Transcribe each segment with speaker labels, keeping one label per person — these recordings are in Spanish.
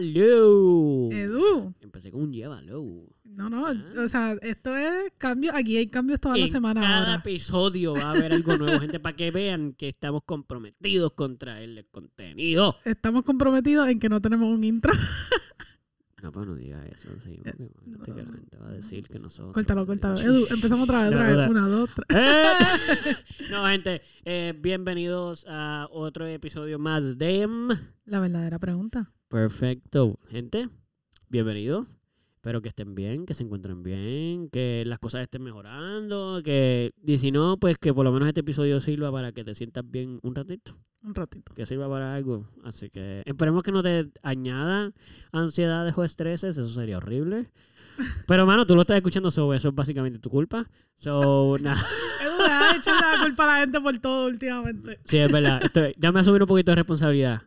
Speaker 1: Llévalo.
Speaker 2: Edu.
Speaker 1: Empecé con un llévalo.
Speaker 2: No, no,
Speaker 1: Ah.
Speaker 2: o sea, esto es cambio. Aquí hay cambios toda la
Speaker 1: En
Speaker 2: semana
Speaker 1: cada
Speaker 2: ahora.
Speaker 1: episodio va a haber algo nuevo, gente, para que vean que estamos comprometidos con traerles contenido.
Speaker 2: Estamos comprometidos en que no tenemos un intro.
Speaker 1: No, pero no digas eso. Sí,
Speaker 2: Eh,
Speaker 1: porque imagínate que la gente va a decir que nosotros...
Speaker 2: Córtalo, córtalo. Edu, empezamos otra vez, otra vez. Una, dos, tres.
Speaker 1: ¡Eh! No, gente, eh, bienvenidos a otro episodio más de
Speaker 2: La verdadera pregunta.
Speaker 1: Perfecto. Gente, bienvenidos. Espero que estén bien, que se encuentren bien, que las cosas estén mejorando, que y si no, pues que por lo menos este episodio sirva para que te sientas bien un ratito,
Speaker 2: Un ratito.
Speaker 1: que sirva para algo. Así que esperemos que no te añada ansiedades o estreses, eso sería horrible. Pero mano, tú lo estás escuchando sobre eso es básicamente tu culpa. So, nada.
Speaker 2: Edu le ha hecho la culpa a la gente por todo últimamente.
Speaker 1: Sí, es verdad. Estoy, ya me asumí un poquito de responsabilidad.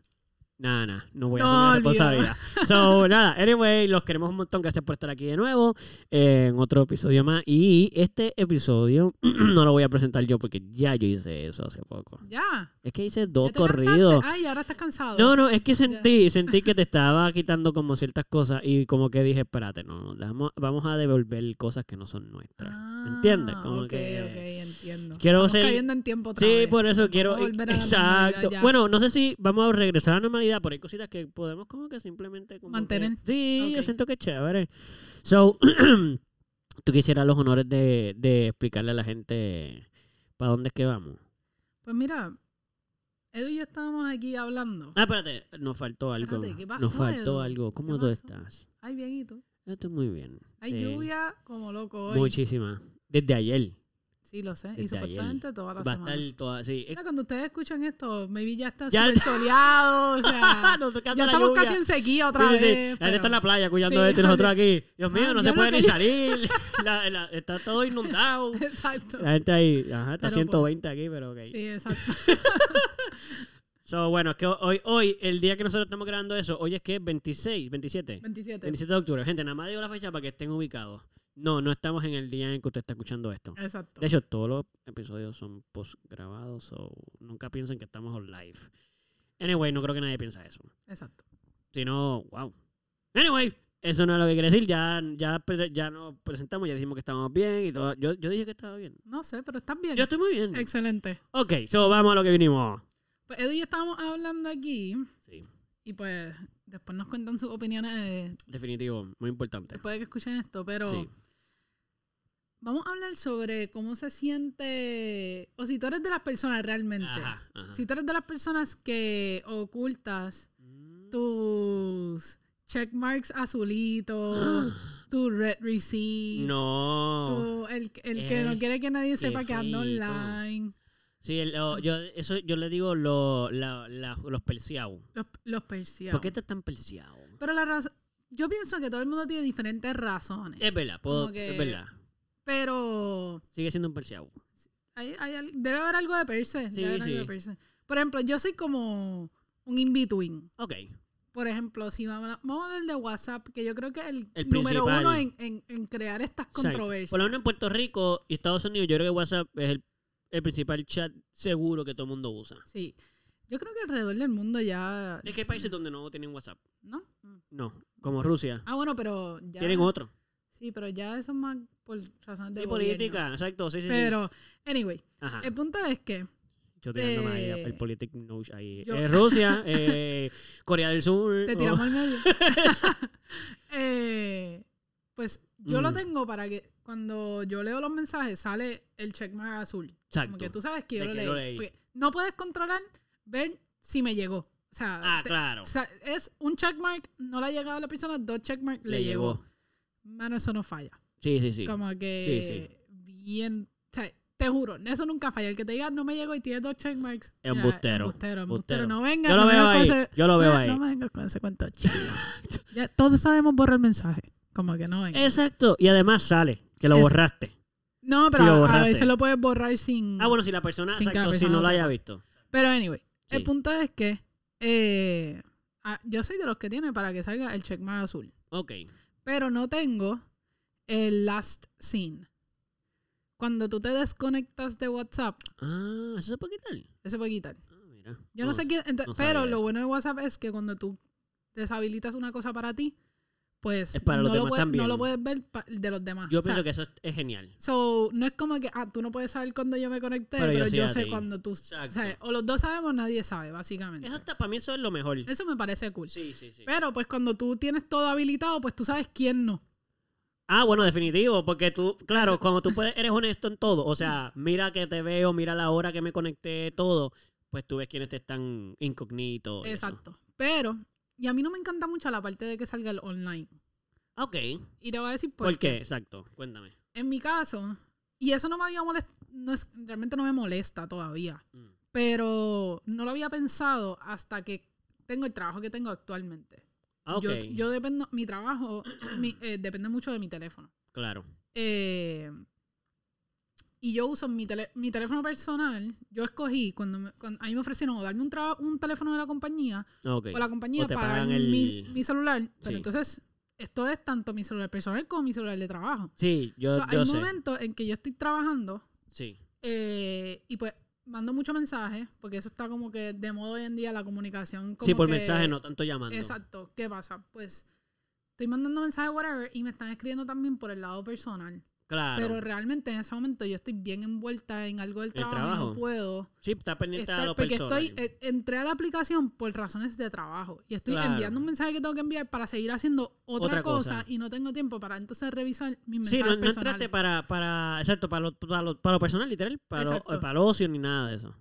Speaker 1: Nada, nada, no voy a
Speaker 2: No,
Speaker 1: asumir
Speaker 2: olvídalo.
Speaker 1: responsabilidad. So, nada, anyway, los queremos un montón. Gracias por estar aquí de nuevo eh, en otro episodio más. Y este episodio no lo voy a presentar yo porque ya yo hice eso hace poco.
Speaker 2: Ya.
Speaker 1: Es que hice dos
Speaker 2: ¿Ya te cansaste?
Speaker 1: corridos.
Speaker 2: Ay, ahora estás cansado.
Speaker 1: No, no, es que sentí, sentí que te estaba quitando como ciertas cosas y como que dije, espérate, no, no, dejamos- vamos a devolver cosas que no son nuestras.
Speaker 2: Ah,
Speaker 1: ¿Entiendes? Como
Speaker 2: ok,
Speaker 1: que-
Speaker 2: ok, entiendo.
Speaker 1: Quiero
Speaker 2: Estamos
Speaker 1: ser-
Speaker 2: cayendo en tiempo otra
Speaker 1: Sí,
Speaker 2: vez.
Speaker 1: por eso quiero.
Speaker 2: a volver a la
Speaker 1: Exacto.
Speaker 2: normalidad ya.
Speaker 1: Bueno, no sé si vamos a regresar a la normalidad, pero hay cositas que podemos como que simplemente como que-
Speaker 2: Mantener.
Speaker 1: Sí, yo
Speaker 2: Ok.
Speaker 1: siento que es chévere. So, tú quisieras los honores de, de explicarle a la gente para dónde es que vamos.
Speaker 2: Pues mira, Edu y yo estábamos aquí hablando.
Speaker 1: Ah, espérate, nos faltó algo.
Speaker 2: Espérate, ¿qué
Speaker 1: nos
Speaker 2: pasó,
Speaker 1: faltó
Speaker 2: Edu?
Speaker 1: algo. ¿Cómo
Speaker 2: ¿Qué
Speaker 1: tú
Speaker 2: pasó?
Speaker 1: estás?
Speaker 2: Ay, bien, ¿y tú?
Speaker 1: Yo estoy muy bien.
Speaker 2: Hay
Speaker 1: Eh,
Speaker 2: lluvia como loco hoy.
Speaker 1: Muchísima. Desde ayer.
Speaker 2: Sí, lo sé.
Speaker 1: Desde
Speaker 2: Y supuestamente toda la
Speaker 1: Va a
Speaker 2: semana.
Speaker 1: estar toda así.
Speaker 2: Mira, cuando ustedes escuchan esto, maybe ya está
Speaker 1: Ya-
Speaker 2: súper soleado, o sea...
Speaker 1: Nos Ah, tocando
Speaker 2: ya
Speaker 1: la
Speaker 2: estamos
Speaker 1: lluvia.
Speaker 2: casi en sequía otra
Speaker 1: Sí, sí,
Speaker 2: vez.
Speaker 1: La gente está en la playa cuidando
Speaker 2: Sí,
Speaker 1: de esto y nosotros aquí. Dios mío,
Speaker 2: Ah,
Speaker 1: no
Speaker 2: yo
Speaker 1: se
Speaker 2: lo
Speaker 1: puede
Speaker 2: que
Speaker 1: ni
Speaker 2: yo-
Speaker 1: salir. La- la- está todo inundado.
Speaker 2: pero- Exacto.
Speaker 1: La gente ahí, ajá, está
Speaker 2: Pero,
Speaker 1: 120 aquí, pero pues ok.
Speaker 2: Sí, exacto.
Speaker 1: So, bueno, es que hoy, hoy, el día que nosotros estamos grabando eso, hoy es que es 26, 27.
Speaker 2: 27.
Speaker 1: 27 de octubre. Gente, nada más digo la fecha para que estén ubicados. No, no estamos en el día en que usted está escuchando esto.
Speaker 2: Exacto.
Speaker 1: De hecho, todos los episodios son postgrabados, so nunca piensen que estamos on live. Anyway, no creo que nadie piensa eso.
Speaker 2: Exacto.
Speaker 1: sino wow. Anyway, eso no es lo que quería decir. Ya, ya, pre- ya nos presentamos, ya dijimos que estábamos bien y todo. Yo, yo dije que estaba bien.
Speaker 2: No sé, pero estás bien.
Speaker 1: Yo estoy muy bien.
Speaker 2: Excelente.
Speaker 1: Ok, so vamos a lo que vinimos.
Speaker 2: Pues Edu y yo estábamos hablando aquí
Speaker 1: Sí,
Speaker 2: y pues después nos cuentan sus opiniones eh,
Speaker 1: definitivo, muy importante.
Speaker 2: después de que escuchen esto, pero...
Speaker 1: Sí.
Speaker 2: Vamos a hablar sobre cómo se siente, o si tú eres de las personas realmente.
Speaker 1: Ajá, ajá.
Speaker 2: Si tú eres de las personas que ocultas tus checkmarks azulitos, tu red receipt,
Speaker 1: No.
Speaker 2: tu, el, el que no
Speaker 1: Eh,
Speaker 2: quiere que nadie sepa que anda
Speaker 1: feíto.
Speaker 2: online,
Speaker 1: Sí, el- lo- yo, eso, yo le digo lo- la- la- los perseados.
Speaker 2: los, los perseados.
Speaker 1: ¿Por qué estás tan perseado?
Speaker 2: Pero la razón, yo pienso que todo el mundo tiene diferentes razones,
Speaker 1: Es verdad, puedo-
Speaker 2: Como que-
Speaker 1: es verdad.
Speaker 2: pero
Speaker 1: Sigue siendo un perseado.
Speaker 2: hay- hay al- debe haber algo de perse,
Speaker 1: Sí,
Speaker 2: debe haber algo
Speaker 1: sí.
Speaker 2: de perse. Por ejemplo, yo soy como un in-between.
Speaker 1: Ok.
Speaker 2: por ejemplo, si vamos a, vamos a hablar de WhatsApp, que yo creo que es el,
Speaker 1: El
Speaker 2: número
Speaker 1: principal.
Speaker 2: uno en, en- en crear estas
Speaker 1: Exacto.
Speaker 2: controversias.
Speaker 1: Por lo menos en Puerto Rico y Estados Unidos, yo creo que WhatsApp es el, el principal chat seguro que todo el mundo usa.
Speaker 2: Sí. Yo creo que alrededor del mundo ya.
Speaker 1: Es que hay países donde no tienen WhatsApp.
Speaker 2: ¿No?
Speaker 1: No, como Rusia.
Speaker 2: Ah, bueno, pero ya.
Speaker 1: Tienen otro.
Speaker 2: Sí, pero ya eso es más por razones de.
Speaker 1: Sí,
Speaker 2: gobierno.
Speaker 1: política, exacto. Sí, sí,
Speaker 2: Pero, anyway,
Speaker 1: sí. Ajá.
Speaker 2: el punto es que.
Speaker 1: Yo tirándome ahí
Speaker 2: eh,
Speaker 1: el politic knowledge ahí.
Speaker 2: yo-
Speaker 1: Eh, Rusia, eh, Corea del Sur.
Speaker 2: Te
Speaker 1: oh,
Speaker 2: tiramos al medio. Eh, pues yo lo
Speaker 1: Mm.
Speaker 2: tengo para que cuando yo leo los mensajes sale el checkmark azul. Como que
Speaker 1: exacto.
Speaker 2: tú sabes que yo
Speaker 1: De
Speaker 2: lo
Speaker 1: que
Speaker 2: leí.
Speaker 1: lo leí.
Speaker 2: Porque no puedes controlar ver si me llegó. O sea,
Speaker 1: Ah,
Speaker 2: te-
Speaker 1: claro.
Speaker 2: o sea, es un checkmark, no le ha llegado a la persona, dos checkmark le,
Speaker 1: Le
Speaker 2: llegó.
Speaker 1: llegó.
Speaker 2: Mano, eso no falla.
Speaker 1: Sí, sí, sí.
Speaker 2: Como que
Speaker 1: Sí, sí.
Speaker 2: bien. o sea, te juro, eso nunca falla. El que te diga no me llegó y tiene dos checkmarks. mira,
Speaker 1: Embustero, embustero.
Speaker 2: Embustero, embustero. No vengas.
Speaker 1: Yo lo
Speaker 2: no
Speaker 1: veo
Speaker 2: vengas
Speaker 1: ahí.
Speaker 2: con ese- Ah,
Speaker 1: Yo lo veo
Speaker 2: no,
Speaker 1: ahí.
Speaker 2: No me vengas con ese cuento chino. ya, todos sabemos borrar el mensaje. Como que no vengas.
Speaker 1: Exacto. Y además sale que lo
Speaker 2: Es-
Speaker 1: borraste.
Speaker 2: no,
Speaker 1: si
Speaker 2: pero
Speaker 1: lo
Speaker 2: a- a
Speaker 1: borraste.
Speaker 2: veces lo puedes borrar sin.
Speaker 1: Ah, bueno, si la persona,
Speaker 2: Mm. Sin que la
Speaker 1: exacto, si
Speaker 2: persona
Speaker 1: no
Speaker 2: lo
Speaker 1: la haya
Speaker 2: sepa.
Speaker 1: visto.
Speaker 2: Pero anyway,
Speaker 1: Sí.
Speaker 2: el punto es que eh, ah, yo soy de los que tiene para que salga el checkmark azul.
Speaker 1: Ok.
Speaker 2: Pero no tengo el last scene. Cuando tú te desconectas de WhatsApp,
Speaker 1: Ah, eso se puede quitar.
Speaker 2: eso puede quitar.
Speaker 1: Ah, mira.
Speaker 2: Yo no, sé quién. ento-
Speaker 1: no sabía
Speaker 2: pero
Speaker 1: eso.
Speaker 2: lo bueno de WhatsApp es que cuando tú deshabilitas una cosa para ti, pues
Speaker 1: Es para los
Speaker 2: no, lo
Speaker 1: demás
Speaker 2: puedes, no
Speaker 1: también.
Speaker 2: lo puedes ver pa- de los demás.
Speaker 1: Yo
Speaker 2: O sea,
Speaker 1: pienso que eso es, es genial.
Speaker 2: So, no es como que, ah, tú no puedes saber cuándo yo me conecté,
Speaker 1: Pero
Speaker 2: pero,
Speaker 1: yo sí
Speaker 2: yo
Speaker 1: a
Speaker 2: sé
Speaker 1: ti.
Speaker 2: cuándo tú...
Speaker 1: Exacto.
Speaker 2: O, sea, o los dos sabemos, nadie sabe, básicamente.
Speaker 1: Eso
Speaker 2: Eso,
Speaker 1: está, para mí eso es lo mejor.
Speaker 2: me parece cool.
Speaker 1: Sí, sí, sí.
Speaker 2: Pero pues cuando tú tienes todo habilitado, pues tú sabes quién no.
Speaker 1: Ah, bueno, definitivo, porque tú, claro, cuando tú puedes, eres honesto en todo, o sea, mira que te veo, mira la hora que me conecté, todo, pues tú ves quiénes te están incógnitos. y eso.
Speaker 2: Exacto. Pero, y a mí no me encanta mucho la parte de que salga el online.
Speaker 1: Ah, Ok,
Speaker 2: Y te voy a decir
Speaker 1: ¿por,
Speaker 2: por,
Speaker 1: qué? Exacto, cuéntame.
Speaker 2: En mi caso, y eso no me había molestado, no es, realmente no me molesta todavía,
Speaker 1: Mm.
Speaker 2: pero no lo había pensado hasta que tengo el trabajo que tengo actualmente.
Speaker 1: Ah, ok,
Speaker 2: Yo, yo dependo, mi trabajo mi- eh, depende mucho de mi teléfono.
Speaker 1: claro.
Speaker 2: Eh, y yo uso mi, tele- mi teléfono personal, yo escogí, cuando, me- cuando- a mí me ofrecieron o darme un, traba- un teléfono de la compañía
Speaker 1: Ah, Ok,
Speaker 2: o la compañía
Speaker 1: O te
Speaker 2: pagar
Speaker 1: pagan el-
Speaker 2: mi, mi celular, pero
Speaker 1: Sí.
Speaker 2: entonces esto es tanto mi celular personal como mi celular de trabajo.
Speaker 1: sí, yo,
Speaker 2: So, hay
Speaker 1: yo sé,
Speaker 2: momentos en que yo estoy trabajando
Speaker 1: sí,
Speaker 2: eh, y pues mando muchos mensajes, porque eso está como que de moda hoy en día la comunicación. Como
Speaker 1: sí, por
Speaker 2: que-
Speaker 1: mensaje, no tanto llamando.
Speaker 2: Exacto. ¿Qué pasa? Pues estoy mandando mensajes, whatever, y me están escribiendo también por el lado personal.
Speaker 1: Claro,
Speaker 2: Pero realmente en ese momento yo estoy bien envuelta en algo del
Speaker 1: El
Speaker 2: trabajo, y
Speaker 1: trabajo.
Speaker 2: no puedo
Speaker 1: sí, está pendiente a
Speaker 2: estar,
Speaker 1: lo
Speaker 2: porque
Speaker 1: personal.
Speaker 2: estoy, eh, entré a la aplicación por razones de trabajo y estoy
Speaker 1: Claro.
Speaker 2: enviando un mensaje que tengo que enviar para seguir haciendo otra,
Speaker 1: Otra
Speaker 2: cosa,
Speaker 1: cosa.
Speaker 2: y no tengo tiempo para entonces revisar mis mensajes
Speaker 1: Sí, no, no
Speaker 2: personales.
Speaker 1: entraste para, para, exacto, para lo, para lo, para lo personal, literal, para, lo,
Speaker 2: Exacto.
Speaker 1: para lo ocio ni nada de eso.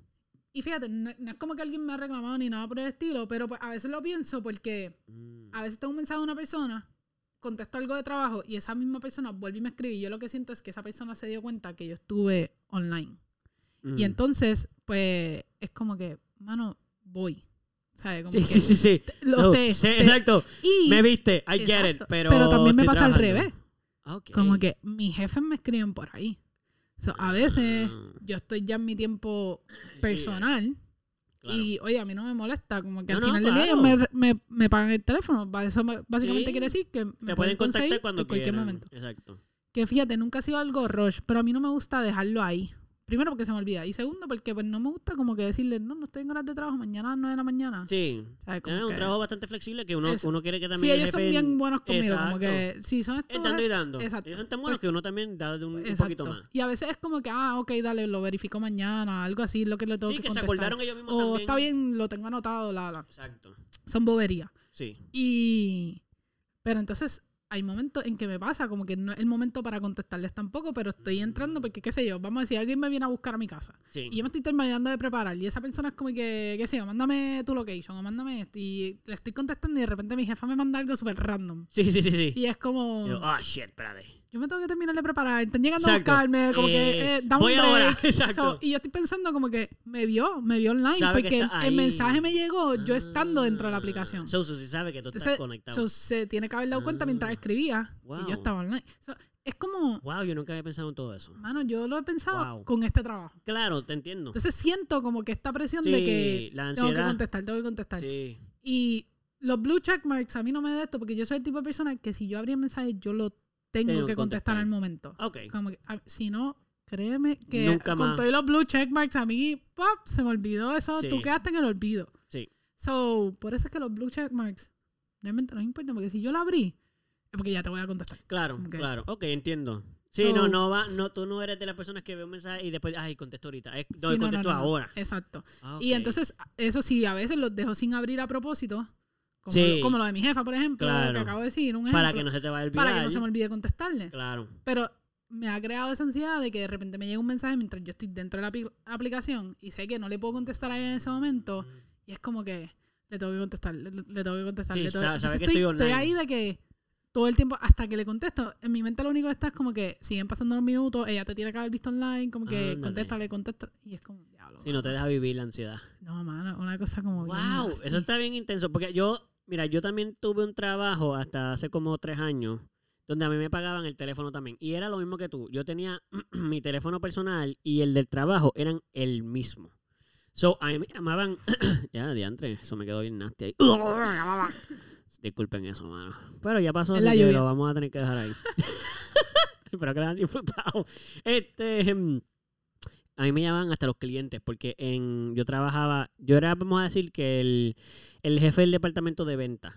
Speaker 2: Y fíjate, no, no es como que alguien me ha reclamado ni nada por el estilo, pero pues a veces lo pienso porque
Speaker 1: Mm.
Speaker 2: a veces tengo un mensaje de una persona, contesto algo de trabajo y esa misma persona vuelve y me escribe. Y yo lo que siento es que esa persona se dio cuenta que yo estuve online.
Speaker 1: Mm.
Speaker 2: Y entonces, pues es como que, mano, voy. ¿Sabes? Como
Speaker 1: Sí,
Speaker 2: que
Speaker 1: sí, sí, sí.
Speaker 2: Lo
Speaker 1: No,
Speaker 2: sé. te-
Speaker 1: exacto.
Speaker 2: Y
Speaker 1: Me viste, I get it,
Speaker 2: Exacto.
Speaker 1: pero.
Speaker 2: Pero también me
Speaker 1: estoy
Speaker 2: pasa al
Speaker 1: trabajando.
Speaker 2: revés.
Speaker 1: Ah, ok.
Speaker 2: como que mis jefes me escriben por ahí. So, a veces
Speaker 1: Ah,
Speaker 2: yo estoy ya en mi tiempo personal.
Speaker 1: claro.
Speaker 2: Y oye, a mí no me molesta, como que
Speaker 1: No,
Speaker 2: al
Speaker 1: no,
Speaker 2: final del
Speaker 1: claro.
Speaker 2: día ellos me, me, me pagan el teléfono. Ba- Eso me- básicamente
Speaker 1: Sí.
Speaker 2: quiere decir que me
Speaker 1: Te pueden contactar
Speaker 2: conseguir
Speaker 1: cuando
Speaker 2: en cualquier
Speaker 1: quieran.
Speaker 2: momento.
Speaker 1: Exacto.
Speaker 2: Que fíjate, nunca ha sido algo rush, pero a mí no me gusta dejarlo ahí. Primero porque se me olvida. Y segundo porque pues no me gusta como que decirle, no, no estoy en horas de trabajo, mañana a las 9 de la mañana.
Speaker 1: Sí.
Speaker 2: ¿Sabes?
Speaker 1: Es
Speaker 2: Como
Speaker 1: un
Speaker 2: que-
Speaker 1: trabajo bastante flexible que uno,
Speaker 2: Es-
Speaker 1: uno quiere que también.
Speaker 2: Sí,
Speaker 1: el
Speaker 2: ellos son
Speaker 1: jefe
Speaker 2: bien buenos conmigo,
Speaker 1: Exacto.
Speaker 2: como que si son
Speaker 1: es
Speaker 2: estos...
Speaker 1: dando y dando.
Speaker 2: Exacto.
Speaker 1: Ellos son tan buenos que uno también da de un, un
Speaker 2: Exacto.
Speaker 1: poquito más.
Speaker 2: Y a veces es como que, ah, ok, dale, lo verifico mañana, algo así, lo que le tengo
Speaker 1: Sí,
Speaker 2: que
Speaker 1: que se
Speaker 2: contestar.
Speaker 1: acordaron ellos mismos
Speaker 2: o
Speaker 1: también.
Speaker 2: está bien, lo tengo anotado, la, la.
Speaker 1: Exacto.
Speaker 2: Son boberías.
Speaker 1: Sí.
Speaker 2: Y. Pero entonces hay momentos en que me pasa, como que no es el momento para contestarles tampoco, pero estoy entrando
Speaker 1: Mm.
Speaker 2: porque, qué sé yo, vamos a decir, alguien me viene a buscar a mi casa
Speaker 1: Sí.
Speaker 2: y yo me estoy terminando de preparar y esa persona es como que, qué sé yo, mándame tu location o mándame esto y le estoy contestando y de repente mi jefa me manda algo súper random.
Speaker 1: Sí, sí, sí, sí.
Speaker 2: Y es como,
Speaker 1: Y yo, Ah, shit, espérate.
Speaker 2: yo me tengo que terminar de preparar, están llegando
Speaker 1: Exacto.
Speaker 2: a buscarme, como
Speaker 1: Eh,
Speaker 2: que, eh, dame
Speaker 1: voy
Speaker 2: un break.
Speaker 1: ahora. Exacto.
Speaker 2: So, y yo estoy pensando como que me vio, me vio online,
Speaker 1: Sabe que
Speaker 2: porque
Speaker 1: está ahí.
Speaker 2: el mensaje me llegó yo estando dentro de la
Speaker 1: Ah.
Speaker 2: aplicación.
Speaker 1: So, so, sí sabe que tú estás
Speaker 2: Entonces,
Speaker 1: conectado.
Speaker 2: so, se tiene que haber dado cuenta mientras
Speaker 1: Ah.
Speaker 2: escribía que
Speaker 1: Wow.
Speaker 2: yo estaba online. So, es como,
Speaker 1: Wow, yo nunca había pensado en todo eso.
Speaker 2: mano, yo lo he pensado
Speaker 1: Wow.
Speaker 2: con este trabajo.
Speaker 1: Claro, te entiendo.
Speaker 2: Entonces siento como que esta presión de
Speaker 1: Sí,
Speaker 2: que
Speaker 1: la
Speaker 2: tengo que
Speaker 1: ansiedad.
Speaker 2: contestar, tengo que contestar.
Speaker 1: Sí.
Speaker 2: Y los blue check marks a mí no me da esto porque yo soy el tipo de persona que si yo abrí el mensaje yo lo tengo
Speaker 1: Tengo que
Speaker 2: que contestar
Speaker 1: contestar.
Speaker 2: al momento.
Speaker 1: Ok.
Speaker 2: Como que, a- si no, créeme que
Speaker 1: Nunca
Speaker 2: con
Speaker 1: más.
Speaker 2: todos los blue check marks a mí, pop, se me olvidó eso,
Speaker 1: Sí.
Speaker 2: tú quedaste en el olvido.
Speaker 1: Sí.
Speaker 2: So, por eso es que los blue check marks realmente no importan porque si yo lo abrí, es porque ya te voy a contestar.
Speaker 1: Claro,
Speaker 2: Ok.
Speaker 1: claro. Ok, entiendo. Sí,
Speaker 2: So-
Speaker 1: no, no va, no, tú no eres de las personas que ve un mensaje y después, ay, contesto ahorita. Eh, no,
Speaker 2: Sí, no,
Speaker 1: contesto
Speaker 2: no, no, no.
Speaker 1: ahora.
Speaker 2: Exacto.
Speaker 1: Ah,
Speaker 2: Y
Speaker 1: ok.
Speaker 2: entonces, eso sí, a veces los dejo sin abrir a propósito, como,
Speaker 1: Sí.
Speaker 2: lo, como lo de mi jefa, por ejemplo,
Speaker 1: Claro.
Speaker 2: que acabo de decir, un ejemplo,
Speaker 1: para que no se te vaya a olvidar.
Speaker 2: para que no se me olvide contestarle.
Speaker 1: Claro.
Speaker 2: Pero me ha creado esa ansiedad de que de repente me llega un mensaje mientras yo estoy dentro de la apli- aplicación y sé que no le puedo contestar a ella en ese momento y es como que le tengo que contestar, le, le tengo que contestar.
Speaker 1: Sí,
Speaker 2: le tengo que-
Speaker 1: sa- sabe
Speaker 2: Entonces
Speaker 1: que
Speaker 2: estoy,
Speaker 1: estoy
Speaker 2: estoy ahí
Speaker 1: online.
Speaker 2: de que todo el tiempo, hasta que le contesto, en mi mente lo único que está es como que siguen pasando los minutos, ella te tiene que haber visto online, como que
Speaker 1: Ándale.
Speaker 2: contéstale, contesta y es como, diablo.
Speaker 1: Si no te deja vivir la ansiedad.
Speaker 2: No, mano, una cosa como. bien
Speaker 1: Wow,
Speaker 2: nasty.
Speaker 1: eso está bien intenso. Porque yo, mira, yo también tuve un trabajo hasta hace como tres años donde a mí me pagaban el teléfono también. Y era lo mismo que tú. Yo tenía mi teléfono personal y el del trabajo eran el mismo. So, a mí me llamaban. ya, diantre, eso me quedó bien nasty ahí. Disculpen eso, mano. Pero ya pasó,
Speaker 2: Es
Speaker 1: así
Speaker 2: la
Speaker 1: que
Speaker 2: lluvia.
Speaker 1: lo vamos a tener que dejar ahí. Espero que lo hayan disfrutado. Este. em, A mí me llamaban hasta los clientes porque en, yo trabajaba, yo era, vamos a decir, que el, el jefe del departamento de venta.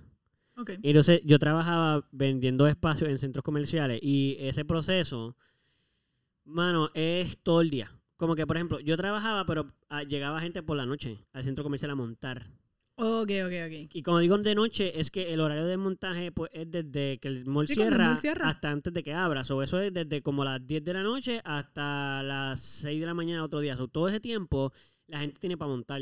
Speaker 2: Ok.
Speaker 1: Y entonces yo trabajaba vendiendo espacios en centros comerciales y ese proceso, mano, es todo el día. Como que, por ejemplo, yo trabajaba, pero ah, llegaba gente por la noche al centro comercial a montar.
Speaker 2: Ok, ok, ok.
Speaker 1: Y cuando digo de noche, es que el horario de montaje pues, es desde que el mall,
Speaker 2: Sí, cuando el
Speaker 1: cierra,
Speaker 2: mall cierra.
Speaker 1: hasta antes de que abra. O eso es desde como las 10 de la noche hasta las 6 de la mañana otro día. So, todo ese tiempo la gente tiene para montar.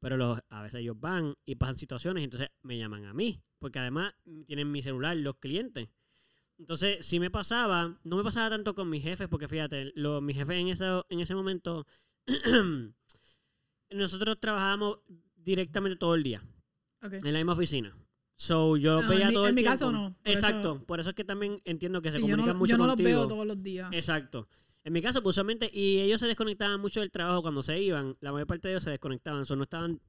Speaker 1: Pero los, a veces ellos van y pasan situaciones, entonces me llaman a mí. Porque además tienen mi celular los clientes. Entonces, si me pasaba, no me pasaba tanto con mis jefes, porque fíjate, los mis jefes en, esa- en ese momento, nosotros trabajábamos directamente todo el día
Speaker 2: okay.
Speaker 1: en la misma oficina. So, yo los
Speaker 2: No,
Speaker 1: veía
Speaker 2: en mi-
Speaker 1: todo
Speaker 2: en
Speaker 1: el
Speaker 2: mi
Speaker 1: tiempo.
Speaker 2: caso no, por
Speaker 1: Exacto. Por eso es que también entiendo que se
Speaker 2: Sí, yo
Speaker 1: comunican
Speaker 2: no,
Speaker 1: mucho
Speaker 2: yo no los
Speaker 1: contigo. Eh,
Speaker 2: veo todos los días.
Speaker 1: Exacto. En mi caso, pues, usualmente, y ellos se desconectaban mucho del trabajo cuando se iban. La mayor parte de ellos se desconectaban. So, no estaban.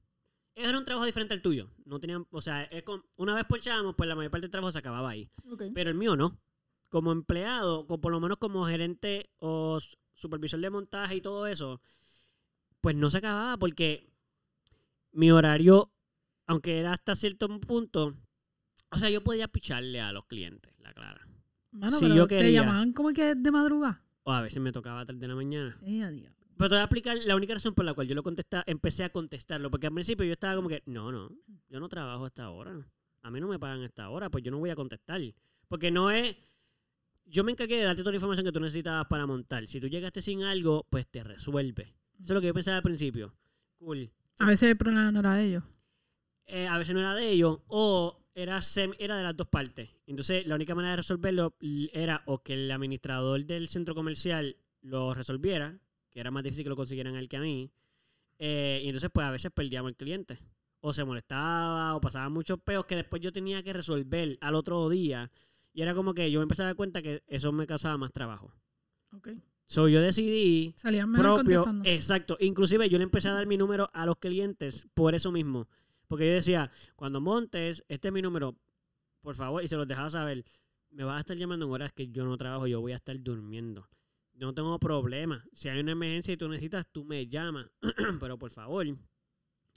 Speaker 1: Ellos era un trabajo diferente al tuyo. No tenían, o sea, es con- una vez ponchábamos, pues la mayor parte del trabajo se acababa ahí.
Speaker 2: Ok.
Speaker 1: Pero el mío no. Como empleado, o por lo menos como gerente o s- supervisor de montaje y todo eso, pues no se acababa porque mi horario, aunque era hasta cierto punto, o sea, yo podía picharle a los clientes, la clara.
Speaker 2: Mano,
Speaker 1: si
Speaker 2: pero
Speaker 1: yo
Speaker 2: te
Speaker 1: quería-
Speaker 2: llamaban como que de madrugada.
Speaker 1: O a veces me tocaba a 3 de la mañana.
Speaker 2: Eh, adiós.
Speaker 1: Pero te voy a explicar la única razón por la cual yo lo contestaba, empecé a contestarlo, porque al principio yo estaba como que, no, no, yo no trabajo hasta ahora. A mí no me pagan hasta ahora, pues yo no voy a contestar. Porque no es, yo me encargué de darte toda la información que tú necesitabas para montar. Si tú llegaste sin algo, pues te resuelve. Eso es lo que yo pensaba al principio. Cool.
Speaker 2: A veces el problema no era de ellos.
Speaker 1: Eh, a veces no era de ellos, o era, sem- era de las dos partes. Entonces, la única manera de resolverlo l- era o que el administrador del centro comercial lo resolviera, que era más difícil que lo consiguieran a él que a mí. eh, y entonces, pues a veces perdíamos el cliente. O se molestaba, o pasaban muchos peos que después yo tenía que resolver al otro día. Y era como que yo me empecé a dar cuenta que eso me causaba más trabajo.
Speaker 2: Ok.
Speaker 1: So, yo decidí
Speaker 2: Salían mejor
Speaker 1: propio. eh.
Speaker 2: contestando.
Speaker 1: Exacto. Inclusive yo le empecé a dar mi número a los clientes por eso mismo. Porque yo decía, cuando montes, este es mi número, por favor, y se los dejaba saber. Me vas a estar llamando en horas que yo no trabajo, yo voy a estar durmiendo. No tengo problema. Si hay una emergencia y tú necesitas, tú me llamas. Pero por favor,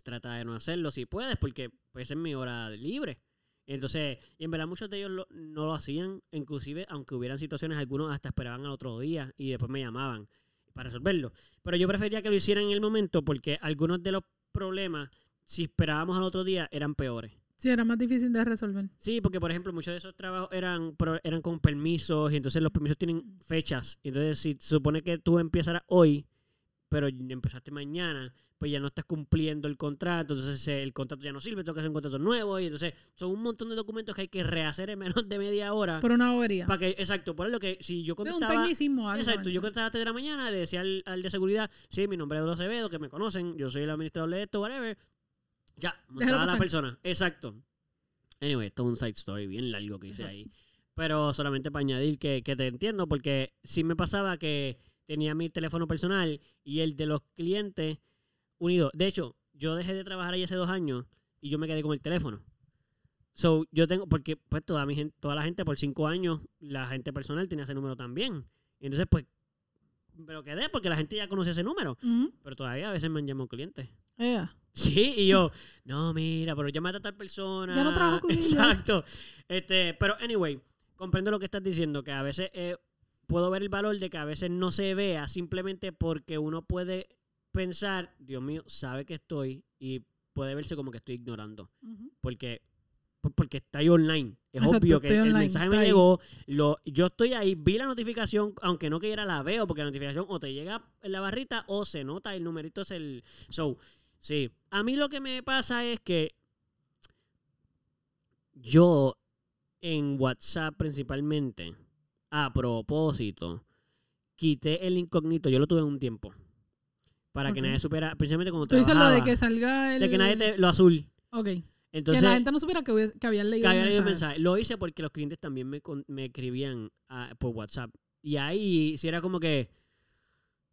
Speaker 1: trata de no hacerlo si puedes, porque pues, esa es mi hora libre. Entonces, y en verdad muchos de ellos lo- no lo hacían, inclusive aunque hubieran situaciones, algunos hasta esperaban al otro día y después me llamaban para resolverlo. Pero yo prefería que lo hicieran en el momento porque algunos de los problemas, si esperábamos al otro día, eran peores.
Speaker 2: Sí, era más difícil de resolver.
Speaker 1: Sí, porque por ejemplo muchos de esos trabajos eran, pro- eran con permisos y entonces los permisos tienen fechas. Entonces si se supone que tú empezaras hoy, pero empezaste mañana, pues ya no estás cumpliendo el contrato, entonces eh, el contrato ya no sirve, tengo que hacer un contrato nuevo y entonces son un montón de documentos que hay que rehacer en menos de media hora.
Speaker 2: Por una bobería.
Speaker 1: Para que, exacto, por lo que si yo
Speaker 2: Es un
Speaker 1: contestaba...
Speaker 2: tecnicismo.
Speaker 1: Exacto, yo
Speaker 2: básicamente.
Speaker 1: contestaba a las 3 de la mañana, le decía al, al de seguridad, sí, mi nombre es Eduardo Acevedo, que me conocen, yo soy el administrador de esto, whatever. Ya, montaba a la
Speaker 2: pasar.
Speaker 1: persona. Exacto. Anyway, esto es un side story bien largo que hice
Speaker 2: Ajá.
Speaker 1: ahí. Pero solamente para añadir que, que te entiendo, porque sí me pasaba que tenía mi teléfono personal y el de los clientes unidos. De hecho, yo dejé de trabajar ahí hace dos años y yo me quedé con el teléfono. So, yo tengo, porque pues toda, mi gente, toda la gente por cinco años, la gente personal tenía ese número también. Y entonces, pues, me lo quedé porque la gente ya conocía ese número.
Speaker 2: Ujú.
Speaker 1: Pero todavía a veces me han llamado clientes.
Speaker 2: Ea.
Speaker 1: Sí, y yo, no, mira, pero llámate a tal persona.
Speaker 2: Ya no trabajo con ellos.
Speaker 1: Exacto. Este, pero, anyway, comprendo lo que estás diciendo, que a veces eh, puedo ver el valor de que a veces no se vea simplemente porque uno puede pensar, Dios mío, sabe que estoy y puede verse como que estoy ignorando.
Speaker 2: Ujú.
Speaker 1: Porque, por- porque está ahí online. Es
Speaker 2: Exacto,
Speaker 1: obvio que
Speaker 2: estoy
Speaker 1: el
Speaker 2: online,
Speaker 1: mensaje
Speaker 2: está
Speaker 1: me
Speaker 2: ahí.
Speaker 1: llegó. Lo, yo estoy ahí, vi la notificación, aunque no quiera la veo, porque la notificación o te llega en la barrita o se nota el numerito es el. So, sí. A mí lo que me pasa es que yo en WhatsApp principalmente, a propósito, quité el incógnito. Yo lo tuve un tiempo. Para que
Speaker 2: Ok.
Speaker 1: nadie supiera, principalmente cuando
Speaker 2: Tú dices lo de
Speaker 1: trabajaba,
Speaker 2: que salga el...
Speaker 1: de que nadie te, lo azul.
Speaker 2: Ok.
Speaker 1: Entonces,
Speaker 2: que la gente no supiera que, hubiese- que habían leído
Speaker 1: Cabía
Speaker 2: el
Speaker 1: leído el
Speaker 2: mensaje.
Speaker 1: mensaje. Lo hice porque los clientes también me, con- me escribían ah, por WhatsApp. Y ahí si era como que,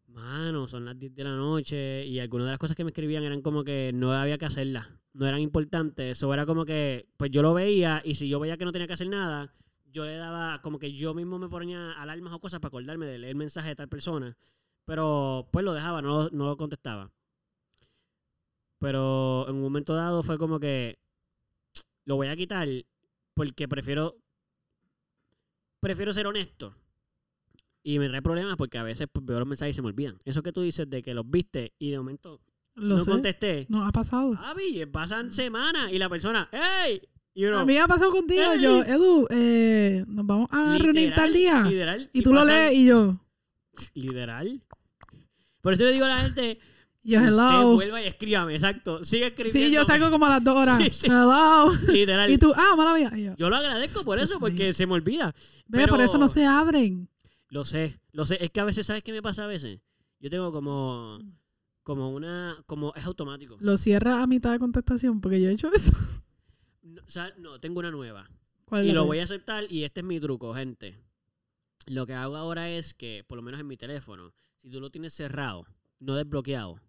Speaker 1: mano, son las 10 de la noche. Y algunas de las cosas que me escribían eran como que no había que hacerlas. No eran importantes. Eso era como que, pues yo lo veía y si yo veía que no tenía que hacer nada, yo le daba, como que yo mismo me ponía alarmas o cosas para acordarme de leer el mensaje de tal persona. Pero pues lo dejaba, no, lo- no lo contestaba. Pero en un momento dado fue como que lo voy a quitar porque prefiero prefiero ser honesto. Y me trae problemas porque a veces pues, veo los mensajes y se me olvidan. Eso que tú dices de que los viste y de momento
Speaker 2: Lo
Speaker 1: no Ah,
Speaker 2: sé.
Speaker 1: contesté.
Speaker 2: No, ha pasado.
Speaker 1: Javi, pasan semanas y la persona, ¡Ey! Y uno,
Speaker 2: A mí me ha pasado contigo.
Speaker 1: Ey.
Speaker 2: Yo, Edu, eh, nos vamos a
Speaker 1: literal,
Speaker 2: reunir tal día.
Speaker 1: literal,
Speaker 2: y tú lo
Speaker 1: pasan-
Speaker 2: lees y yo,
Speaker 1: Literal. Por eso le digo a la gente,
Speaker 2: yo,
Speaker 1: usted
Speaker 2: hello.
Speaker 1: vuelva y escríbame, exacto. Sigue escribiendo.
Speaker 2: Sí, yo salgo como a las dos horas.
Speaker 1: Sí, sí.
Speaker 2: Hello.
Speaker 1: Literal.
Speaker 2: Y tú, ah, maravilla. Y yo,
Speaker 1: Yo lo agradezco por
Speaker 2: Dios
Speaker 1: eso, porque
Speaker 2: mío.
Speaker 1: se me olvida.
Speaker 2: ve,
Speaker 1: pero-
Speaker 2: por eso no se abren.
Speaker 1: Lo sé, lo sé. Es que a veces, ¿sabes qué me pasa a veces? Yo tengo como. Como una. Como es automático.
Speaker 2: Lo cierra a mitad de contestación porque yo he hecho eso.
Speaker 1: No, o sea, no, tengo una nueva.
Speaker 2: ¿Cuál
Speaker 1: Y
Speaker 2: es la
Speaker 1: lo
Speaker 2: tuya?
Speaker 1: voy a aceptar y este es mi truco, gente. Lo que hago ahora es que, por lo menos en mi teléfono, si tú lo tienes cerrado, no desbloqueado,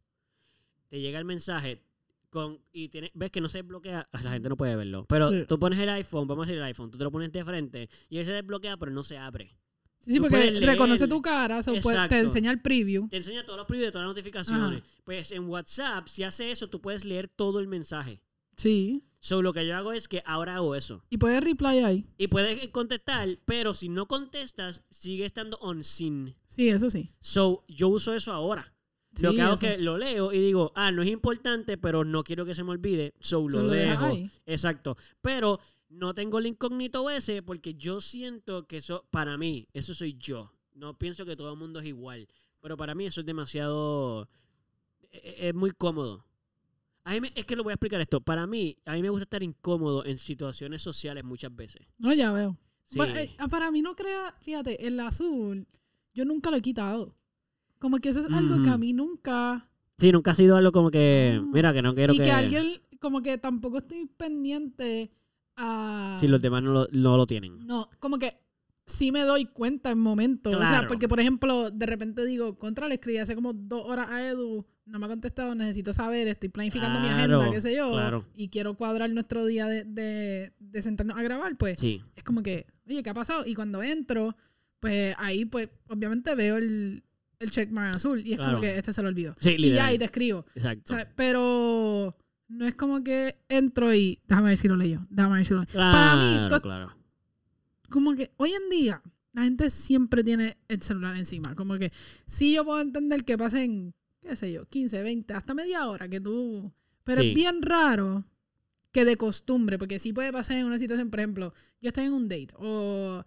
Speaker 1: te llega el mensaje con y tiene- ves que no se desbloquea, ah, la gente no puede verlo. Pero
Speaker 2: Sí.
Speaker 1: tú pones el iPhone, vamos a decir el iPhone, tú te lo pones de frente y él se desbloquea, pero no se abre.
Speaker 2: Sí, sí,
Speaker 1: tú
Speaker 2: porque
Speaker 1: puedes leer.
Speaker 2: reconoce tu cara, so, puede-
Speaker 1: Exacto.
Speaker 2: te enseña el preview.
Speaker 1: Te enseña todos los previews de todas las notificaciones. Pues en WhatsApp, si hace eso, tú puedes leer todo el mensaje.
Speaker 2: Sí.
Speaker 1: So, lo que yo hago es que ahora hago eso.
Speaker 2: Y puedes reply ahí.
Speaker 1: Y puedes contestar, pero si no contestas, sigue estando on sin.
Speaker 2: Sí, eso sí.
Speaker 1: So, yo uso eso ahora. lo
Speaker 2: Sí,
Speaker 1: que hago es
Speaker 2: eso.
Speaker 1: que lo leo y digo, ah, no es importante, pero no quiero que se me olvide. So,
Speaker 2: Tú
Speaker 1: lo,
Speaker 2: lo dejas
Speaker 1: dejo.
Speaker 2: ahí.
Speaker 1: Exacto. Pero no tengo el incógnito ese porque yo siento que eso, para mí, eso soy yo. No pienso que todo el mundo es igual. Pero para mí eso es demasiado... e- e- Es muy cómodo. A mí me- es que lo voy a explicar esto. Para mí, a mí me gusta estar incómodo en situaciones sociales muchas veces.
Speaker 2: No, ya veo.
Speaker 1: Sí.
Speaker 2: Bueno, eh, para mí no crea, fíjate, el azul, yo nunca lo he quitado. Como que eso es algo que a
Speaker 1: Ujú.
Speaker 2: mí nunca.
Speaker 1: Sí, nunca ha sido algo como que,
Speaker 2: Ah.
Speaker 1: mira, que no quiero
Speaker 2: y que, alguien, como que tampoco estoy pendiente a.
Speaker 1: Si los demás no lo, no lo tienen.
Speaker 2: No, como que sí me doy cuenta en momentos. O sea,
Speaker 1: Claro.
Speaker 2: porque por ejemplo, de repente digo, contra, le escribí hace como dos horas a Edu, no me ha contestado, necesito saber, estoy planificando mi agenda,
Speaker 1: Claro,
Speaker 2: qué sé yo,
Speaker 1: claro.
Speaker 2: y quiero cuadrar nuestro día de, de, de sentarnos a grabar, pues
Speaker 1: Sí.
Speaker 2: es como que, oye, ¿qué ha pasado? Y cuando entro, pues ahí, pues obviamente veo el, el checkmark azul y es
Speaker 1: Claro.
Speaker 2: como que este se lo olvidó.
Speaker 1: Sí,
Speaker 2: Y ya
Speaker 1: literal.
Speaker 2: ahí te escribo.
Speaker 1: Exacto.
Speaker 2: ¿sabes? Pero no es como que entro y déjame ver si lo leyo, déjame ver si lo leyo. Para mí,
Speaker 1: Claro,
Speaker 2: to-
Speaker 1: claro.
Speaker 2: como que hoy en día la gente siempre tiene el celular encima. Como que sí yo puedo entender que pasen, qué sé yo, 15, 20, hasta media hora que tú... Pero
Speaker 1: Sí.
Speaker 2: es bien raro que de costumbre, porque sí puede pasar en una situación, por ejemplo, yo estoy en un date o...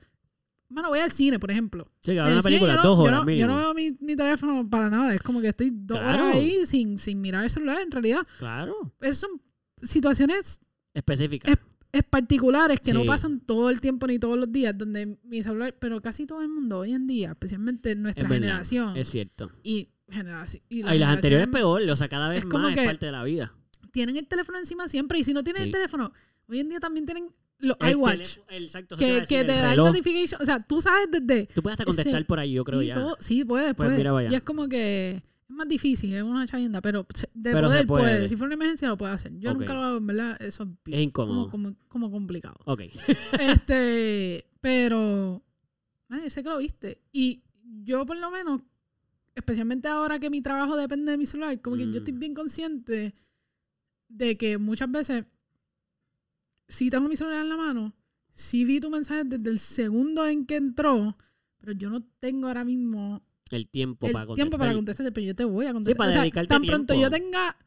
Speaker 2: Bueno, voy al cine, por ejemplo.
Speaker 1: Sí, que
Speaker 2: En
Speaker 1: ahora
Speaker 2: el
Speaker 1: una
Speaker 2: cine
Speaker 1: película,
Speaker 2: yo no-
Speaker 1: dos
Speaker 2: yo
Speaker 1: horas
Speaker 2: no-
Speaker 1: mínimo.
Speaker 2: Yo no veo mi, mi teléfono para nada. Es como que estoy dos
Speaker 1: Claro.
Speaker 2: horas ahí sin, sin mirar el celular, en realidad.
Speaker 1: Claro.
Speaker 2: Esas son situaciones
Speaker 1: Específica.
Speaker 2: Es- es particulares que no
Speaker 1: Sí.
Speaker 2: pasan todo el tiempo ni todos los días, donde mi celular, pero casi todo el mundo hoy en día, especialmente nuestra
Speaker 1: Es verdad,
Speaker 2: generación
Speaker 1: Es cierto.
Speaker 2: y generación y,
Speaker 1: Ah, y las anteriores
Speaker 2: generación
Speaker 1: peor, o sea, cada vez
Speaker 2: es como
Speaker 1: más
Speaker 2: que- Ah,
Speaker 1: es parte de la vida.
Speaker 2: tienen el teléfono encima siempre y si no tienen
Speaker 1: Sí.
Speaker 2: el teléfono, hoy en día también tienen los
Speaker 1: El
Speaker 2: iWatch
Speaker 1: teléfono- el- exacto, eso te iba a
Speaker 2: que,
Speaker 1: decir,
Speaker 2: que
Speaker 1: el
Speaker 2: te da el
Speaker 1: reloj.
Speaker 2: notification, o sea, tú sabes desde
Speaker 1: Tú puedes hasta contestar
Speaker 2: ese-
Speaker 1: por ahí, yo creo
Speaker 2: sí,
Speaker 1: ya.
Speaker 2: todo- sí, puedes,
Speaker 1: Pues
Speaker 2: puedes.
Speaker 1: mira, vaya.
Speaker 2: y es como que es más difícil, es una chavienda, pero se- de
Speaker 1: Pero se
Speaker 2: poder
Speaker 1: puede.
Speaker 2: puede. Si fuera una emergencia lo puede hacer. Yo
Speaker 1: Ok.
Speaker 2: nunca lo hago, en verdad, eso es
Speaker 1: Es
Speaker 2: bien-
Speaker 1: incómodo.
Speaker 2: como, como, como complicado.
Speaker 1: Ok.
Speaker 2: Este, pero, man, yo sé que lo viste. Y yo por lo menos, especialmente ahora que mi trabajo depende de mi celular, como que
Speaker 1: Mm.
Speaker 2: yo estoy bien consciente de que muchas veces, si tengo mi celular en la mano, si vi tu mensaje desde el segundo en que entró, pero yo no tengo ahora mismo
Speaker 1: El tiempo Pues
Speaker 2: el
Speaker 1: para contestar.
Speaker 2: tiempo para contestarte, pero yo te voy a contestar.
Speaker 1: para
Speaker 2: O sea,
Speaker 1: dedicarte
Speaker 2: tan pronto
Speaker 1: tiempo.
Speaker 2: yo tenga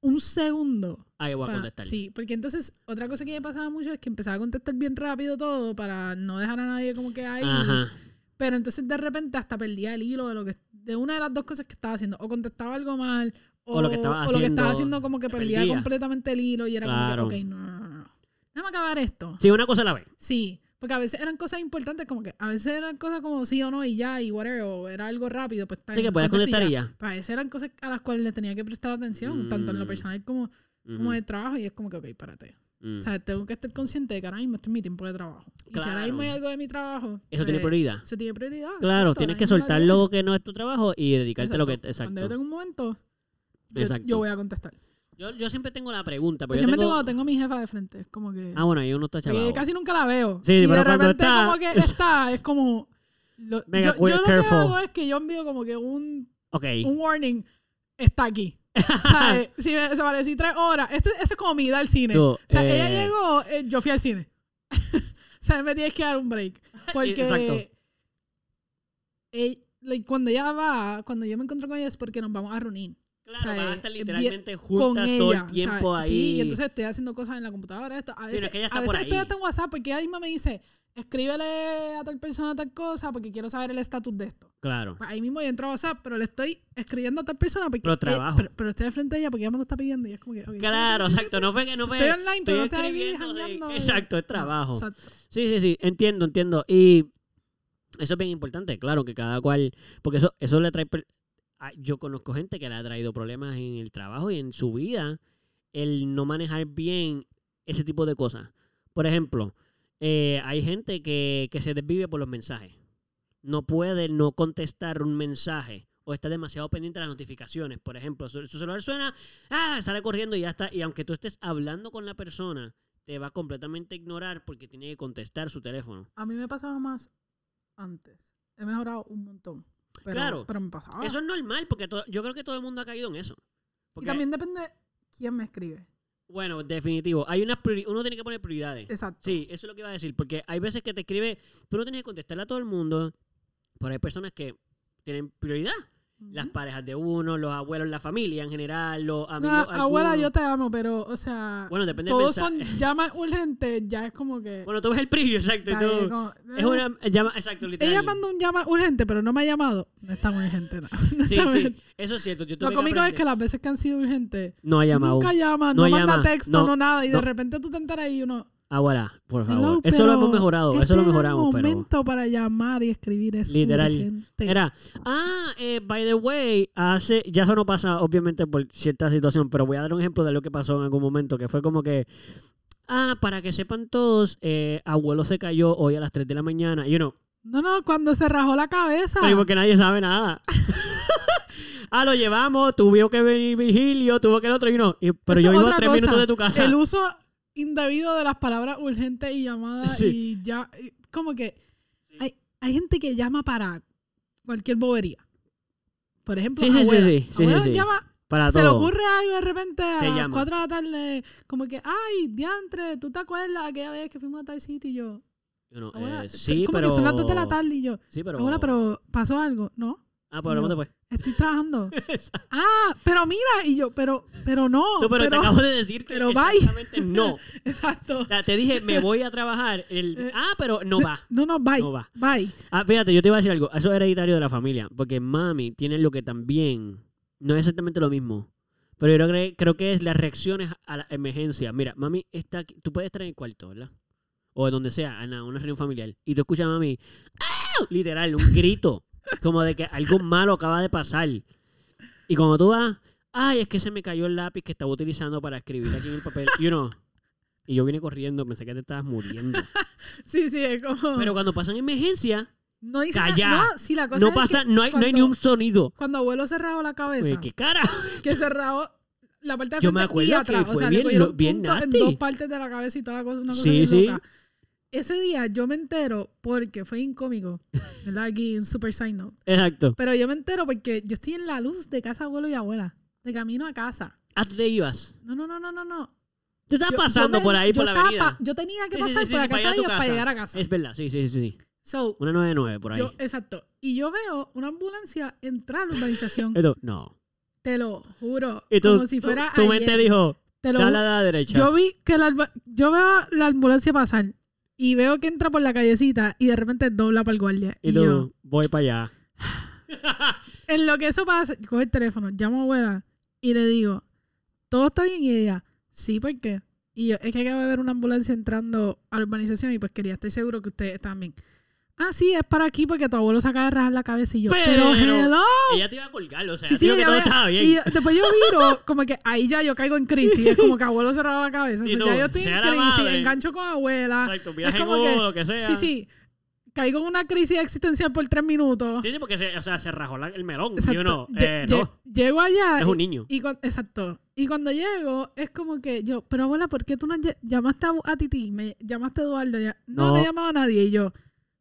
Speaker 2: un segundo
Speaker 1: Ahí voy a
Speaker 2: pa-
Speaker 1: contestar.
Speaker 2: Sí, porque entonces otra cosa que me pasaba mucho es que empezaba a contestar bien rápido todo para no dejar a nadie como que ahí.
Speaker 1: Ajá.
Speaker 2: Pero entonces de repente hasta perdía el hilo de lo que de una de las dos cosas que estaba haciendo. O contestaba algo mal, o,
Speaker 1: O lo que estaba
Speaker 2: o lo que estaba
Speaker 1: haciendo,
Speaker 2: haciendo como que
Speaker 1: te
Speaker 2: perdía,
Speaker 1: perdía.
Speaker 2: completamente el hilo y era
Speaker 1: Claro.
Speaker 2: como que, ok, no, no, no, no. Déjame acabar esto.
Speaker 1: Sí, una cosa a la vez.
Speaker 2: Sí, porque a veces eran cosas importantes, como que a veces eran cosas como sí o no y ya, y whatever, o era algo rápido, pues
Speaker 1: Sí, que puedes contestar y ya.
Speaker 2: Para veces Pues, eran cosas a las cuales le tenía que prestar atención, tanto en lo
Speaker 1: Mm.
Speaker 2: personal como, como de trabajo, y es como que, ok, espérate.
Speaker 1: Ujú, ujú.
Speaker 2: O sea, tengo que estar consciente de que ahora mismo estoy en mi tiempo de trabajo. Y si ahora mismo hay
Speaker 1: Claro.
Speaker 2: algo de mi trabajo.
Speaker 1: Eso tiene
Speaker 2: pues,
Speaker 1: prioridad.
Speaker 2: Eso tiene prioridad.
Speaker 1: Claro,
Speaker 2: exacto,
Speaker 1: tienes
Speaker 2: ahora
Speaker 1: que
Speaker 2: mismo la
Speaker 1: soltar
Speaker 2: tiene.
Speaker 1: lo que no es tu trabajo y dedicarte a lo que.
Speaker 2: Exacto. Cuando yo
Speaker 1: Exacto.
Speaker 2: tengo un momento, yo,
Speaker 1: Exacto.
Speaker 2: yo voy a contestar.
Speaker 1: Yo, yo siempre tengo la pregunta. Porque yo
Speaker 2: Especialmente
Speaker 1: tengo...
Speaker 2: cuando tengo a mi jefa de frente. Es como que.
Speaker 1: Ah, bueno, ahí uno está
Speaker 2: porque
Speaker 1: chaval.
Speaker 2: casi nunca la veo.
Speaker 1: Sí,
Speaker 2: y de
Speaker 1: pero cuando
Speaker 2: repente
Speaker 1: está-
Speaker 2: como que está, es como. lo-
Speaker 1: Venga,
Speaker 2: yo yo
Speaker 1: we're
Speaker 2: lo que
Speaker 1: careful.
Speaker 2: hago es que yo envío como que un,
Speaker 1: Ok.
Speaker 2: un warning. Está aquí. ¿Sabes? si me desaparecí tres horas. Esto- eso es como mi ida al cine.
Speaker 1: Tú,
Speaker 2: o sea, ella
Speaker 1: eh,
Speaker 2: llegó, eh, yo fui al cine. sea, me tienes que dar un break. Porque
Speaker 1: Exacto.
Speaker 2: eh, like, cuando ella va, cuando yo me encuentro con ella es porque nos vamos a reunir.
Speaker 1: Claro,
Speaker 2: O sea,
Speaker 1: van a estar
Speaker 2: bien
Speaker 1: literalmente
Speaker 2: con
Speaker 1: juntas
Speaker 2: ella.
Speaker 1: todo el tiempo
Speaker 2: ¿sabes?
Speaker 1: ahí.
Speaker 2: Sí, y entonces estoy haciendo cosas en la computadora. Esto. A
Speaker 1: no
Speaker 2: veces,
Speaker 1: es que ella está
Speaker 2: a
Speaker 1: por
Speaker 2: veces estoy
Speaker 1: ahí.
Speaker 2: hasta en WhatsApp porque ella misma me dice, escríbele a tal persona tal cosa porque quiero saber el estatus de esto.
Speaker 1: Claro.
Speaker 2: Pues ahí mismo yo entro a WhatsApp, pero le estoy escribiendo a tal persona porque...
Speaker 1: Pero
Speaker 2: eh,
Speaker 1: trabajo.
Speaker 2: pero, pero estoy al frente de ella porque ella me lo está pidiendo y es como que... ok,
Speaker 1: Claro, exacto. No fue que no fue.
Speaker 2: Estoy online, pero no estoy ahí
Speaker 1: escribiendo de-
Speaker 2: jangueando.
Speaker 1: Exacto, es
Speaker 2: no,
Speaker 1: trabajo.
Speaker 2: exacto.
Speaker 1: Sí, sí, sí, entiendo, entiendo. Y eso es bien importante, claro, que cada cual, porque eso, eso le trae... per- ah, Yo conozco gente que le ha traído problemas en el trabajo y en su vida el no manejar bien ese tipo de cosas. Por ejemplo, eh, hay gente que, que se desvive por los mensajes. No puede no contestar un mensaje o está demasiado pendiente de las notificaciones. Por ejemplo, su, su celular suena, ah, sale corriendo y ya está. Y aunque tú estés hablando con la persona, te va a completamente ignorar porque tiene que contestar su teléfono.
Speaker 2: A mí me pasaba más antes. He mejorado un montón. Pero,
Speaker 1: Claro.
Speaker 2: Pero me pasaba.
Speaker 1: Eso es normal porque to- yo creo que todo el mundo ha caído en eso.
Speaker 2: Ah. y
Speaker 1: Porque,
Speaker 2: también depende quién me escribe.
Speaker 1: bueno, definitivo. Hay unas priori- uno tiene que poner prioridades.
Speaker 2: Exacto.
Speaker 1: Sí, eso es lo que iba a decir, porque hay veces que te escribe, tú no tienes que contestarle a todo el mundo, pero hay personas que tienen prioridad.
Speaker 2: Ujú. Ah,
Speaker 1: Las parejas de uno, los abuelos, la familia en general, los
Speaker 2: No,
Speaker 1: amigos.
Speaker 2: abuela, yo
Speaker 1: algunos.
Speaker 2: te amo, pero, o sea,
Speaker 1: Bueno, depende del
Speaker 2: todos
Speaker 1: mensaje.
Speaker 2: son llamas urgentes, ya es como que...
Speaker 1: Bueno, tú ves el preview, exacto. y
Speaker 2: está bien,
Speaker 1: tú-
Speaker 2: como,
Speaker 1: Es
Speaker 2: eh,
Speaker 1: una llama, exacto, literal.
Speaker 2: Ella mandó un llama urgente, pero no me ha llamado. No es tan urgente, no. No es
Speaker 1: Sí,
Speaker 2: tan
Speaker 1: sí,
Speaker 2: urgente.
Speaker 1: eso es cierto. Yo tuve
Speaker 2: Lo
Speaker 1: que
Speaker 2: cómico es
Speaker 1: aprender.
Speaker 2: que las veces que han sido urgentes,
Speaker 1: No ha llamado.
Speaker 2: nunca llama,
Speaker 1: No
Speaker 2: no, manda
Speaker 1: llama,
Speaker 2: texto,
Speaker 1: no,
Speaker 2: no, nada, y
Speaker 1: no.
Speaker 2: de repente tú te enteras y uno...
Speaker 1: Abuela, Ah, por
Speaker 2: Hello,
Speaker 1: favor. eso lo
Speaker 2: pero
Speaker 1: hemos mejorado,
Speaker 2: este
Speaker 1: eso lo
Speaker 2: era el
Speaker 1: mejoramos, pero.
Speaker 2: momento para llamar y escribir es
Speaker 1: Literal.
Speaker 2: urgente.
Speaker 1: Era, ah, eh, by the way, hace, ya eso no pasa obviamente por cierta situación, pero voy a dar un ejemplo de lo que pasó en algún momento, que fue como que, ah, para que sepan todos, eh, abuelo se cayó hoy a las 3 de la mañana, y uno,
Speaker 2: No, no, cuando se rajó la cabeza.
Speaker 1: pero porque nadie sabe nada. ah, lo llevamos, tuvo que venir Virgilio, tuvo que el otro, y uno, y- pero
Speaker 2: Eso
Speaker 1: yo
Speaker 2: es
Speaker 1: vivo a
Speaker 2: otra
Speaker 1: 3
Speaker 2: cosa.
Speaker 1: minutos de tu casa.
Speaker 2: El uso indebido de las palabras urgente y llamada
Speaker 1: Sí.
Speaker 2: y ya. y Como que hay, hay gente que llama para cualquier bobería. Por ejemplo,
Speaker 1: Sí, sí, sí,
Speaker 2: abuela.
Speaker 1: sí, sí,
Speaker 2: Abuela
Speaker 1: sí, sí.
Speaker 2: llama,
Speaker 1: para
Speaker 2: se
Speaker 1: todo.
Speaker 2: le ocurre algo de repente a
Speaker 1: Te
Speaker 2: las
Speaker 1: llama.
Speaker 2: 4 de la tarde, como que, ay, diantre, ¿tú te acuerdas aquella vez que fuimos a tal sitio? Y yo,
Speaker 1: Y uno,
Speaker 2: abuela,
Speaker 1: eh, sí,
Speaker 2: como
Speaker 1: pero...
Speaker 2: que son las 2 de la tarde y yo,
Speaker 1: Sí, pero...
Speaker 2: abuela, pero pasó algo, ¿no?
Speaker 1: Ah, pues hablamos
Speaker 2: Yo-
Speaker 1: después.
Speaker 2: Estoy trabajando. ah, pero mira, y yo, pero, pero no.
Speaker 1: Tú, pero, te
Speaker 2: pero-
Speaker 1: acabo de decir que
Speaker 2: pero bye.
Speaker 1: exactamente no.
Speaker 2: Exacto.
Speaker 1: O sea, te dije, me voy a trabajar. El,
Speaker 2: Eh,
Speaker 1: ah, pero no va.
Speaker 2: No, no, bye.
Speaker 1: No va.
Speaker 2: Bye.
Speaker 1: Ah, fíjate, yo te iba a decir algo. Eso es hereditario de la familia. Porque mami tiene lo que también. No es exactamente lo mismo. Pero yo creo que, creo que es las reacciones a la emergencia. Mira, mami está aquí- Tú puedes estar en el cuarto, ¿verdad? O en donde sea, en la- una reunión familiar. Y tú escuchas a mami. ¡ah! Literal, un grito. como de que algo malo acaba de pasar. Y cuando tú vas. Ay, es que se me cayó el lápiz que estaba utilizando para escribir aquí en el papel. Y uno. Y yo vine corriendo, pensé que te estabas muriendo.
Speaker 2: Sí, sí, es como.
Speaker 1: Pero cuando pasan emergencias,
Speaker 2: no dice
Speaker 1: calla.
Speaker 2: nada. No, sí, la cosa
Speaker 1: no
Speaker 2: es que
Speaker 1: pasa, no, hay, no hay ni
Speaker 2: cuando-
Speaker 1: un sonido.
Speaker 2: Cuando abuelo se rajó la cabeza,
Speaker 1: Oye, ¿Qué cara?
Speaker 2: que se rajó la parte de
Speaker 1: Yo me
Speaker 2: frente
Speaker 1: acuerdo
Speaker 2: y atrás.
Speaker 1: que
Speaker 2: o
Speaker 1: fue
Speaker 2: sea,
Speaker 1: bien
Speaker 2: le cogieron
Speaker 1: lo- bien
Speaker 2: puntos en
Speaker 1: nasty.
Speaker 2: dos partes de la cabeza y toda la cosa, una cosa
Speaker 1: Sí,
Speaker 2: bien
Speaker 1: sí.
Speaker 2: loca. Ese día yo me entero porque fue incómico, ¿verdad? Aquí un super sign note.
Speaker 1: Exacto.
Speaker 2: Pero yo me entero porque yo estoy en la luz de casa, abuelo y abuela, de camino a casa.
Speaker 1: ¿A dónde ibas?
Speaker 2: No, no, no, no, no, no.
Speaker 1: Tú estabas
Speaker 2: Yo- yo
Speaker 1: pasando
Speaker 2: me-
Speaker 1: por ahí,
Speaker 2: yo
Speaker 1: por la
Speaker 2: estaba
Speaker 1: avenida.
Speaker 2: pa- yo tenía
Speaker 1: Sí,
Speaker 2: que
Speaker 1: sí,
Speaker 2: pasar
Speaker 1: sí,
Speaker 2: por
Speaker 1: sí, para
Speaker 2: la casa de
Speaker 1: llegar a tu
Speaker 2: ellos para
Speaker 1: casa.
Speaker 2: llegar a casa.
Speaker 1: Es verdad, sí, sí, sí. sí.
Speaker 2: So,
Speaker 1: Una 99 por ahí.
Speaker 2: yo, em, exacto. Y yo veo una ambulancia entrar a la urbanización.
Speaker 1: Esto, no.
Speaker 2: te lo juro.
Speaker 1: Y tú,
Speaker 2: como si fuera
Speaker 1: tu, tu
Speaker 2: ayer.
Speaker 1: mente dijo,
Speaker 2: Te lo
Speaker 1: dale a
Speaker 2: ju-
Speaker 1: la derecha.
Speaker 2: Yo vi que la alba- yo veo la ambulancia pasar y veo que entra por la callecita y de repente dobla para el guardia.
Speaker 1: y
Speaker 2: Y
Speaker 1: tú,
Speaker 2: yo,
Speaker 1: voy para allá.
Speaker 2: en lo que eso pasa, coge el teléfono, llamo a abuela y le digo, todo está bien y ella, sí, ¿por qué? Y yo, es que acaba de ver una ambulancia entrando a la urbanización y pues quería estar seguro que ustedes están bien. Ah, sí, es para aquí porque tu abuelo se acaba de rajar la cabeza y yo,
Speaker 1: Pero-
Speaker 2: pero, hello.
Speaker 1: Ella te iba a colgar, o sea,
Speaker 2: Sí, sí,
Speaker 1: dijo que
Speaker 2: ella
Speaker 1: todo
Speaker 2: me-
Speaker 1: estaba bien.
Speaker 2: Y yo- después yo miro, como que ahí ya yo caigo en crisis. Es como que abuelo se rajó la cabeza.
Speaker 1: Y
Speaker 2: O sea,
Speaker 1: tú,
Speaker 2: ya yo estoy
Speaker 1: sea
Speaker 2: en
Speaker 1: la
Speaker 2: crisis,
Speaker 1: madre.
Speaker 2: engancho con abuela.
Speaker 1: Exacto, viaje en
Speaker 2: ah, como
Speaker 1: Uber,
Speaker 2: que-
Speaker 1: lo que sea.
Speaker 2: Sí, sí. Caigo en una crisis existencial por tres minutos.
Speaker 1: Sí, sí, porque se, o sea, se rajó la- el melón. Y
Speaker 2: Exacto.
Speaker 1: uno,
Speaker 2: Lle-
Speaker 1: eh,
Speaker 2: lle-
Speaker 1: no,
Speaker 2: Llego allá.
Speaker 1: es un niño.
Speaker 2: Y, y cuan- exacto. Y cuando llego, es como que yo, pero abuela, ¿por qué tú no lle- llamaste a, a Titi? Me llamaste a Eduardo. ya-
Speaker 1: No.
Speaker 2: no, no, he llamado a nadie. Y yo,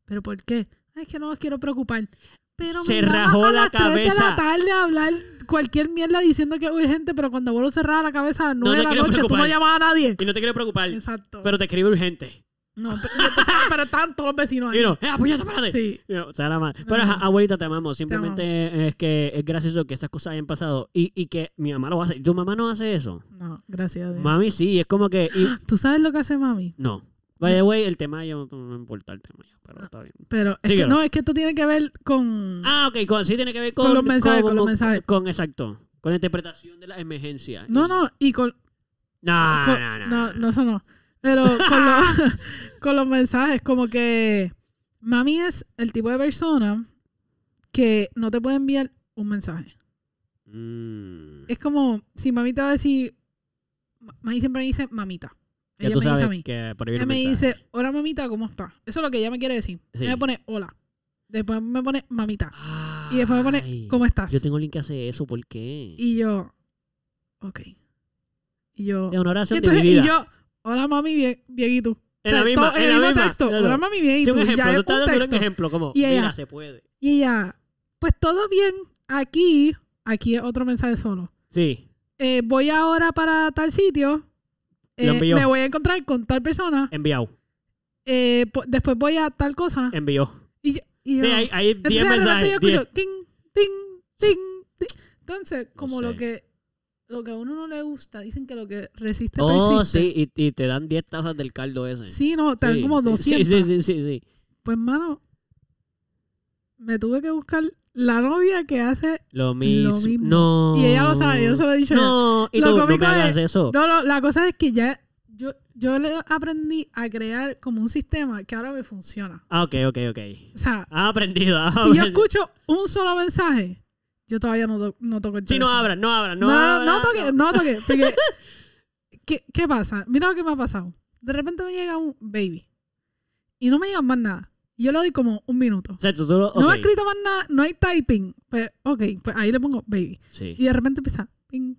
Speaker 2: ¿pero por qué? Ay, es que no los quiero preocupar. Pero me
Speaker 1: Se
Speaker 2: llamas
Speaker 1: rajó
Speaker 2: a
Speaker 1: la
Speaker 2: las tres de
Speaker 1: cabeza.
Speaker 2: la tarde a hablar cualquier mierda diciendo que es urgente, pero cuando abuelo cerraba la cabeza a las
Speaker 1: No
Speaker 2: nueve
Speaker 1: te
Speaker 2: de la
Speaker 1: quiero
Speaker 2: noche, tú no
Speaker 1: preocupar.
Speaker 2: llamabas a nadie.
Speaker 1: Y no te quiero preocupar,
Speaker 2: Exacto.
Speaker 1: pero te escribe urgente.
Speaker 2: No, pero, entonces, ah, pero están todos los vecinos ahí.
Speaker 1: Y no, ¡eh, puñeta, espérate!
Speaker 2: Sí.
Speaker 1: Y no, o sea, la madre. Pero
Speaker 2: No.
Speaker 1: ajá, abuelita, te amamos. Simplemente es que es gracioso que estas cosas hayan pasado y, y que mi mamá lo hace. ¿Tu mamá no hace eso?
Speaker 2: No, gracias a Dios.
Speaker 1: Mami sí, es como que... y-
Speaker 2: ¿Tú sabes lo que hace mami?
Speaker 1: no. By the way, el tema yo no me importa el tema yo, pero está bien.
Speaker 2: Pero es que
Speaker 1: Síguelo.
Speaker 2: no, es que esto tiene que ver con...
Speaker 1: Ah, ok, con, sí tiene que ver con...
Speaker 2: Con los mensajes, con los mensajes.
Speaker 1: con- exacto. Con la interpretación de la emergencia.
Speaker 2: No, no, y con...
Speaker 1: No,
Speaker 2: con-
Speaker 1: Ah, no, no.
Speaker 2: no, no, eso no. Pero con, los- con los mensajes, como que mami es el tipo de persona que no te puede enviar un mensaje.
Speaker 1: Mm.
Speaker 2: Es como si mami te va a decir, ma- mami siempre me dice mamita.
Speaker 1: Ya
Speaker 2: Ella
Speaker 1: tú
Speaker 2: me dice
Speaker 1: sabes
Speaker 2: a mí.
Speaker 1: que por ahí viene
Speaker 2: Ella
Speaker 1: el
Speaker 2: me
Speaker 1: mensaje.
Speaker 2: dice, hola mamita, ¿cómo estás? Eso es lo que ella me quiere decir.
Speaker 1: Sí.
Speaker 2: Ella me pone hola. Después me pone mamita. Y después me
Speaker 1: Ay,
Speaker 2: pone, ¿cómo estás?
Speaker 1: Yo tengo alguien que hace eso, ¿por qué?
Speaker 2: Y yo, ok. Y yo,
Speaker 1: Es una
Speaker 2: y
Speaker 1: oración
Speaker 2: entonces,
Speaker 1: dividida.
Speaker 2: y yo, hola mami, bien, bien y tú. O
Speaker 1: en
Speaker 2: sea,
Speaker 1: la misma,
Speaker 2: todo-
Speaker 1: en
Speaker 2: Pues, el
Speaker 1: la
Speaker 2: mismo
Speaker 1: misma.
Speaker 2: texto,
Speaker 1: claro.
Speaker 2: hola mami, bien y
Speaker 1: Sí,
Speaker 2: tú.
Speaker 1: un ejemplo, tú
Speaker 2: ya es
Speaker 1: estás
Speaker 2: un
Speaker 1: dando un
Speaker 2: texto.
Speaker 1: ejemplo como,
Speaker 2: Y ella-
Speaker 1: mira, se puede.
Speaker 2: Y ella, pues todo bien, aquí, aquí es otro mensaje solo.
Speaker 1: Sí,
Speaker 2: Eh, voy ahora para tal sitio.
Speaker 1: Lo
Speaker 2: eh,
Speaker 1: envió.
Speaker 2: me voy a encontrar con tal persona.
Speaker 1: enviado,
Speaker 2: eh, po- después voy a tal cosa.
Speaker 1: envió.
Speaker 2: Y yo, y
Speaker 1: Sí,
Speaker 2: yo-
Speaker 1: hay, hay
Speaker 2: Entonces
Speaker 1: 10
Speaker 2: de repente
Speaker 1: mensajes.
Speaker 2: yo
Speaker 1: 10.
Speaker 2: escucho ting, ting, ting, ting. Entonces, como
Speaker 1: sé.
Speaker 2: lo que lo que a uno no le gusta, dicen que lo que resiste
Speaker 1: Oh,
Speaker 2: persiste.
Speaker 1: sí, y, y te dan 10 tazas del caldo ese.
Speaker 2: pues, Sí, no, te dan
Speaker 1: Sí,
Speaker 2: como
Speaker 1: sí,
Speaker 2: 200.
Speaker 1: Sí, sí, sí, sí. sí.
Speaker 2: Pues, mano, me tuve que buscar la novia que hace.
Speaker 1: Lo mismo.
Speaker 2: mismo.
Speaker 1: No.
Speaker 2: Y ella lo sabe, yo se lo he dicho.
Speaker 1: No, y
Speaker 2: Lo
Speaker 1: tú, no me
Speaker 2: cómico
Speaker 1: hagas
Speaker 2: es-
Speaker 1: eso.
Speaker 2: No, no, la cosa es que ya yo, yo le aprendí a crear como un sistema que ahora me funciona.
Speaker 1: Ah, ok, ok, ok.
Speaker 2: O sea,
Speaker 1: Ha aprendido. ha
Speaker 2: si yo
Speaker 1: aprendido.
Speaker 2: escucho un solo mensaje, yo todavía no, to- no toco el
Speaker 1: Sí, no
Speaker 2: teléfono.
Speaker 1: abras, no abras, no
Speaker 2: No, no, no,
Speaker 1: abras,
Speaker 2: no toque, no toque. Porque, ¿qué, ¿Qué pasa? Mira lo que me ha pasado. De repente me llega un baby y no me llegan más nada. Yo le doy como un minuto.
Speaker 1: O sea, tú solo.
Speaker 2: No me ha
Speaker 1: ok,
Speaker 2: escrito más nada, no hay typing. Pues, ok, pues ahí le pongo baby.
Speaker 1: Sí.
Speaker 2: Y de repente empieza ting,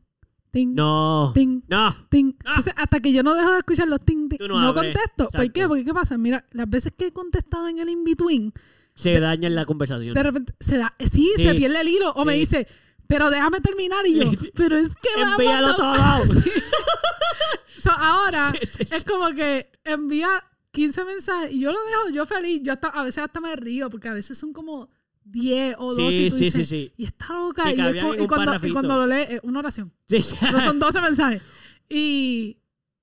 Speaker 2: ting,
Speaker 1: No.
Speaker 2: ting,
Speaker 1: No.
Speaker 2: ting.
Speaker 1: Ah.
Speaker 2: Entonces, hasta que yo no dejo de escuchar los ting, ting,
Speaker 1: Tú no
Speaker 2: no,
Speaker 1: abres.
Speaker 2: contesto. ¿Por qué?
Speaker 1: Exacto.
Speaker 2: Porque, ¿qué pasa? Mira, las veces que he contestado en el in-between,
Speaker 1: Se daña la conversación.
Speaker 2: de repente se da, eh, sí,
Speaker 1: Sí.
Speaker 2: se pierde el hilo. O me
Speaker 1: Sí.
Speaker 2: dice, pero déjame terminar. Y yo,
Speaker 1: Sí.
Speaker 2: pero es que me ha
Speaker 1: Envíalo
Speaker 2: mandado-
Speaker 1: todo.
Speaker 2: Sí. So, ahora
Speaker 1: Sí, sí, sí.
Speaker 2: es como que envía 15 mensajes y yo lo dejo yo feliz. Yo hasta, a veces hasta me río porque a veces son como 10 o 12 y
Speaker 1: Sí,
Speaker 2: tú
Speaker 1: sí, sí,
Speaker 2: dices,
Speaker 1: sí.
Speaker 2: y está loca.
Speaker 1: Que
Speaker 2: Y, es
Speaker 1: cabían
Speaker 2: como-
Speaker 1: en
Speaker 2: y
Speaker 1: un
Speaker 2: cuando, y
Speaker 1: parrafito.
Speaker 2: cuando lo lee, es una oración.
Speaker 1: Sí, sí.
Speaker 2: No son 12 mensajes. Y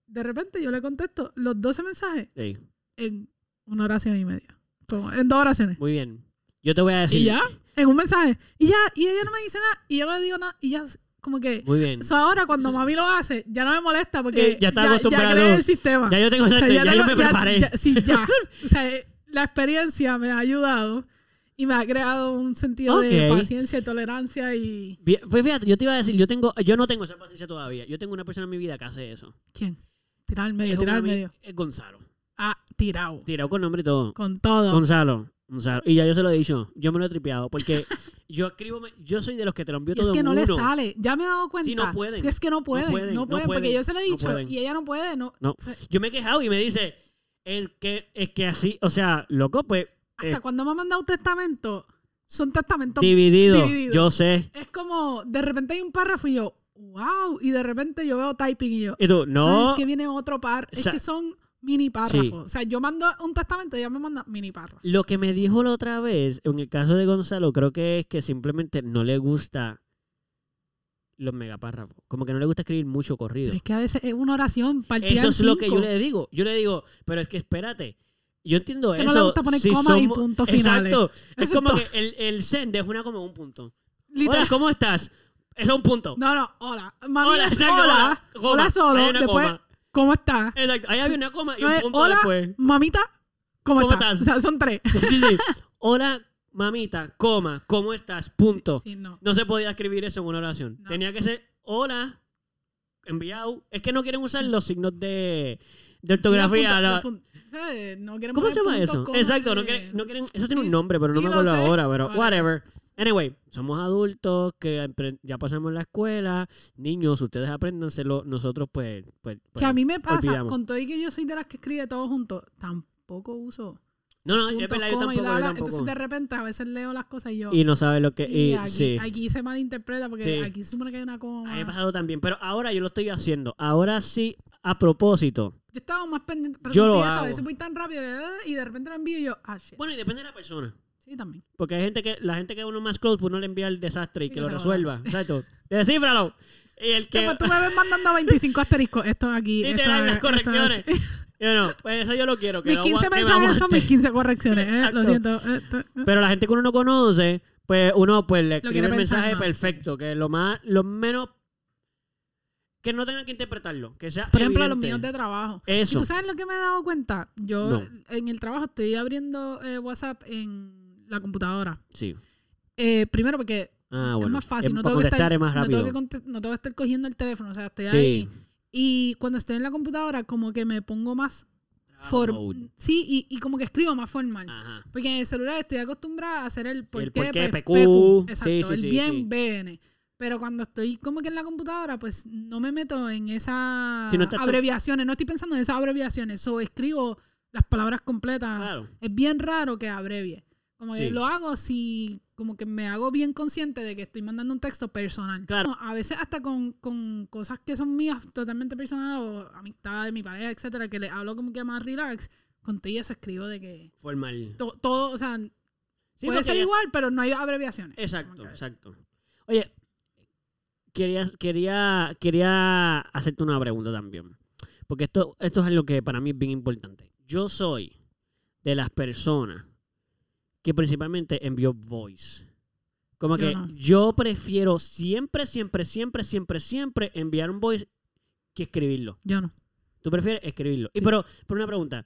Speaker 2: de repente yo le contesto los 12 mensajes
Speaker 1: Sí.
Speaker 2: en una oración y media. Como en dos oraciones.
Speaker 1: Muy bien. Yo te voy a decir.
Speaker 2: Y ya, en un mensaje. Y ya, y ella no me dice nada y yo no le digo nada y ya, como que...
Speaker 1: Muy bien.
Speaker 2: So, ahora cuando mami lo hace, ya no me molesta porque
Speaker 1: Eh, ya está
Speaker 2: ya
Speaker 1: acostumbrado.
Speaker 2: creé el sistema.
Speaker 1: Ya yo tengo
Speaker 2: O sea,
Speaker 1: exacto, ya,
Speaker 2: tengo-
Speaker 1: yo me
Speaker 2: ya-
Speaker 1: preparé.
Speaker 2: ya- sí, ya. O sea, eh, la experiencia me ha ayudado y me ha creado un sentido de
Speaker 1: Ok.
Speaker 2: paciencia y tolerancia y...
Speaker 1: Bien, Pues fíjate, yo te iba a decir, yo tengo, yo no tengo esa paciencia todavía. Yo tengo una persona en mi vida que hace eso.
Speaker 2: ¿Quién? Tirar al medio,
Speaker 1: Es
Speaker 2: tirar
Speaker 1: una
Speaker 2: al
Speaker 1: ami-
Speaker 2: medio.
Speaker 1: Es Gonzalo.
Speaker 2: Ah, tirado.
Speaker 1: Tirado con nombre y todo.
Speaker 2: Con todo.
Speaker 1: Gonzalo. Gonzalo. Y ya yo se lo he dicho. Yo me lo he tripeado. Porque yo escribo, me- yo soy de los que te lo envío
Speaker 2: Y
Speaker 1: todo
Speaker 2: es que
Speaker 1: en
Speaker 2: no le
Speaker 1: uno.
Speaker 2: sale. Ya me he dado cuenta.
Speaker 1: Sí, no pueden.
Speaker 2: Si es que no pueden. No pueden.
Speaker 1: pueden, no
Speaker 2: porque
Speaker 1: pueden,
Speaker 2: yo se lo he
Speaker 1: no
Speaker 2: dicho
Speaker 1: pueden.
Speaker 2: y ella no puede. No.
Speaker 1: No.
Speaker 2: O sea,
Speaker 1: Yo me he quejado y me dice, el que, es que así, o sea, loco, pues,
Speaker 2: hasta
Speaker 1: Eh.
Speaker 2: cuando me han mandado testamento, son testamentos
Speaker 1: dividido.
Speaker 2: dividido.
Speaker 1: Yo sé.
Speaker 2: Es como, de repente hay un párrafo y yo, wow, y de repente yo veo typing y yo,
Speaker 1: Y tú,
Speaker 2: "Ah,
Speaker 1: no.
Speaker 2: es que viene otro par, es
Speaker 1: O sea,
Speaker 2: que son mini párrafos. O sea, yo mando un testamento y ella me manda mini párrafos.
Speaker 1: Lo que me dijo la otra vez, en el caso de Gonzalo, creo que es que simplemente no le gusta los megapárrafos. Como que no le gusta escribir mucho corrido.
Speaker 2: Pero es que a veces es una oración partida
Speaker 1: Eso
Speaker 2: en
Speaker 1: es lo que
Speaker 2: cinco,
Speaker 1: yo le digo. Yo le digo, pero es que espérate. Yo entiendo
Speaker 2: Que
Speaker 1: eso.
Speaker 2: no le gusta poner comas y
Speaker 1: somos-
Speaker 2: puntos finales.
Speaker 1: Exacto. Es
Speaker 2: Eso
Speaker 1: como
Speaker 2: es
Speaker 1: que el, el send es una como un punto.
Speaker 2: Literal.
Speaker 1: Hola, ¿cómo estás? Es un punto.
Speaker 2: No, no, hola. Mami
Speaker 1: Hola,
Speaker 2: es
Speaker 1: exacto,
Speaker 2: hola.
Speaker 1: hola,
Speaker 2: Hola,
Speaker 1: coma.
Speaker 2: solo.
Speaker 1: Hay una
Speaker 2: Después,
Speaker 1: coma.
Speaker 2: ¿cómo estás?
Speaker 1: Exacto. Ahí había una coma y
Speaker 2: No
Speaker 1: un
Speaker 2: es,
Speaker 1: punto
Speaker 2: hola,
Speaker 1: después.
Speaker 2: mamita, ¿cómo,
Speaker 1: ¿Cómo
Speaker 2: estás?
Speaker 1: estás?
Speaker 2: O sea, son tres.
Speaker 1: Sí, sí. Hola, mamita, coma, ¿cómo estás? Punto.
Speaker 2: Sí, no.
Speaker 1: No se podía escribir eso en una oración.
Speaker 2: No.
Speaker 1: Tenía que ser hola, enviado. Es que no quieren usar los signos de, de ortografía. la-
Speaker 2: Sí, los puntos- los puntos. O sea, no quieren
Speaker 1: ¿Cómo
Speaker 2: poner
Speaker 1: se llama
Speaker 2: puntos,
Speaker 1: eso?
Speaker 2: comas,
Speaker 1: Exacto, no
Speaker 2: eh,
Speaker 1: quieren, no quieren- Eso
Speaker 2: sí,
Speaker 1: tiene un
Speaker 2: sí,
Speaker 1: nombre, pero
Speaker 2: sí,
Speaker 1: no me
Speaker 2: lo
Speaker 1: acuerdo
Speaker 2: sé.
Speaker 1: ahora, pero
Speaker 2: Vale.
Speaker 1: whatever. Anyway, somos adultos que empre- ya pasamos la escuela. Niños, ustedes apréndanselo. Nosotros, pues. pues,
Speaker 2: que
Speaker 1: pues-
Speaker 2: a mí me pasa,
Speaker 1: olvidamos.
Speaker 2: con todo y que yo soy de las que escribe todo junto, tampoco uso
Speaker 1: No, no, es
Speaker 2: puntos,
Speaker 1: verdad, yo
Speaker 2: coma y
Speaker 1: tampoco.
Speaker 2: bla,
Speaker 1: yo
Speaker 2: bla.
Speaker 1: tampoco.
Speaker 2: Entonces de repente a veces leo las cosas y yo,
Speaker 1: Y no sabe lo que.
Speaker 2: y
Speaker 1: Y,
Speaker 2: aquí,
Speaker 1: sí.
Speaker 2: aquí se malinterpreta porque
Speaker 1: Sí.
Speaker 2: aquí se supone que hay una
Speaker 1: A mí me ha
Speaker 2: coma.
Speaker 1: pasado también, pero ahora yo lo estoy haciendo. Ahora sí, a propósito,
Speaker 2: Yo estaba más pendiente. Pero
Speaker 1: Yo
Speaker 2: tú
Speaker 1: lo
Speaker 2: piensas,
Speaker 1: hago.
Speaker 2: A veces voy tan rápido eh, y de repente lo envío y yo, ah, shit.
Speaker 1: Bueno, y depende de la persona.
Speaker 2: Sí, también.
Speaker 1: Porque hay gente que, la gente que uno más close, pues no le envía el desastre y que
Speaker 2: que
Speaker 1: lo
Speaker 2: se joda.
Speaker 1: resuelva. Exacto. Descífralo. Y el que.
Speaker 2: Después tú me ves mandando 25 asteriscos. Esto aquí.
Speaker 1: Y
Speaker 2: esto
Speaker 1: te dan las
Speaker 2: es- esto es-
Speaker 1: correcciones. Yo no, pues eso yo lo quiero. Que
Speaker 2: Mis
Speaker 1: lo
Speaker 2: 15
Speaker 1: aguante, me
Speaker 2: mensajes son
Speaker 1: aguante.
Speaker 2: mis 15 correcciones. eh,
Speaker 1: Exacto.
Speaker 2: Lo siento. eh, esto- eh.
Speaker 1: Pero la gente que uno no conoce, pues uno pues le escribe
Speaker 2: quiere
Speaker 1: el
Speaker 2: pensar
Speaker 1: mensaje
Speaker 2: más,
Speaker 1: perfecto, que lo más, lo menos que no tengan que interpretarlo, que sea
Speaker 2: Por ejemplo, los míos
Speaker 1: evidente.
Speaker 2: de trabajo. ¿Y
Speaker 1: eso.
Speaker 2: tú sabes lo que me he dado cuenta? Yo
Speaker 1: No.
Speaker 2: en el trabajo estoy abriendo eh, WhatsApp en la computadora.
Speaker 1: Sí.
Speaker 2: Eh, primero porque
Speaker 1: Ah, bueno.
Speaker 2: es más fácil,
Speaker 1: Em-
Speaker 2: no
Speaker 1: para
Speaker 2: tengo, que
Speaker 1: contestar
Speaker 2: estar,
Speaker 1: es más
Speaker 2: no
Speaker 1: rápido.
Speaker 2: tengo que conte- no tengo que estar cogiendo el teléfono, o sea, estoy
Speaker 1: sí.
Speaker 2: ahí. Y cuando estoy en la computadora, como que me pongo más
Speaker 1: Trabajo
Speaker 2: formal.
Speaker 1: mode. Ah.
Speaker 2: Sí, y, y como que escribo más formal.
Speaker 1: Ajá.
Speaker 2: Porque en el celular estoy acostumbrada a hacer el por
Speaker 1: El
Speaker 2: qué,
Speaker 1: por qué,
Speaker 2: pues,
Speaker 1: PQ.
Speaker 2: Exacto,
Speaker 1: Sí, sí,
Speaker 2: el
Speaker 1: sí,
Speaker 2: bien
Speaker 1: sí.
Speaker 2: BN. Pero cuando estoy como que en la computadora, pues no me meto en esas
Speaker 1: Si no estás-
Speaker 2: abreviaciones. No estoy pensando en esas abreviaciones. O escribo las palabras completas.
Speaker 1: Claro.
Speaker 2: Es bien raro que abrevie. Como
Speaker 1: Sí.
Speaker 2: que lo hago si como que me hago bien consciente de que estoy mandando un texto personal.
Speaker 1: Claro.
Speaker 2: No, A veces hasta con, con cosas que son mías totalmente personales o amistad de mi pareja, etcétera, que le hablo como que más relax, con ti eso escribo de que
Speaker 1: Formal.
Speaker 2: to- todo, o sea,
Speaker 1: Sí,
Speaker 2: puede
Speaker 1: porque
Speaker 2: ser
Speaker 1: ya-
Speaker 2: igual, pero no hay abreviaciones.
Speaker 1: Exacto,
Speaker 2: Ok.
Speaker 1: exacto. Oye, quería, quería, quería hacerte una pregunta también. Porque esto, esto es algo que para mí es bien importante. Yo soy de las personas que principalmente envió voice. Como
Speaker 2: Yo
Speaker 1: que
Speaker 2: no.
Speaker 1: yo prefiero siempre, siempre, siempre, siempre, siempre enviar un voice que escribirlo.
Speaker 2: Yo no.
Speaker 1: Tú prefieres escribirlo. Y pero, pero una pregunta.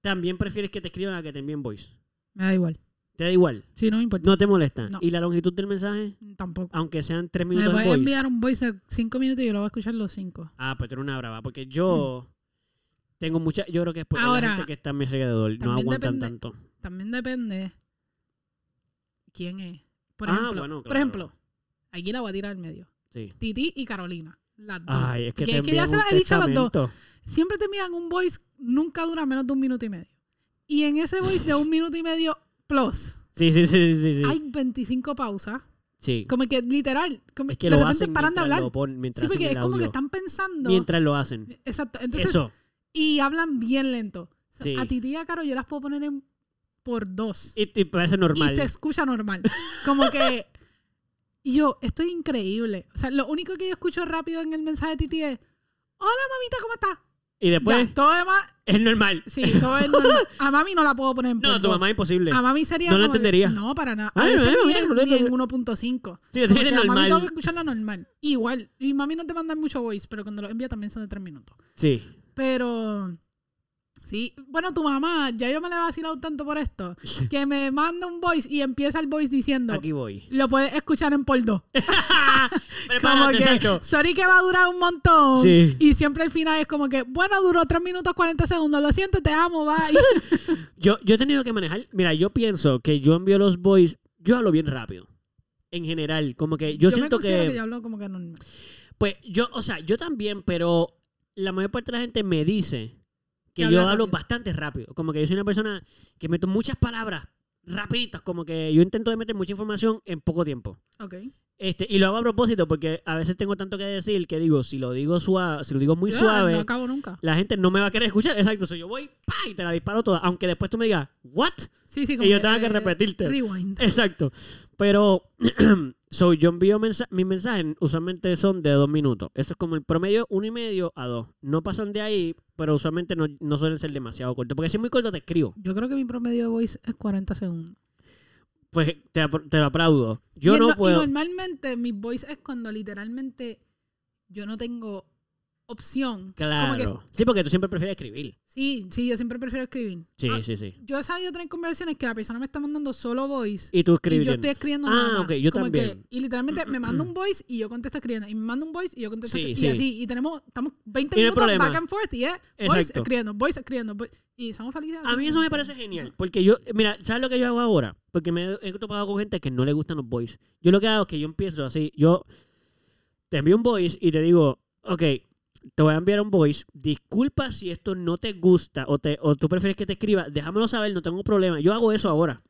Speaker 1: ¿También prefieres que te escriban a que te envíen voice?
Speaker 2: Me da igual.
Speaker 1: ¿Te da igual?
Speaker 2: Sí, no me importa.
Speaker 1: ¿No te molesta?
Speaker 2: No.
Speaker 1: ¿Y la longitud del mensaje?
Speaker 2: Tampoco.
Speaker 1: aunque sean tres
Speaker 2: Me
Speaker 1: minutos en
Speaker 2: voy a
Speaker 1: voice.
Speaker 2: enviar un voice de 5 minutos y yo lo voy a escuchar los 5.
Speaker 1: Ah, pues tú eres una brava, porque yo tengo mucha, yo creo que es porque
Speaker 2: Ahora,
Speaker 1: la gente que está a mi alrededor no
Speaker 2: también
Speaker 1: aguantan
Speaker 2: depende-
Speaker 1: tanto.
Speaker 2: También depende quién es. Por
Speaker 1: Ah,
Speaker 2: ejemplo,
Speaker 1: bueno,
Speaker 2: por
Speaker 1: claro.
Speaker 2: ejemplo, aquí la voy a tirar al medio.
Speaker 1: Sí.
Speaker 2: Titi y Carolina. Las dos.
Speaker 1: Ay, es que
Speaker 2: Porque
Speaker 1: te
Speaker 2: es que ya
Speaker 1: envían
Speaker 2: se
Speaker 1: un
Speaker 2: las he dicho a las dos.
Speaker 1: testamento.
Speaker 2: Siempre te envían un voice, nunca dura menos de un minuto y medio. Y en ese voice de un minuto y medio plus,
Speaker 1: Sí, sí, sí, sí, sí.
Speaker 2: hay 25 pausas.
Speaker 1: sí.
Speaker 2: Como que literal, como
Speaker 1: Es que
Speaker 2: de
Speaker 1: lo
Speaker 2: repente
Speaker 1: hacen
Speaker 2: paran de
Speaker 1: mientras
Speaker 2: hablar.
Speaker 1: lo pon- mientras
Speaker 2: Sí, porque
Speaker 1: hacen
Speaker 2: es
Speaker 1: el
Speaker 2: como que
Speaker 1: audio.
Speaker 2: están pensando.
Speaker 1: Mientras lo hacen.
Speaker 2: Exacto. Entonces,
Speaker 1: Eso.
Speaker 2: y hablan bien lento. O sea,
Speaker 1: Sí.
Speaker 2: A Titi y a Caro yo las puedo poner en por dos.
Speaker 1: Y, y parece normal.
Speaker 2: Y se escucha normal. Como que. y yo, esto es increíble. O sea, lo único que yo escucho rápido en el mensaje de Titi es: Hola, mamita, ¿cómo estás?
Speaker 1: Y
Speaker 2: Ya,
Speaker 1: después
Speaker 2: todo demás.
Speaker 1: es normal.
Speaker 2: Sí, todo es normal. A mami no la puedo poner en
Speaker 1: No, tu
Speaker 2: punto.
Speaker 1: mamá es imposible.
Speaker 2: A mami sería.
Speaker 1: No la
Speaker 2: como que-
Speaker 1: entendería.
Speaker 2: No, para nada.
Speaker 1: Ah,
Speaker 2: A veces
Speaker 1: no,
Speaker 2: ni
Speaker 1: no,
Speaker 2: en-
Speaker 1: no,
Speaker 2: ni en
Speaker 1: no.
Speaker 2: 1.5
Speaker 1: Sí, es
Speaker 2: Como que a mami tengo que
Speaker 1: normal.
Speaker 2: escucharla normal. Igual. Y mami no te manda mucho voice, pero cuando lo envía también son de tres minutos.
Speaker 1: Sí.
Speaker 2: Pero. Sí, bueno, tu mamá, ya yo me la he vacilado tanto por esto, que me manda un voice y empieza el voice diciendo,
Speaker 1: Aquí voy.
Speaker 2: lo puedes escuchar en por dos. Como
Speaker 1: Prepárate,
Speaker 2: que,
Speaker 1: exacto.
Speaker 2: sorry que va a durar un montón.
Speaker 1: Sí.
Speaker 2: Y siempre al final es como que, bueno, duró 3 minutos 40 segundos, lo siento, te amo, bye.
Speaker 1: Yo, yo he tenido que manejar. Mira, yo pienso que yo envío los voice. Yo hablo bien rápido. En general. Como que Eh, yo,
Speaker 2: me
Speaker 1: siento
Speaker 2: considero que... yo hablo como que normal.
Speaker 1: Pues yo, o sea, yo también, pero la mayor parte de la gente me dice que
Speaker 2: Que
Speaker 1: yo
Speaker 2: hablas
Speaker 1: hablo
Speaker 2: rápido.
Speaker 1: bastante rápido. Como que yo soy una persona que meto muchas palabras rapiditas, como que yo intento de meter mucha información en poco tiempo.
Speaker 2: Ok.
Speaker 1: Este, y lo hago a propósito porque a veces tengo tanto que decir que digo, si lo digo suave, si lo digo muy
Speaker 2: Yo
Speaker 1: suave,
Speaker 2: No acabo nunca.
Speaker 1: la gente no me va a querer escuchar. Exacto, so yo voy pa, y te la disparo toda, aunque después tú me digas, "What?"
Speaker 2: Sí, sí, como
Speaker 1: y yo tenga que
Speaker 2: eh,
Speaker 1: repetirte.
Speaker 2: Rewind.
Speaker 1: Exacto. Pero, so, yo envío mensa- mis mensajes, usualmente son de dos minutos. Eso es como el promedio, uno y medio a dos. No pasan de ahí, pero usualmente no, no suelen ser demasiado cortos. Porque si es muy corto, te escribo.
Speaker 2: Yo creo que mi promedio de voice es 40 segundos.
Speaker 1: Pues te, apro- te lo aplaudo. Yo
Speaker 2: Y
Speaker 1: no
Speaker 2: no- y
Speaker 1: puedo.
Speaker 2: normalmente mi voice es cuando literalmente yo no tengo opción. Como que-
Speaker 1: Claro. Sí, porque tú siempre prefieres escribir.
Speaker 2: sí, sí, yo siempre prefiero escribir.
Speaker 1: Sí,
Speaker 2: Ah,
Speaker 1: sí, sí.
Speaker 2: Yo he sabido tener conversaciones que la persona me está mandando solo voice.
Speaker 1: Y tú
Speaker 2: Y yo
Speaker 1: escribiendo.
Speaker 2: estoy escribiendo
Speaker 1: Ah,
Speaker 2: nada.
Speaker 1: ok, yo
Speaker 2: Como que-
Speaker 1: también.
Speaker 2: y literalmente me manda un voice y yo contesto escribiendo. Y me manda un voice y yo contesto
Speaker 1: Sí,
Speaker 2: escribiendo.
Speaker 1: sí.
Speaker 2: Y así, y tenemos, estamos 20
Speaker 1: Y no hay
Speaker 2: minutos
Speaker 1: problema.
Speaker 2: back and forth y es voice
Speaker 1: Exacto.
Speaker 2: escribiendo, voice escribiendo. voice- y somos felices.
Speaker 1: A
Speaker 2: así.
Speaker 1: mí eso me parece genial. Porque yo, mira, ¿sabes lo que yo hago ahora? Porque me he topado con gente que no le gustan los boys. Yo lo que hago es que yo empiezo así. Yo te envío un voice y te digo, ok, te voy a enviar un voice. Disculpa si esto no te gusta o, te, o tú prefieres que te escriba. Déjamelo saber, no tengo problema. Yo hago eso ahora.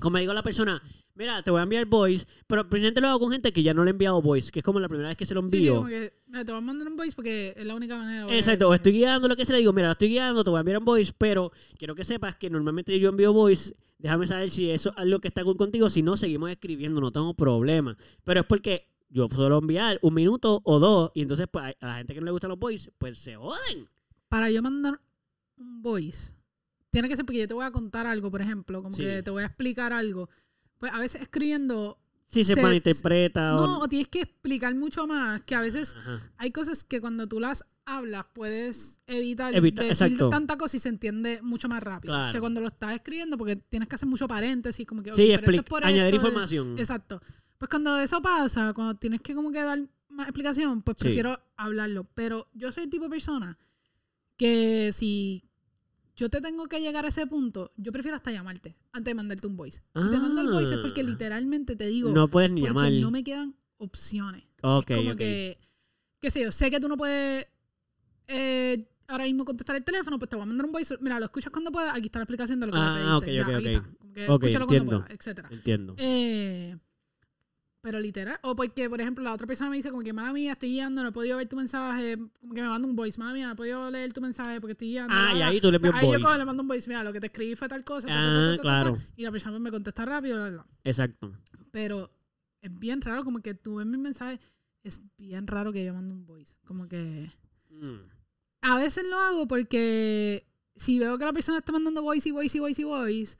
Speaker 1: Como me digo la persona, mira, te voy a enviar voice, pero presente lo hago con gente que ya no le he enviado voice, que es como la primera vez que se lo
Speaker 2: Sí, sí,
Speaker 1: envío.
Speaker 2: como que, mira, te voy a mandar un voice porque es la única manera. de
Speaker 1: Exacto, o
Speaker 2: volver a
Speaker 1: estoy guiando lo que se le digo, mira, lo estoy guiando, te voy a enviar un voice, pero quiero que sepas que normalmente yo envío voice, déjame saber si eso es algo que está cool contigo, si no, seguimos escribiendo, no tengo problema. Pero es porque yo suelo enviar un minuto o dos, y entonces pues, a a la gente que no le gustan los voice, pues se joden.
Speaker 2: Para yo mandar un voice, tiene que ser porque yo te voy a contar algo, por ejemplo, como
Speaker 1: Sí.
Speaker 2: que te voy a explicar algo. Pues a veces escribiendo,
Speaker 1: Si se,
Speaker 2: Se-
Speaker 1: malinterpreta o...
Speaker 2: no, o tienes que explicar mucho más, que a veces
Speaker 1: Ajá.
Speaker 2: hay cosas que cuando tú las hablas puedes evitar
Speaker 1: Evita-
Speaker 2: decir
Speaker 1: exacto.
Speaker 2: tanta cosa y se entiende mucho más rápido
Speaker 1: Claro.
Speaker 2: que cuando lo estás escribiendo porque tienes que hacer mucho paréntesis como que ok,
Speaker 1: Sí,
Speaker 2: pero esto es
Speaker 1: explica,
Speaker 2: por
Speaker 1: añadir
Speaker 2: esto, eh,
Speaker 1: información.
Speaker 2: exacto pues cuando eso pasa cuando tienes que como que dar más explicación pues
Speaker 1: Sí.
Speaker 2: prefiero hablarlo pero yo soy el tipo de persona que si yo te tengo que llegar a ese punto yo prefiero hasta llamarte antes de mandarte un voice si te mando el voice es porque
Speaker 1: Ah.
Speaker 2: literalmente te digo
Speaker 1: no puedes ni
Speaker 2: porque
Speaker 1: llamar.
Speaker 2: no me quedan opciones
Speaker 1: Ok,
Speaker 2: como
Speaker 1: ok.
Speaker 2: que, qué sé yo, sé que tú no puedes eh, ahora mismo contestar el teléfono, pues te voy a mandar un voice. Mira, lo escuchas cuando puedas, aquí está la explicación de lo que
Speaker 1: Ah,
Speaker 2: me pediste.
Speaker 1: ok, ok,
Speaker 2: ya, aquí
Speaker 1: ok.
Speaker 2: está. Como que
Speaker 1: Ok,
Speaker 2: escúchalo
Speaker 1: entiendo.
Speaker 2: cuando puedas, etcétera.
Speaker 1: Entiendo.
Speaker 2: Eh, pero literal, o porque, por ejemplo, la otra persona me dice como que, mala mía, estoy guiando, no he podido ver tu mensaje, como que me manda un voice, mala mía, no he podido leer tu mensaje porque estoy guiando.
Speaker 1: ah,
Speaker 2: bla,
Speaker 1: y
Speaker 2: bla".
Speaker 1: ahí tú le
Speaker 2: Pues
Speaker 1: envías
Speaker 2: ahí yo cojo,
Speaker 1: voice.
Speaker 2: le mando un voice, mira, lo que te escribí fue tal cosa. ta, ta, ta,
Speaker 1: Ah,
Speaker 2: ta, ta, ta,
Speaker 1: claro.
Speaker 2: y la persona pues me contesta rápido, bla, bla, bla.
Speaker 1: Exacto.
Speaker 2: Pero es bien raro, como que tú ves mi mensaje, es bien raro que yo mando un voice. Como que
Speaker 1: Mm.
Speaker 2: a veces lo hago porque si veo que la persona está mandando voice y voice y voice y voice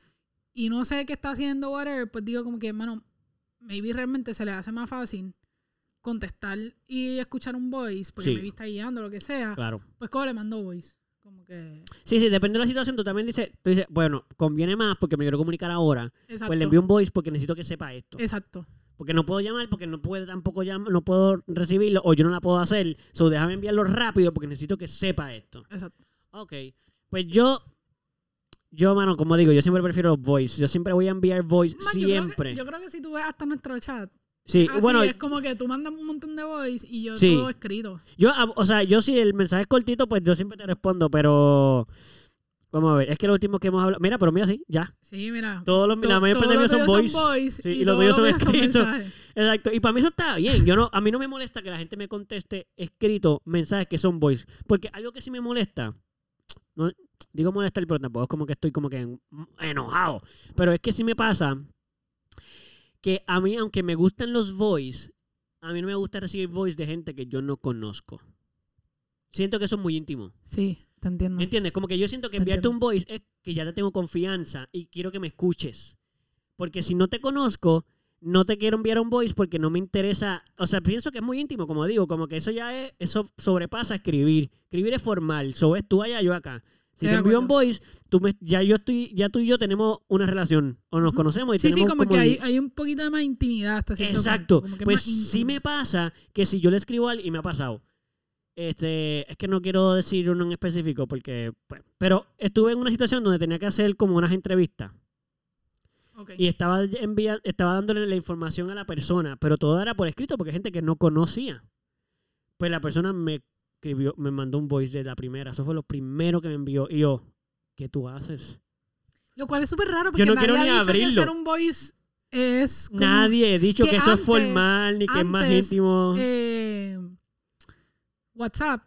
Speaker 2: y no sé qué está haciendo, whatever, pues digo como que, hermano, maybe realmente se le hace más fácil contestar y escuchar un voice, porque
Speaker 1: Sí.
Speaker 2: maybe está guiando, lo que sea,
Speaker 1: Claro.
Speaker 2: pues como le mando voice. Como que...
Speaker 1: Sí, sí, depende de la situación. Tú también dices, tú dices, bueno, conviene más porque me quiero comunicar ahora.
Speaker 2: Exacto.
Speaker 1: Pues le envío un voice porque necesito que sepa esto.
Speaker 2: Exacto.
Speaker 1: Porque no puedo llamar, porque no puedo tampoco llamar, no puedo recibirlo o yo no la puedo hacer. So, déjame enviarlo rápido porque necesito que sepa esto.
Speaker 2: Exacto.
Speaker 1: Ok. Pues yo, yo, mano, como digo, yo siempre prefiero los voice. Yo siempre voy a enviar voice,
Speaker 2: Más, yo creo que-
Speaker 1: siempre.
Speaker 2: yo creo que si tú ves hasta nuestro chat,
Speaker 1: Sí,
Speaker 2: Ah, sí,
Speaker 1: bueno,
Speaker 2: es como que tú mandas un montón de voice y yo
Speaker 1: Sí.
Speaker 2: todo escrito.
Speaker 1: Yo, ah, o sea, yo si el mensaje es cortito, pues yo siempre te respondo, pero. Vamos a ver, es que lo último que hemos hablado. Mira, pero mira, sí, ya.
Speaker 2: Sí, mira.
Speaker 1: Todos los,
Speaker 2: to-
Speaker 1: la mayor
Speaker 2: todo
Speaker 1: parte de
Speaker 2: lo
Speaker 1: míos son
Speaker 2: tuyo
Speaker 1: voice.
Speaker 2: voice
Speaker 1: Sí,
Speaker 2: y
Speaker 1: y lo
Speaker 2: todo
Speaker 1: tuyo son
Speaker 2: mío
Speaker 1: escritos.
Speaker 2: mensajes.
Speaker 1: Exacto. Y para mí eso está bien. Yo no, a mí no me molesta que la gente me conteste escrito mensajes que son voice. Porque algo que sí me molesta. No, digo molestar, pero tampoco es como que estoy como que en- enojado. Pero es que sí me pasa que a mí, aunque me gustan los voice, a mí no me gusta recibir voice de gente que yo no conozco. Siento que eso es muy íntimo.
Speaker 2: Sí, te entiendo.
Speaker 1: ¿Entiendes? Como que yo siento que
Speaker 2: Te
Speaker 1: enviarte
Speaker 2: entiendo.
Speaker 1: un voice es que ya te tengo confianza y quiero que me escuches. Porque si no te conozco, no te quiero enviar un voice porque no me interesa. O sea, pienso que es muy íntimo, como digo, como que eso ya es, eso sobrepasa escribir. Escribir es formal, so es tú allá, yo acá. Si
Speaker 2: Estoy
Speaker 1: te
Speaker 2: de
Speaker 1: envío un
Speaker 2: acuerdo.
Speaker 1: voice, tú me, ya yo estoy, ya tú y yo tenemos una relación, o nos
Speaker 2: Ujú.
Speaker 1: conocemos y
Speaker 2: Sí, sí,
Speaker 1: tenemos
Speaker 2: como que hay, hay un poquito de más intimidad hasta cierto punto,
Speaker 1: Exacto.
Speaker 2: como que es
Speaker 1: Pues
Speaker 2: más
Speaker 1: sí
Speaker 2: íntimo.
Speaker 1: me pasa que si yo le escribo al y me ha pasado. Este, es que no quiero decir uno en específico porque, pues, pero estuve en una situación donde tenía que hacer como unas entrevistas
Speaker 2: Ok.
Speaker 1: y estaba envia- estaba dándole la información a la persona, pero todo era por escrito porque hay gente que no conocía. Pues la persona me escribió, me mandó un voice de la primera, eso fue lo primero que me envió y yo, ¿qué tú haces?
Speaker 2: Lo cual es súper raro porque
Speaker 1: no
Speaker 2: nadie
Speaker 1: quiero
Speaker 2: ha
Speaker 1: ni
Speaker 2: dicho
Speaker 1: abrirlo.
Speaker 2: que hacer un voice es como,
Speaker 1: Nadie he dicho que,
Speaker 2: que
Speaker 1: eso es
Speaker 2: antes-
Speaker 1: formal ni que es más
Speaker 2: antes,
Speaker 1: íntimo.
Speaker 2: eh, WhatsApp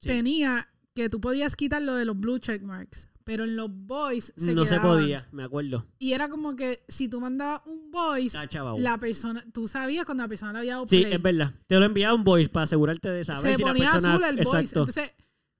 Speaker 1: Sí.
Speaker 2: tenía que tú podías quitar lo de los blue check marks, pero en los voice se
Speaker 1: no se
Speaker 2: quedaban.
Speaker 1: podía, me acuerdo.
Speaker 2: Y era como que si tú mandabas un voice,
Speaker 1: Ah, chaval.
Speaker 2: la persona, tú sabías cuando la persona le había dado
Speaker 1: Sí,
Speaker 2: play.
Speaker 1: es verdad. Te lo enviaba un voice para asegurarte de saber
Speaker 2: se
Speaker 1: si la
Speaker 2: ponía
Speaker 1: persona.
Speaker 2: azul el voice.
Speaker 1: Exacto.
Speaker 2: Entonces,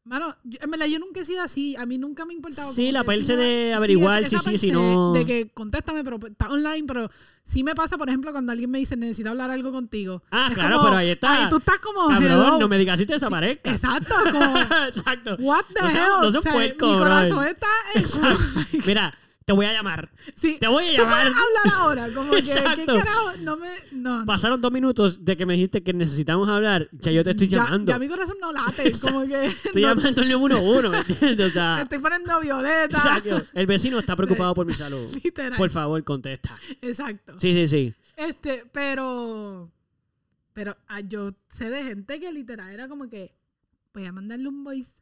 Speaker 2: mano, yo, en verdad yo nunca he sido así. A mí nunca me ha importado.
Speaker 1: Sí,
Speaker 2: como
Speaker 1: la
Speaker 2: que
Speaker 1: perse
Speaker 2: me-
Speaker 1: de
Speaker 2: esa-
Speaker 1: averiguar
Speaker 2: esa
Speaker 1: si sí, si
Speaker 2: perse
Speaker 1: no.
Speaker 2: De que contéstame, pero pues, está online. Pero sí me pasa, por ejemplo, cuando alguien me dice necesito hablar algo contigo.
Speaker 1: Ah,
Speaker 2: Es
Speaker 1: claro,
Speaker 2: como,
Speaker 1: pero ahí está.
Speaker 2: Ay, tú estás como. oh, hello.
Speaker 1: Cabrón, no me digas si te desaparezca.
Speaker 2: Exacto, como.
Speaker 1: Exacto.
Speaker 2: What the
Speaker 1: No
Speaker 2: hell?
Speaker 1: sea- no sea
Speaker 2: o sea,
Speaker 1: puerco,
Speaker 2: mi
Speaker 1: brother.
Speaker 2: corazón está. en-
Speaker 1: Mira, te voy a llamar.
Speaker 2: sí,
Speaker 1: Te voy a
Speaker 2: tú puedes
Speaker 1: llamar.
Speaker 2: hablar ahora. Como que, ¿qué
Speaker 1: Exacto.
Speaker 2: carajo? No me. No, no.
Speaker 1: Pasaron dos minutos de que me dijiste que necesitamos hablar. Ya yo te estoy
Speaker 2: Ya-
Speaker 1: llamando.
Speaker 2: Ya, mi corazón no late. como que.
Speaker 1: Estoy
Speaker 2: no-
Speaker 1: llamando al 911. ¿me entiendes? O sea,
Speaker 2: Estoy poniendo violeta.
Speaker 1: exacto. El vecino está preocupado por mi salud.
Speaker 2: Literal.
Speaker 1: Por favor, contesta.
Speaker 2: Exacto.
Speaker 1: Sí, sí, sí.
Speaker 2: Este, pero. Pero ah, yo sé de gente que literal era como que. Voy a mandarle un voice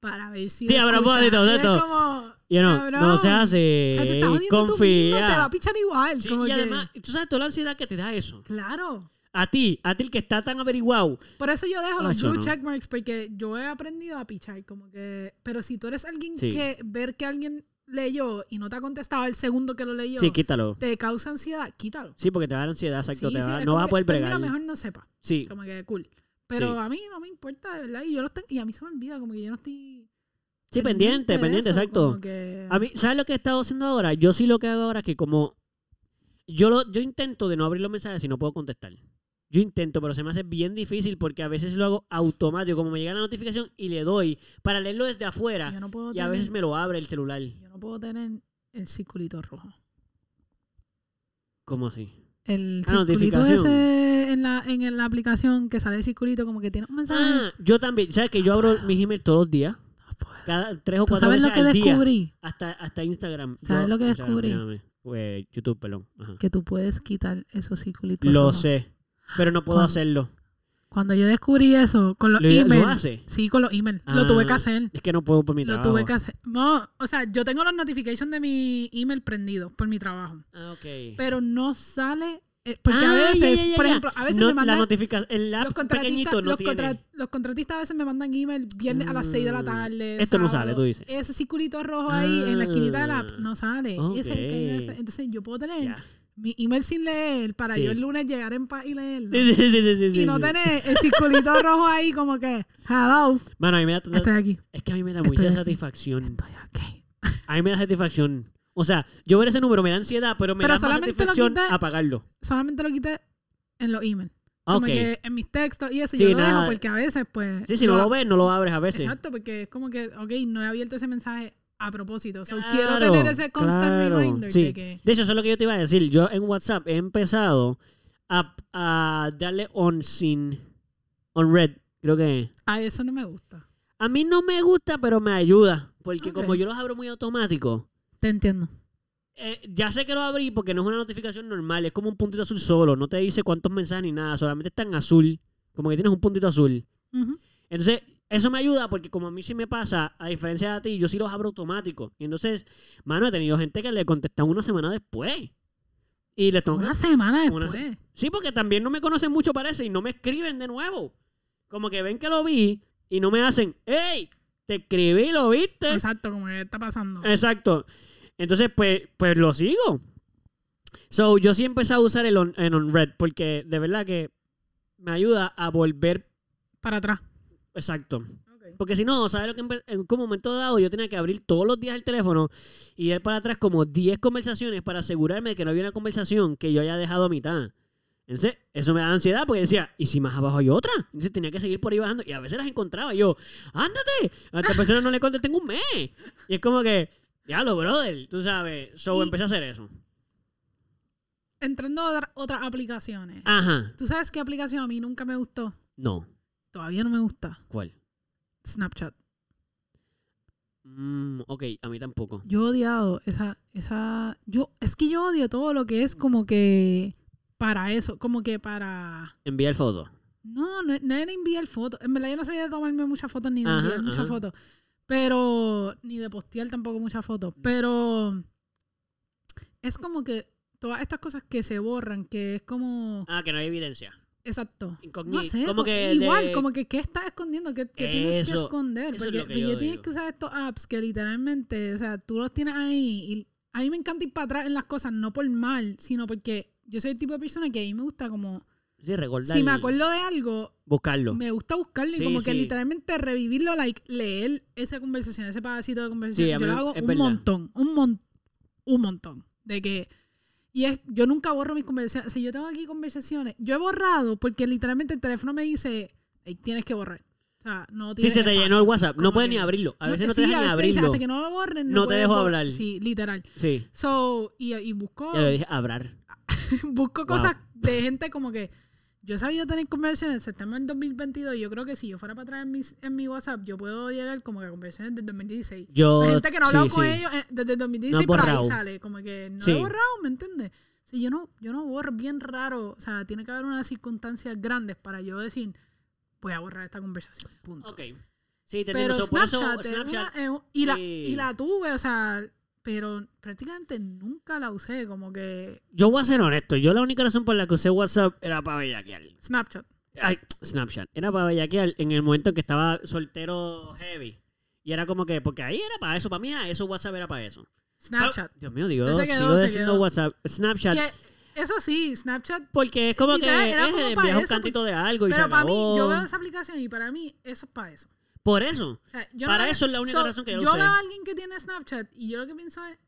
Speaker 2: para ver si.
Speaker 1: Sí,
Speaker 2: lo
Speaker 1: a propósito de
Speaker 2: escucha. Y es
Speaker 1: esto.
Speaker 2: como,
Speaker 1: You know,
Speaker 2: cabrón,
Speaker 1: no se
Speaker 2: o
Speaker 1: hace.
Speaker 2: sea, te estás jodiendo tú mismo, te va
Speaker 1: confía.
Speaker 2: a pichar igual.
Speaker 1: Sí,
Speaker 2: como
Speaker 1: y
Speaker 2: que-
Speaker 1: además, tú sabes toda la ansiedad que te da eso.
Speaker 2: Claro.
Speaker 1: A ti, a ti el que está tan averiguado.
Speaker 2: Por eso yo dejo
Speaker 1: Ah,
Speaker 2: los
Speaker 1: yo
Speaker 2: blue
Speaker 1: no.
Speaker 2: checkmarks, porque yo he aprendido a pichar, como que. Pero si tú eres alguien
Speaker 1: Sí.
Speaker 2: que ver que alguien leyó y no te ha contestado el segundo que lo leyó,
Speaker 1: Sí, quítalo.
Speaker 2: te causa ansiedad, quítalo.
Speaker 1: Sí, porque te va a dar ansiedad, exacto.
Speaker 2: Sí,
Speaker 1: te
Speaker 2: sí,
Speaker 1: va-
Speaker 2: es
Speaker 1: no
Speaker 2: como
Speaker 1: vas a
Speaker 2: que,
Speaker 1: poder
Speaker 2: pues, mira,
Speaker 1: bregar.
Speaker 2: mejor no sepa.
Speaker 1: Sí,
Speaker 2: Como que cool. Pero
Speaker 1: Sí.
Speaker 2: a mí no me importa, de verdad. Y yo los tengo, y a mí se me olvida, como que yo no estoy.
Speaker 1: sí, pendiente,
Speaker 2: de
Speaker 1: pendiente,
Speaker 2: eso,
Speaker 1: exacto.
Speaker 2: como que-
Speaker 1: A mí, ¿sabes lo que he estado haciendo ahora? Yo sí lo que hago ahora es que como yo lo, yo intento de no abrir los mensajes si no puedo contestar. Yo intento, pero se me hace bien difícil porque a veces lo hago automático, como me llega la notificación y le doy para leerlo desde afuera
Speaker 2: yo no puedo
Speaker 1: y a
Speaker 2: tener-
Speaker 1: veces me lo abre el celular.
Speaker 2: yo no puedo tener el circulito rojo.
Speaker 1: ¿Cómo así?
Speaker 2: El
Speaker 1: Ah,
Speaker 2: circulito
Speaker 1: notificación.
Speaker 2: ese en la, en la aplicación que sale el circulito, como que tiene un mensaje.
Speaker 1: Ah, yo también, ¿sabes que yo abro mi Gmail todos los días?
Speaker 2: No puedo.
Speaker 1: Cada tres o
Speaker 2: Ah. ¿Tú
Speaker 1: cuatro
Speaker 2: sabes
Speaker 1: veces
Speaker 2: lo que
Speaker 1: al día.
Speaker 2: descubrí?
Speaker 1: Hasta, hasta Instagram.
Speaker 2: ¿Sabes
Speaker 1: Yo-
Speaker 2: lo que
Speaker 1: Instagram,
Speaker 2: descubrí?
Speaker 1: mírame. Eh, YouTube, perdón. Ajá.
Speaker 2: Que tú puedes quitar esos circulitos.
Speaker 1: Lo
Speaker 2: rojos.
Speaker 1: sé, pero no puedo
Speaker 2: Cuando-
Speaker 1: hacerlo.
Speaker 2: Cuando yo descubrí eso, con los
Speaker 1: ¿Lo, lo
Speaker 2: emails.
Speaker 1: hace?
Speaker 2: Sí, con los emails. Lo tuve que
Speaker 1: Ah,
Speaker 2: hacer.
Speaker 1: Es que no puedo por mi
Speaker 2: Lo
Speaker 1: trabajo.
Speaker 2: tuve que hacer. No, o sea, yo tengo los notifications de mi email prendidos por mi trabajo.
Speaker 1: Ah, ok.
Speaker 2: Pero no sale. eh, Porque a
Speaker 1: Ah, ya,
Speaker 2: veces,
Speaker 1: ya, ya,
Speaker 2: por
Speaker 1: ya.
Speaker 2: ejemplo, a veces
Speaker 1: No,
Speaker 2: me
Speaker 1: La
Speaker 2: mandan.
Speaker 1: notificación, el app
Speaker 2: Los contratistas,
Speaker 1: pequeñito no
Speaker 2: los,
Speaker 1: tiene.
Speaker 2: contra- los contratistas a veces me mandan email viernes a las 6 de la
Speaker 1: Mm.
Speaker 2: tarde.
Speaker 1: Esto no
Speaker 2: sábado.
Speaker 1: sale, tú dices.
Speaker 2: Ese circulito rojo ahí en la esquinita de la app
Speaker 1: Ah,
Speaker 2: no sale. Ese es el que hay que hacer.
Speaker 1: ok.
Speaker 2: Entonces yo puedo tener
Speaker 1: Ya.
Speaker 2: mi email sin leer para
Speaker 1: Sí.
Speaker 2: yo el lunes llegar en paz y leerlo.
Speaker 1: Sí, sí, sí, sí, sí,
Speaker 2: y
Speaker 1: sí,
Speaker 2: no
Speaker 1: sí.
Speaker 2: tener el circulito rojo ahí como que, hello,
Speaker 1: Mano, a mí me da...
Speaker 2: estoy aquí,
Speaker 1: Es que a mí me da
Speaker 2: Estoy
Speaker 1: mucha
Speaker 2: aquí.
Speaker 1: satisfacción.
Speaker 2: estoy aquí.
Speaker 1: A mí me da satisfacción. O sea, yo ver ese número me da ansiedad, pero me da
Speaker 2: Pero
Speaker 1: más
Speaker 2: solamente lo
Speaker 1: satisfacción
Speaker 2: quita-
Speaker 1: apagarlo.
Speaker 2: Solamente lo quité en los emails.
Speaker 1: Ah, Ok.
Speaker 2: Como que en mis textos y eso
Speaker 1: Sí,
Speaker 2: yo lo
Speaker 1: nada.
Speaker 2: dejo porque a veces pues...
Speaker 1: Sí, si no lo ves, no lo abres a veces.
Speaker 2: Exacto, porque es como que, ok, no he abierto ese mensaje a propósito. So,
Speaker 1: Claro,
Speaker 2: quiero tener ese constant
Speaker 1: claro,
Speaker 2: reminder
Speaker 1: sí.
Speaker 2: de que...
Speaker 1: De hecho, eso es lo que yo te iba a decir. Yo en WhatsApp he empezado a, a darle on sin, on red, creo que es.
Speaker 2: A ah, eso no me gusta.
Speaker 1: A mí no me gusta, pero me ayuda. Porque
Speaker 2: Ok.
Speaker 1: como yo los abro muy automático,
Speaker 2: Te entiendo.
Speaker 1: eh, ya sé que lo abrí porque no es una notificación normal. Es como un puntito azul solo. No te dice cuántos mensajes ni nada. Solamente está en azul. Como que tienes un puntito azul.
Speaker 2: Ujú.
Speaker 1: Entonces, eso me ayuda porque como a mí sí me pasa, a diferencia de ti, yo sí los abro automático. Y entonces, mano, he tenido gente que le contestan una semana después. Y les tengo que-
Speaker 2: Una semana
Speaker 1: Una
Speaker 2: después.
Speaker 1: Sí, porque también no me conocen mucho, parece, y no me escriben de nuevo. Como que ven que lo vi y no me hacen, ¡Ey! Te escribí, lo viste.
Speaker 2: Exacto, como que está pasando.
Speaker 1: Eh. Exacto. Entonces, pues, pues lo sigo. So, yo sí empecé a usar el on, el on red porque de verdad que me ayuda a volver.
Speaker 2: Para atrás.
Speaker 1: Exacto.
Speaker 2: Ok.
Speaker 1: Porque si no, ¿sabes lo que empe- en un momento dado yo tenía que abrir todos los días el teléfono y ir para atrás como 10 conversaciones para asegurarme de que no había una conversación que yo haya dejado a mitad? Entonces, eso me da ansiedad porque decía, ¿y si más abajo hay otra? Entonces tenía que seguir por ahí bajando y a veces las encontraba y yo, ¡ándate! A esta persona no le contesté en un mes. Y es como que, ya lo brother, tú sabes. So
Speaker 2: Y-
Speaker 1: empecé a hacer eso.
Speaker 2: Entrando a otra- otras aplicaciones.
Speaker 1: Ajá.
Speaker 2: ¿Tú sabes qué aplicación a mí nunca me gustó?
Speaker 1: No.
Speaker 2: Todavía no me gusta.
Speaker 1: ¿Cuál?
Speaker 2: Snapchat.
Speaker 1: Mm, ok, a mí tampoco.
Speaker 2: Yo he odiado esa, esa. Yo, es que yo odio todo lo que es como que para eso, como que para.
Speaker 1: Enviar fotos.
Speaker 2: No, no, no era enviar fotos. En verdad yo no sé de tomarme muchas fotos ni de
Speaker 1: Ajá,
Speaker 2: enviar muchas
Speaker 1: ajá.
Speaker 2: fotos. Pero. Ni de postear tampoco muchas fotos.
Speaker 1: Mm.
Speaker 2: Pero. Es como que todas estas cosas que se borran, que es como.
Speaker 1: Ah, que no hay evidencia.
Speaker 2: Exacto.
Speaker 1: Incogni-
Speaker 2: No sé,
Speaker 1: como
Speaker 2: porque
Speaker 1: que
Speaker 2: igual,
Speaker 1: de-
Speaker 2: como que ¿qué estás escondiendo? ¿Qué, qué tienes que
Speaker 1: Eso-
Speaker 2: esconder?
Speaker 1: eso es
Speaker 2: Porque
Speaker 1: lo que yo
Speaker 2: porque tienes
Speaker 1: digo.
Speaker 2: que usar estos apps que literalmente, o sea, tú los tienes ahí. Y a mí me encanta ir para atrás en las cosas, no por mal, sino porque yo soy el tipo de persona que a mí me gusta como,
Speaker 1: Sí, recordar.
Speaker 2: si me acuerdo de algo,
Speaker 1: Buscarlo.
Speaker 2: me gusta buscarlo y
Speaker 1: Sí,
Speaker 2: como que
Speaker 1: sí.
Speaker 2: literalmente revivirlo, like leer esa conversación, ese pedacito de conversación.
Speaker 1: Sí, a
Speaker 2: yo
Speaker 1: mí
Speaker 2: lo hago
Speaker 1: es
Speaker 2: un
Speaker 1: verdad.
Speaker 2: montón, un montón, un montón. De que, y es, yo nunca borro mis conversaciones. O sea, yo tengo aquí conversaciones. Yo he borrado porque literalmente el teléfono me dice, "Ey, tienes que borrar. O sea, no
Speaker 1: Sí,
Speaker 2: tienes
Speaker 1: se te
Speaker 2: espacio.
Speaker 1: llenó el WhatsApp. No
Speaker 2: como
Speaker 1: puedes
Speaker 2: que-
Speaker 1: ni abrirlo. A
Speaker 2: No,
Speaker 1: veces no
Speaker 2: sí,
Speaker 1: te dejan ni
Speaker 2: a veces dice,
Speaker 1: abrirlo.
Speaker 2: Hasta que no lo borren,
Speaker 1: No te
Speaker 2: puedes
Speaker 1: dejo
Speaker 2: borrar".
Speaker 1: hablar.
Speaker 2: Sí, literal.
Speaker 1: Sí.
Speaker 2: So, y, y busco,
Speaker 1: Ya le dije abrar.
Speaker 2: busco
Speaker 1: Wow.
Speaker 2: cosas de gente como que yo he sabido tener conversaciones en septiembre del 2022 y yo creo que si yo fuera para atrás en, mis- en mi WhatsApp, yo puedo llegar como que a conversaciones del 2016.
Speaker 1: Yo.
Speaker 2: La gente que no ha hablado
Speaker 1: Oh, sí,
Speaker 2: con
Speaker 1: sí.
Speaker 2: ellos eh, desde el
Speaker 1: No
Speaker 2: 2016
Speaker 1: has
Speaker 2: por ahí
Speaker 1: borrado.
Speaker 2: sale, como que no
Speaker 1: Sí.
Speaker 2: lo he borrado, ¿me entiendes? O sea, yo no, yo no borro, es bien raro, o sea, tiene que haber unas circunstancias grandes para yo decir, voy a borrar esta conversación, punto.
Speaker 1: Ok. Sí, te
Speaker 2: Pero
Speaker 1: entiendo. So, por eso
Speaker 2: Snapchat, es
Speaker 1: Snapchat-
Speaker 2: una- es un- y, la,
Speaker 1: sí.
Speaker 2: y la tuve, o sea, pero prácticamente nunca la usé, como que
Speaker 1: Yo voy a ser honesto. Yo la única razón por la que usé WhatsApp era para bellaquear.
Speaker 2: Snapchat.
Speaker 1: Ay, Snapchat. Era para bellaquear en el momento en que estaba soltero heavy. Y era como que, porque ahí era para eso, para mí era eso, WhatsApp era para eso.
Speaker 2: Snapchat.
Speaker 1: Ah, Dios mío, digo,
Speaker 2: Usted se
Speaker 1: sigo
Speaker 2: quedó, se
Speaker 1: diciendo
Speaker 2: quedó.
Speaker 1: WhatsApp, Snapchat,
Speaker 2: Que, eso sí, Snapchat.
Speaker 1: porque es como que
Speaker 2: Literal, era
Speaker 1: es
Speaker 2: como
Speaker 1: el
Speaker 2: para
Speaker 1: viejo
Speaker 2: eso,
Speaker 1: cantito de algo y se
Speaker 2: Pero para mí,
Speaker 1: acabó.
Speaker 2: yo veo esa aplicación y para mí eso es para eso.
Speaker 1: Por eso,
Speaker 2: O sea, yo
Speaker 1: Para
Speaker 2: veo-
Speaker 1: eso es la única razón que yo lo
Speaker 2: Yo
Speaker 1: usé.
Speaker 2: veo a alguien que tiene Snapchat y yo lo que pienso es.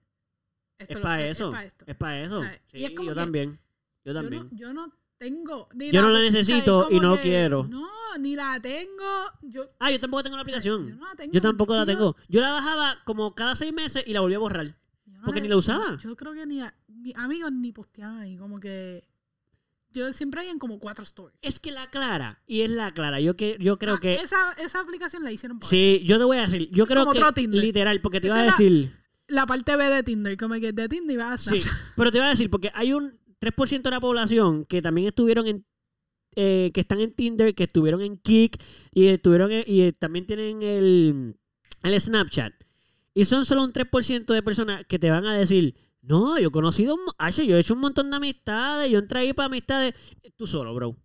Speaker 2: esto
Speaker 1: es
Speaker 2: lo-
Speaker 1: para eso,
Speaker 2: Es para esto.
Speaker 1: es para eso.
Speaker 2: O sea, y
Speaker 1: Sí,
Speaker 2: es como
Speaker 1: yo
Speaker 2: que-
Speaker 1: también, yo
Speaker 2: Yo
Speaker 1: también.
Speaker 2: no, yo no tengo. ni
Speaker 1: Yo no la
Speaker 2: o sea, es
Speaker 1: necesito y
Speaker 2: como
Speaker 1: no
Speaker 2: que,
Speaker 1: quiero.
Speaker 2: No, ni la tengo. Yo,
Speaker 1: Ah, yo tampoco tengo la
Speaker 2: yo
Speaker 1: aplicación.
Speaker 2: no la tengo.
Speaker 1: Yo tampoco la
Speaker 2: porque
Speaker 1: tengo. Yo la bajaba como cada seis meses y la volví a borrar.
Speaker 2: yo no
Speaker 1: porque
Speaker 2: la-
Speaker 1: ni la usaba.
Speaker 2: Yo creo que ni a- ni amigos ni posteaban ahí. Como que. Yo siempre hay en como cuatro stories.
Speaker 1: Es que la clara, y es la clara. Yo, que, yo creo
Speaker 2: Ah,
Speaker 1: que
Speaker 2: Esa, esa aplicación la hicieron para
Speaker 1: Sí, yo te voy a decir. Yo creo
Speaker 2: Como
Speaker 1: que.
Speaker 2: otro Tinder.
Speaker 1: Literal, porque te
Speaker 2: Ese
Speaker 1: iba a
Speaker 2: era-
Speaker 1: decir.
Speaker 2: la parte B de Tinder, como que de Tinder iba a
Speaker 1: Sí.
Speaker 2: Snapchat.
Speaker 1: Pero te iba a decir, porque hay un 3% de la población que también estuvieron en. eh, que están en Tinder, que estuvieron en Kik y estuvieron en- y eh, también tienen el, el Snapchat. Y son solo un 3% de personas que te van a decir, no, yo he conocido, un mo- H, yo he hecho un montón de amistades, yo entré ahí para amistades. Tú solo, bro.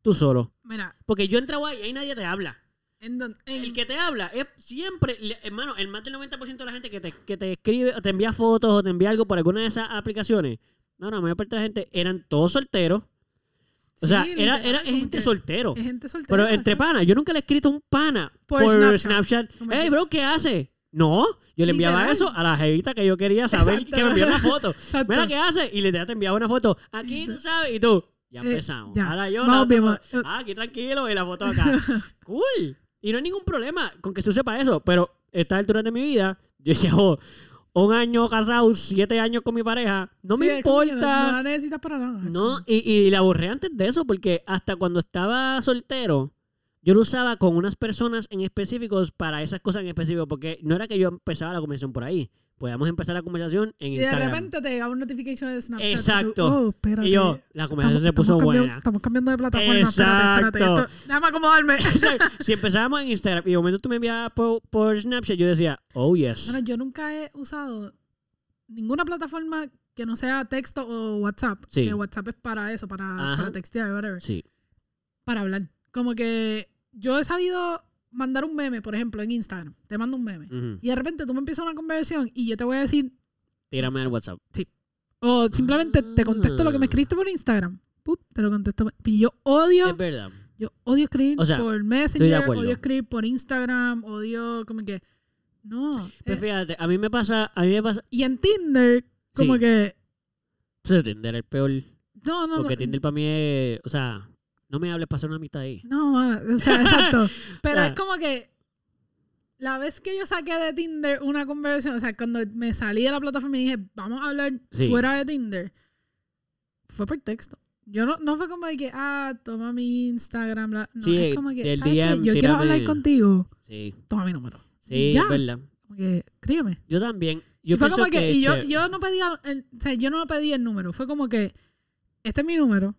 Speaker 1: Tú solo.
Speaker 2: Mira,
Speaker 1: Porque yo entraba ahí y ahí nadie te habla.
Speaker 2: en don- en-
Speaker 1: El que te habla es siempre, le- hermano, el más del 90% de la gente que te, que te escribe o te envía fotos o te envía algo por alguna de esas aplicaciones. No, no, la mayor parte de la gente eran todos solteros. O
Speaker 2: sí,
Speaker 1: sea, era,
Speaker 2: literal,
Speaker 1: era es
Speaker 2: como
Speaker 1: gente
Speaker 2: que
Speaker 1: soltero.
Speaker 2: Es gente soltera.
Speaker 1: Pero entre panas, yo nunca le he escrito a un pana por,
Speaker 2: Por
Speaker 1: Snapchat.
Speaker 2: Snapchat. Como
Speaker 1: Hey,
Speaker 2: que-
Speaker 1: bro, ¿qué hace? No, yo le enviaba
Speaker 2: Literal.
Speaker 1: eso a la jevita que yo quería saber
Speaker 2: Exacto.
Speaker 1: que me envió una foto.
Speaker 2: Exacto.
Speaker 1: Mira, ¿qué hace? Y le te enviaba una foto. Aquí tú sabes, y tú. Ya
Speaker 2: Eh,
Speaker 1: empezamos.
Speaker 2: ya.
Speaker 1: Ahora yo.
Speaker 2: Vamos
Speaker 1: la otra-
Speaker 2: bien, vamos.
Speaker 1: ah, aquí tranquilo y la foto acá. cool. Y no hay ningún problema con que se use para eso. Pero a esta altura de mi vida, yo llevo un año casado, siete años con mi pareja. No
Speaker 2: Sí,
Speaker 1: me
Speaker 2: es como que
Speaker 1: importa.
Speaker 2: No, no la necesitas para nada.
Speaker 1: No, y, y la borré antes de eso, porque hasta cuando estaba soltero, yo lo usaba con unas personas en específicos para esas cosas en específico, porque no era que yo empezaba la conversación por ahí. Podíamos empezar la conversación en
Speaker 2: Y de
Speaker 1: Instagram.
Speaker 2: repente te llega una notificación de Snapchat. y tú,
Speaker 1: Exacto.
Speaker 2: oh, espérate,
Speaker 1: y yo, la conversación se puso
Speaker 2: estamos cambiando-
Speaker 1: buena.
Speaker 2: Estamos cambiando de plataforma. Espérate,
Speaker 1: Exacto.
Speaker 2: espérate. Esto, déjame acomodarme.
Speaker 1: Exacto. si empezábamos en Instagram y de momento tú me enviabas por, por Snapchat, yo decía, oh yes.
Speaker 2: Bueno, yo nunca he usado ninguna plataforma que no sea texto o WhatsApp.
Speaker 1: Sí.
Speaker 2: Que WhatsApp es para eso, para,
Speaker 1: Ajá.
Speaker 2: para textear, whatever.
Speaker 1: Sí.
Speaker 2: Para hablar. Como que yo he sabido mandar un meme, por ejemplo, en Instagram. Te mando un meme.
Speaker 1: Ujú.
Speaker 2: Y de repente tú me empiezas una conversación y yo te voy a decir,
Speaker 1: Tírame al WhatsApp.
Speaker 2: o simplemente te contesto lo que me escribiste por Instagram. Pup, te lo contesto. Y yo
Speaker 1: Es
Speaker 2: odio,
Speaker 1: verdad.
Speaker 2: yo odio escribir
Speaker 1: Eh, O sea,
Speaker 2: por
Speaker 1: de
Speaker 2: Messenger,
Speaker 1: acuerdo.
Speaker 2: odio escribir por Instagram, odio como que... No.
Speaker 1: Pues
Speaker 2: eh,
Speaker 1: fíjate, a mí me pasa, a mí me pasa,
Speaker 2: y en Tinder, como
Speaker 1: Sí.
Speaker 2: que...
Speaker 1: se Tinder el peor,
Speaker 2: No, no,
Speaker 1: porque
Speaker 2: no.
Speaker 1: Tinder para mí es, o sea, no me hables para hacer una amistad ahí.
Speaker 2: No, ah, o sea, exacto. Pero
Speaker 1: Ah.
Speaker 2: es como que la vez que yo saqué de Tinder una conversación, o sea, cuando me salí de la plataforma y dije, vamos a hablar
Speaker 1: Sí.
Speaker 2: fuera de Tinder, fue por texto. Yo no, no fue como de que, ah, toma mi Instagram. bla- No,
Speaker 1: Sí,
Speaker 2: es como que,
Speaker 1: del
Speaker 2: ¿sabes qué?
Speaker 1: DM,
Speaker 2: Yo quiero hablar
Speaker 1: tírame-
Speaker 2: contigo,
Speaker 1: Sí.
Speaker 2: toma mi número.
Speaker 1: Sí,
Speaker 2: Ya.
Speaker 1: es verdad.
Speaker 2: Como que, escríbeme.
Speaker 1: Yo también. Yo
Speaker 2: y fue
Speaker 1: pienso
Speaker 2: como que,
Speaker 1: que,
Speaker 2: y yo,
Speaker 1: che-
Speaker 2: yo no pedía, el- o sea, yo no pedí el número. Fue como que, este es mi número.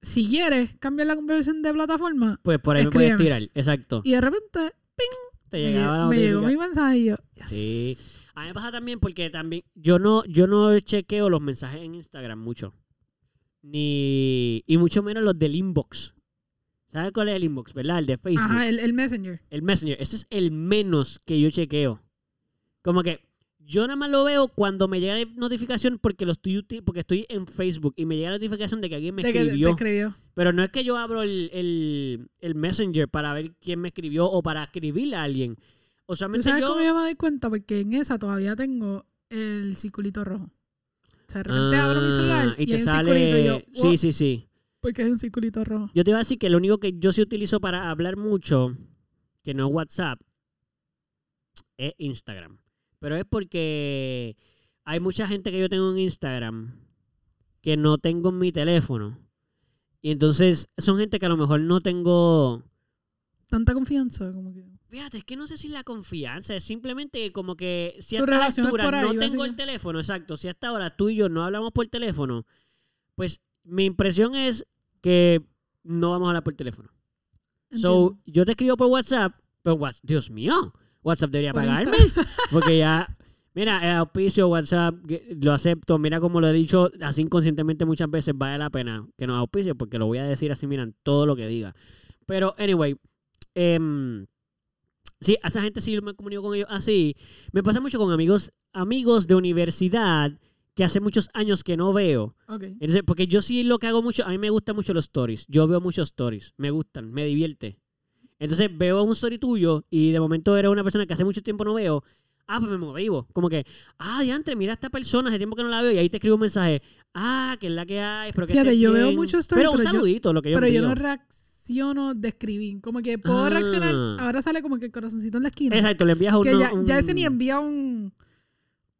Speaker 2: Si quieres cambiar la conversación de plataforma,
Speaker 1: pues por ahí me puedes
Speaker 2: escríbeme.
Speaker 1: tirar, exacto.
Speaker 2: y de repente
Speaker 1: Te
Speaker 2: Me,
Speaker 1: llegaba la
Speaker 2: lle- me llegó mi
Speaker 1: notificación.
Speaker 2: mensaje y yo.
Speaker 1: Sí. A mí me pasa también porque también yo no yo no chequeo los mensajes en Instagram mucho. Ni y mucho menos los del inbox. ¿Sabes cuál es el inbox, verdad? El de Facebook.
Speaker 2: Ajá, el, el Messenger.
Speaker 1: El Messenger, ese es el menos que yo chequeo. Como que yo nada más lo veo cuando me llega la notificación porque lo estoy uti- porque estoy en Facebook y me llega la notificación de que alguien me
Speaker 2: de que te-
Speaker 1: escribió.
Speaker 2: te escribió.
Speaker 1: Pero no es que yo abro el, el, el Messenger para ver quién me escribió o para escribirle a alguien. O sea,
Speaker 2: ¿Tú sabes
Speaker 1: yo...
Speaker 2: cómo yo me doy cuenta? Porque en esa todavía tengo el circulito rojo. O sea, de repente abro mi celular
Speaker 1: Ah,
Speaker 2: y,
Speaker 1: y te
Speaker 2: hay un circulito
Speaker 1: sale...
Speaker 2: y yo,
Speaker 1: sí,
Speaker 2: "Wow,
Speaker 1: sí, sí.
Speaker 2: ¿por qué hay un circulito rojo?
Speaker 1: Yo te iba a decir que lo único que yo sí utilizo para hablar mucho, que no es WhatsApp, es Instagram. Pero es porque hay mucha gente que yo tengo en Instagram que no tengo en mi teléfono. Y entonces son gente que a lo mejor no tengo...
Speaker 2: Tanta confianza, como que.
Speaker 1: Fíjate, es que no sé si la confianza, es simplemente como que si a
Speaker 2: Tu
Speaker 1: esta
Speaker 2: relación es
Speaker 1: altura
Speaker 2: por ahí,
Speaker 1: no tengo el
Speaker 2: básicamente.
Speaker 1: teléfono, exacto, si hasta ahora tú y yo no hablamos por teléfono, pues mi impresión es que no vamos a hablar por teléfono. So,
Speaker 2: entiendo.
Speaker 1: yo te escribo por WhatsApp Pero, what- Dios mío, WhatsApp debería
Speaker 2: Por
Speaker 1: pagarme. Porque ya, mira, el auspicio WhatsApp, que- lo acepto. Mira, como lo he dicho así inconscientemente muchas veces, vale la pena que nos auspicie, porque lo voy a decir así, miran, todo lo que diga. Pero, anyway, em, sí, a esa gente sí yo me comunico con ellos así. Me pasa mucho con amigos, amigos de universidad que hace muchos años que no veo.
Speaker 2: Ok.
Speaker 1: Entonces, porque yo sí lo que hago mucho, a mí me gustan mucho los stories. Yo veo muchos stories, me gustan, me divierte. Entonces veo un story tuyo y de momento eres una persona que hace mucho tiempo no veo. Ah, pues me motivo. Como que, ah, diantre, mira a esta persona, hace tiempo que no la veo. Y ahí te escribo un mensaje. Ah, que es la que hay. Espero que
Speaker 2: Fíjate,
Speaker 1: estés
Speaker 2: yo veo
Speaker 1: bien.
Speaker 2: muchos stories,
Speaker 1: Pero un
Speaker 2: pero yo-
Speaker 1: saludito, lo que yo
Speaker 2: Pero yo no
Speaker 1: envío.
Speaker 2: reacciono de escribir. Como que puedo
Speaker 1: Ah.
Speaker 2: reaccionar. Ahora sale como que el corazoncito en la esquina.
Speaker 1: Exacto, le envías un.
Speaker 2: Que ya,
Speaker 1: un-
Speaker 2: ya ese ni envía un,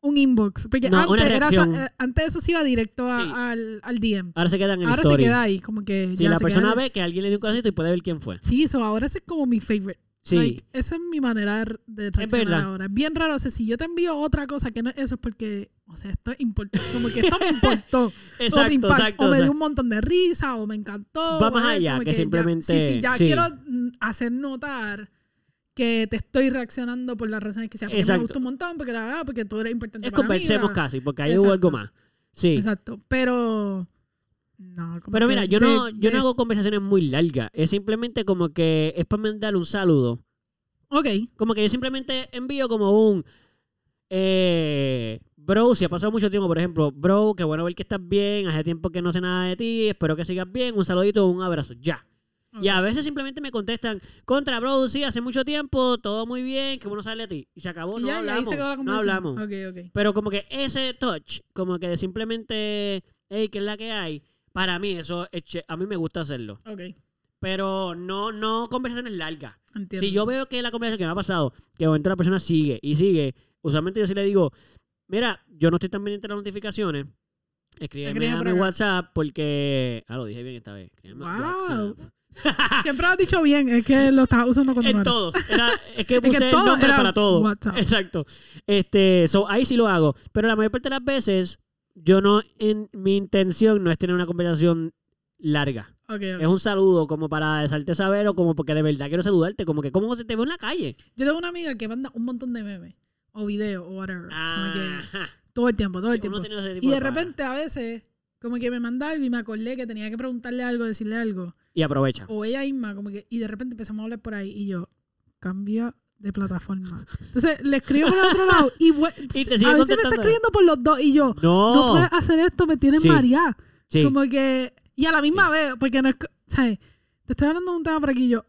Speaker 2: un inbox. Porque
Speaker 1: No, una
Speaker 2: antes, era so-
Speaker 1: reacción.
Speaker 2: eh, antes eso se iba directo a-
Speaker 1: Sí.
Speaker 2: al, al DM.
Speaker 1: Ahora se quedan en el
Speaker 2: Ahora se
Speaker 1: story.
Speaker 2: queda ahí, como que
Speaker 1: si
Speaker 2: ya
Speaker 1: la
Speaker 2: se
Speaker 1: persona
Speaker 2: queda en-
Speaker 1: ve que alguien le dio un corazoncito y puede ver quién fue.
Speaker 2: Sí, eso ahora ese es como mi favorite.
Speaker 1: Sí.
Speaker 2: Like, oh, esa es mi manera de- de reaccionar
Speaker 1: verdad.
Speaker 2: ahora. Es bien raro, o sea, si yo te envío otra cosa que no es eso, es porque, o sea, esto es importante, como que esto me importó. o me,
Speaker 1: exacto,
Speaker 2: impactó,
Speaker 1: exacto.
Speaker 2: o me
Speaker 1: exacto.
Speaker 2: dio un montón de risa, o me encantó.
Speaker 1: Va
Speaker 2: o
Speaker 1: más
Speaker 2: es
Speaker 1: allá,
Speaker 2: como
Speaker 1: que
Speaker 2: ya-
Speaker 1: simplemente-
Speaker 2: sí, sí, ya
Speaker 1: sí.
Speaker 2: quiero mm, hacer notar que te estoy reaccionando por las razones que sea. Porque
Speaker 1: Exacto.
Speaker 2: me gustó un montón, porque, la, ah, porque tú eres importante
Speaker 1: Es
Speaker 2: para mí.
Speaker 1: conversemos
Speaker 2: bla, bla.
Speaker 1: casi, porque ahí hubo algo
Speaker 2: Exacto.
Speaker 1: más. Sí.
Speaker 2: Exacto, pero... No, como
Speaker 1: Pero
Speaker 2: que
Speaker 1: mira, yo
Speaker 2: de-
Speaker 1: no, yo
Speaker 2: de-
Speaker 1: no hago conversaciones muy largas. Es simplemente como que es para mandar un saludo.
Speaker 2: Ok,
Speaker 1: Como que yo simplemente envío como un eh, bro, si ha pasado mucho tiempo, por ejemplo, bro, qué bueno ver que estás bien, hace tiempo que no sé nada de ti, espero que sigas bien, un saludito, un abrazo, ya.
Speaker 2: ok.
Speaker 1: Y a veces simplemente me contestan, contra bro, sí, hace mucho tiempo, todo muy bien, qué bueno sale a ti. Y se acabó,
Speaker 2: Y
Speaker 1: no
Speaker 2: ya, y ahí
Speaker 1: hablamos.
Speaker 2: se acabó la
Speaker 1: no
Speaker 2: conversación.
Speaker 1: hablamos.
Speaker 2: Ok, ok.
Speaker 1: Pero como que ese touch, como que de simplemente, hey, ¿qué es la que hay? Para mí, eso, es che- a mí me gusta hacerlo.
Speaker 2: Ok,
Speaker 1: Pero no, no conversaciones largas.
Speaker 2: entiendo.
Speaker 1: Si yo veo que la conversación que me ha pasado, que de momento la persona sigue y sigue, usualmente yo sí le digo, mira, yo no estoy tan pendiente de las notificaciones, escríbeme
Speaker 2: Escríbeme
Speaker 1: a
Speaker 2: por
Speaker 1: mi
Speaker 2: acá.
Speaker 1: WhatsApp porque... Ah, lo dije bien esta vez. Escríbeme a
Speaker 2: Wow.
Speaker 1: WhatsApp.
Speaker 2: Siempre lo has dicho bien, es que lo estabas usando con tu
Speaker 1: En
Speaker 2: mano.
Speaker 1: todos. Era, es que puse el
Speaker 2: todo
Speaker 1: nombre
Speaker 2: era
Speaker 1: para todo.
Speaker 2: WhatsApp.
Speaker 1: Exacto. Este, so, ahí sí lo hago. Pero la mayor parte de las veces, yo no, en, mi intención no es tener una conversación larga.
Speaker 2: Ok, ok.
Speaker 1: Es un saludo como para desearte saber o como porque de verdad quiero saludarte, como que cómo se te ve en la calle.
Speaker 2: Yo tengo una amiga que manda un montón de memes o videos o whatever. Como que
Speaker 1: Ajá.
Speaker 2: todo el tiempo, todo el
Speaker 1: Sí, Ah. uno
Speaker 2: tiempo.
Speaker 1: tiene ese tipo
Speaker 2: Y de
Speaker 1: pana.
Speaker 2: repente a veces como que me manda algo y me acordé que tenía que preguntarle algo, decirle algo.
Speaker 1: Y aprovecha.
Speaker 2: O ella misma como que y de repente empezamos a hablar por ahí y yo cambia de plataforma. Entonces le escribo por otro lado y, bu-
Speaker 1: Y te
Speaker 2: a
Speaker 1: sigue
Speaker 2: veces me está
Speaker 1: contestando.
Speaker 2: escribiendo por los dos y yo
Speaker 1: No.
Speaker 2: no, puedes hacer esto, me tienes
Speaker 1: Sí.
Speaker 2: mareada.
Speaker 1: sí.
Speaker 2: Como que. Y a la misma vez, porque no es. co- ¿Sabes? Te estoy hablando de un tema por aquí. Yo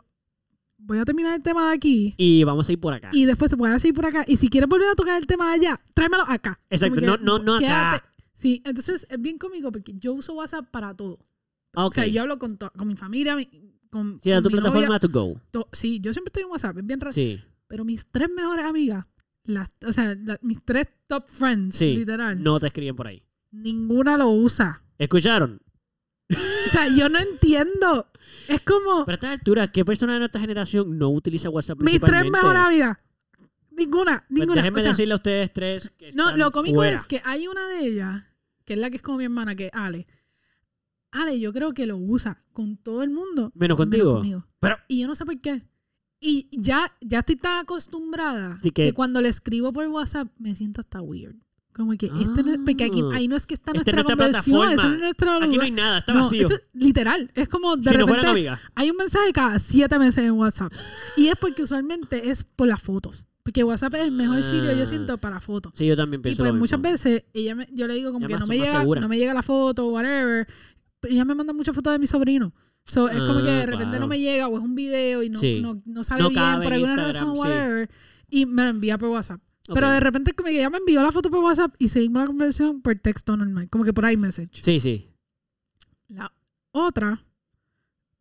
Speaker 2: voy a terminar el tema de aquí.
Speaker 1: Y vamos a ir por acá.
Speaker 2: Y después se puede seguir por acá. Y si quieres volver a tocar el tema de allá, tráemelo acá.
Speaker 1: Exacto,
Speaker 2: Como
Speaker 1: no- no- no
Speaker 2: quédate.
Speaker 1: acá.
Speaker 2: Sí, entonces es bien cómico porque yo uso WhatsApp para todo.
Speaker 1: Ah, ok.
Speaker 2: O sea, yo hablo con, to- con mi familia, mi- con.
Speaker 1: Sí, a
Speaker 2: con
Speaker 1: tu
Speaker 2: mi novia,
Speaker 1: plataforma to go.
Speaker 2: to- sí, yo siempre estoy en WhatsApp, es bien raro.
Speaker 1: Sí.
Speaker 2: Pero mis tres mejores amigas, las, o sea, la- mis tres top friends,
Speaker 1: Sí.
Speaker 2: literal,
Speaker 1: No te escriben por ahí.
Speaker 2: ninguna lo usa.
Speaker 1: ¿Escucharon?
Speaker 2: O sea, yo no entiendo. Es como
Speaker 1: Pero a esta altura, ¿qué persona de nuestra generación no utiliza WhatsApp
Speaker 2: mis tres
Speaker 1: principalmente?
Speaker 2: mejores amigas. Ninguna,
Speaker 1: Pues
Speaker 2: ninguna.
Speaker 1: déjenme
Speaker 2: O sea,
Speaker 1: decirle a ustedes tres que
Speaker 2: no,
Speaker 1: están
Speaker 2: lo cómico
Speaker 1: fuera.
Speaker 2: es que hay una de ellas, que es la que es como mi hermana, que es Ale. Ale, yo creo que lo usa con todo el mundo.
Speaker 1: Menos
Speaker 2: menos
Speaker 1: contigo.
Speaker 2: conmigo.
Speaker 1: Pero-
Speaker 2: Y yo no sé por qué. Y ya, ya estoy tan acostumbrada
Speaker 1: Así que-
Speaker 2: que... cuando le escribo por WhatsApp me siento hasta weird. Como que este no es- porque aquí,
Speaker 1: Ah.
Speaker 2: ahí no es que está
Speaker 1: Esta es nuestra
Speaker 2: nuestra conversación, ese
Speaker 1: plataforma.
Speaker 2: no es nuestro
Speaker 1: Aquí no
Speaker 2: lugar.
Speaker 1: hay nada, está
Speaker 2: No,
Speaker 1: vacío.
Speaker 2: esto es literal, es como de
Speaker 1: si no fueran
Speaker 2: repente
Speaker 1: amigas.
Speaker 2: hay un mensaje cada siete meses en WhatsApp. Y es porque usualmente es por las fotos. Porque WhatsApp es el mejor sitio,
Speaker 1: Ah.
Speaker 2: yo siento, para fotos.
Speaker 1: Sí, yo también
Speaker 2: Y
Speaker 1: pienso.
Speaker 2: pues
Speaker 1: lo
Speaker 2: muchas
Speaker 1: mismo.
Speaker 2: veces ella me- yo le digo como
Speaker 1: Ya
Speaker 2: que
Speaker 1: más-
Speaker 2: no me,
Speaker 1: más
Speaker 2: llega,
Speaker 1: segura.
Speaker 2: no me llega la foto, whatever. Pero Ella me manda muchas fotos de mi sobrino. So, es como que
Speaker 1: Ah,
Speaker 2: de repente
Speaker 1: claro.
Speaker 2: no me llega o es un video y no,
Speaker 1: Sí.
Speaker 2: no, no sale
Speaker 1: No
Speaker 2: bien
Speaker 1: cabe en
Speaker 2: por alguna
Speaker 1: Instagram,
Speaker 2: razón,
Speaker 1: sí.
Speaker 2: whatever. Y me la envía por WhatsApp.
Speaker 1: Ok.
Speaker 2: Pero de repente como que ella me envió la foto por WhatsApp y seguimos la conversación por texto normal, como que por iMessage.
Speaker 1: Sí, sí.
Speaker 2: La otra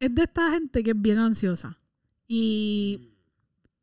Speaker 2: es de esta gente que es bien ansiosa. Y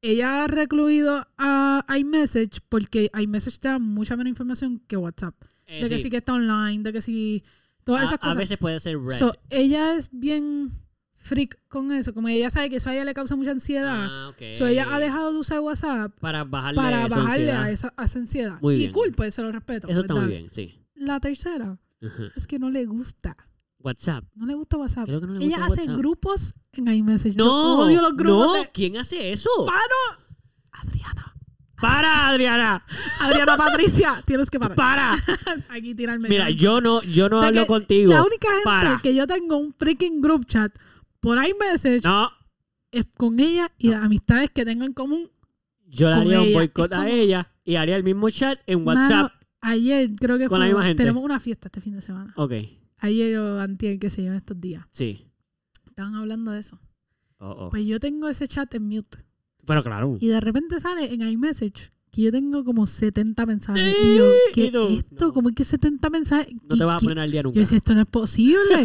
Speaker 2: ella ha recluido a iMessage porque iMessage te da mucha menos información que WhatsApp.
Speaker 1: Eh,
Speaker 2: De que
Speaker 1: sí.
Speaker 2: sí que está online, de que sí. Todas
Speaker 1: a,
Speaker 2: esas
Speaker 1: a
Speaker 2: cosas.
Speaker 1: veces puede ser red.
Speaker 2: So, ella es bien freak con eso. Como ella sabe que eso a ella le causa mucha ansiedad.
Speaker 1: Ah, ok.
Speaker 2: So, ella ha dejado de usar WhatsApp
Speaker 1: para bajarle,
Speaker 2: para
Speaker 1: esa
Speaker 2: bajarle
Speaker 1: ansiedad.
Speaker 2: a esa, a esa ansiedad.
Speaker 1: Muy
Speaker 2: y
Speaker 1: bien.
Speaker 2: cool, pues se lo respeto.
Speaker 1: Eso está
Speaker 2: ¿verdad?
Speaker 1: muy bien, sí.
Speaker 2: La tercera
Speaker 1: Ajá.
Speaker 2: es que no le gusta
Speaker 1: WhatsApp.
Speaker 2: No le gusta WhatsApp.
Speaker 1: Creo que no le
Speaker 2: Ella
Speaker 1: gusta
Speaker 2: hace
Speaker 1: WhatsApp.
Speaker 2: grupos en iMessage. Yo
Speaker 1: No,
Speaker 2: odio los grupos
Speaker 1: no,
Speaker 2: de
Speaker 1: ¿quién hace eso?
Speaker 2: ¡Pano! Adriana.
Speaker 1: Para, Adriana,
Speaker 2: Adriana Patricia, tienes que parar.
Speaker 1: para.
Speaker 2: Aquí tirarme.
Speaker 1: Mira, yo no, yo no
Speaker 2: O sea
Speaker 1: hablo
Speaker 2: que
Speaker 1: contigo.
Speaker 2: La única gente
Speaker 1: Para.
Speaker 2: que yo tengo un freaking group chat por iMessage
Speaker 1: No,
Speaker 2: es con ella y las amistades que tengo en común.
Speaker 1: yo le
Speaker 2: Con
Speaker 1: haría un
Speaker 2: ella,
Speaker 1: boicot
Speaker 2: es
Speaker 1: a
Speaker 2: como-
Speaker 1: ella y haría el mismo chat en WhatsApp.
Speaker 2: Mano, ayer creo que
Speaker 1: Con
Speaker 2: fue-
Speaker 1: la misma gente. Oh.
Speaker 2: tenemos una fiesta este fin de semana.
Speaker 1: Ok,
Speaker 2: Ayer o antier, qué sé yo, estos días.
Speaker 1: sí.
Speaker 2: Estaban hablando de eso.
Speaker 1: Oh, oh.
Speaker 2: Pues yo tengo ese chat en mute.
Speaker 1: Pero claro.
Speaker 2: Y de repente sale en iMessage que yo tengo como 70 mensajes.
Speaker 1: Sí,
Speaker 2: Y yo, ¿qué
Speaker 1: y tú,
Speaker 2: esto?
Speaker 1: no.
Speaker 2: ¿Cómo es que 70 mensajes?
Speaker 1: No te
Speaker 2: ¿Qué-
Speaker 1: vas a
Speaker 2: qué?
Speaker 1: poner al día nunca.
Speaker 2: Yo decía, esto no es posible.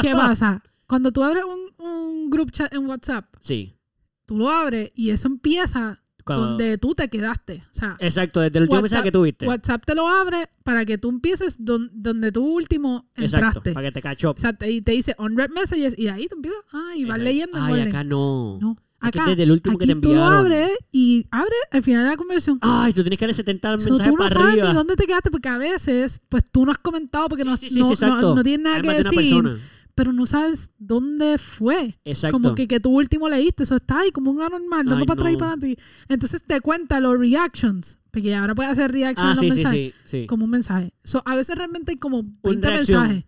Speaker 2: ¿Qué pasa? Cuando tú abres un, un group chat en WhatsApp,
Speaker 1: Sí.
Speaker 2: tú lo abres y eso empieza
Speaker 1: cuando-
Speaker 2: donde tú te quedaste. O sea,
Speaker 1: Exacto, desde el último mensaje
Speaker 2: WhatsApp-
Speaker 1: que tuviste.
Speaker 2: WhatsApp te lo abre para que tú empieces don- donde tú último
Speaker 1: Exacto,
Speaker 2: entraste.
Speaker 1: para que te cachó.
Speaker 2: O sea, te- y te dice on red messages y de ahí tú empiezas ah, y vas
Speaker 1: Exacto.
Speaker 2: leyendo. en
Speaker 1: Ay,
Speaker 2: orden.
Speaker 1: acá no.
Speaker 2: No,
Speaker 1: Aquí
Speaker 2: acá.
Speaker 1: desde el último que
Speaker 2: aquí
Speaker 1: te
Speaker 2: tú lo
Speaker 1: enviaron. Ah,
Speaker 2: abres y abre al final de la conversación.
Speaker 1: Ay, tú tienes que darle 70
Speaker 2: So,
Speaker 1: mensajes
Speaker 2: tú no
Speaker 1: para
Speaker 2: sabes
Speaker 1: arriba.
Speaker 2: ni dónde te quedaste porque a veces pues tú no has comentado porque
Speaker 1: Sí,
Speaker 2: no,
Speaker 1: sí, sí,
Speaker 2: no,
Speaker 1: sí,
Speaker 2: no-
Speaker 1: exacto.
Speaker 2: no tienes nada
Speaker 1: Además de
Speaker 2: que
Speaker 1: una
Speaker 2: decir,
Speaker 1: persona.
Speaker 2: pero no sabes dónde fue.
Speaker 1: Exacto. Ah,
Speaker 2: Como que, que tu último leíste, eso está ahí como un anormal, dando
Speaker 1: Ay,
Speaker 2: para atrás y
Speaker 1: no.
Speaker 2: para adelante. Entonces te cuenta los reactions, porque ahora puedes hacer reactions
Speaker 1: ah,
Speaker 2: a los
Speaker 1: sí, sí,
Speaker 2: mensajes
Speaker 1: sí, sí,
Speaker 2: como un mensaje. So, a veces realmente hay como 20
Speaker 1: reacción,
Speaker 2: mensajes,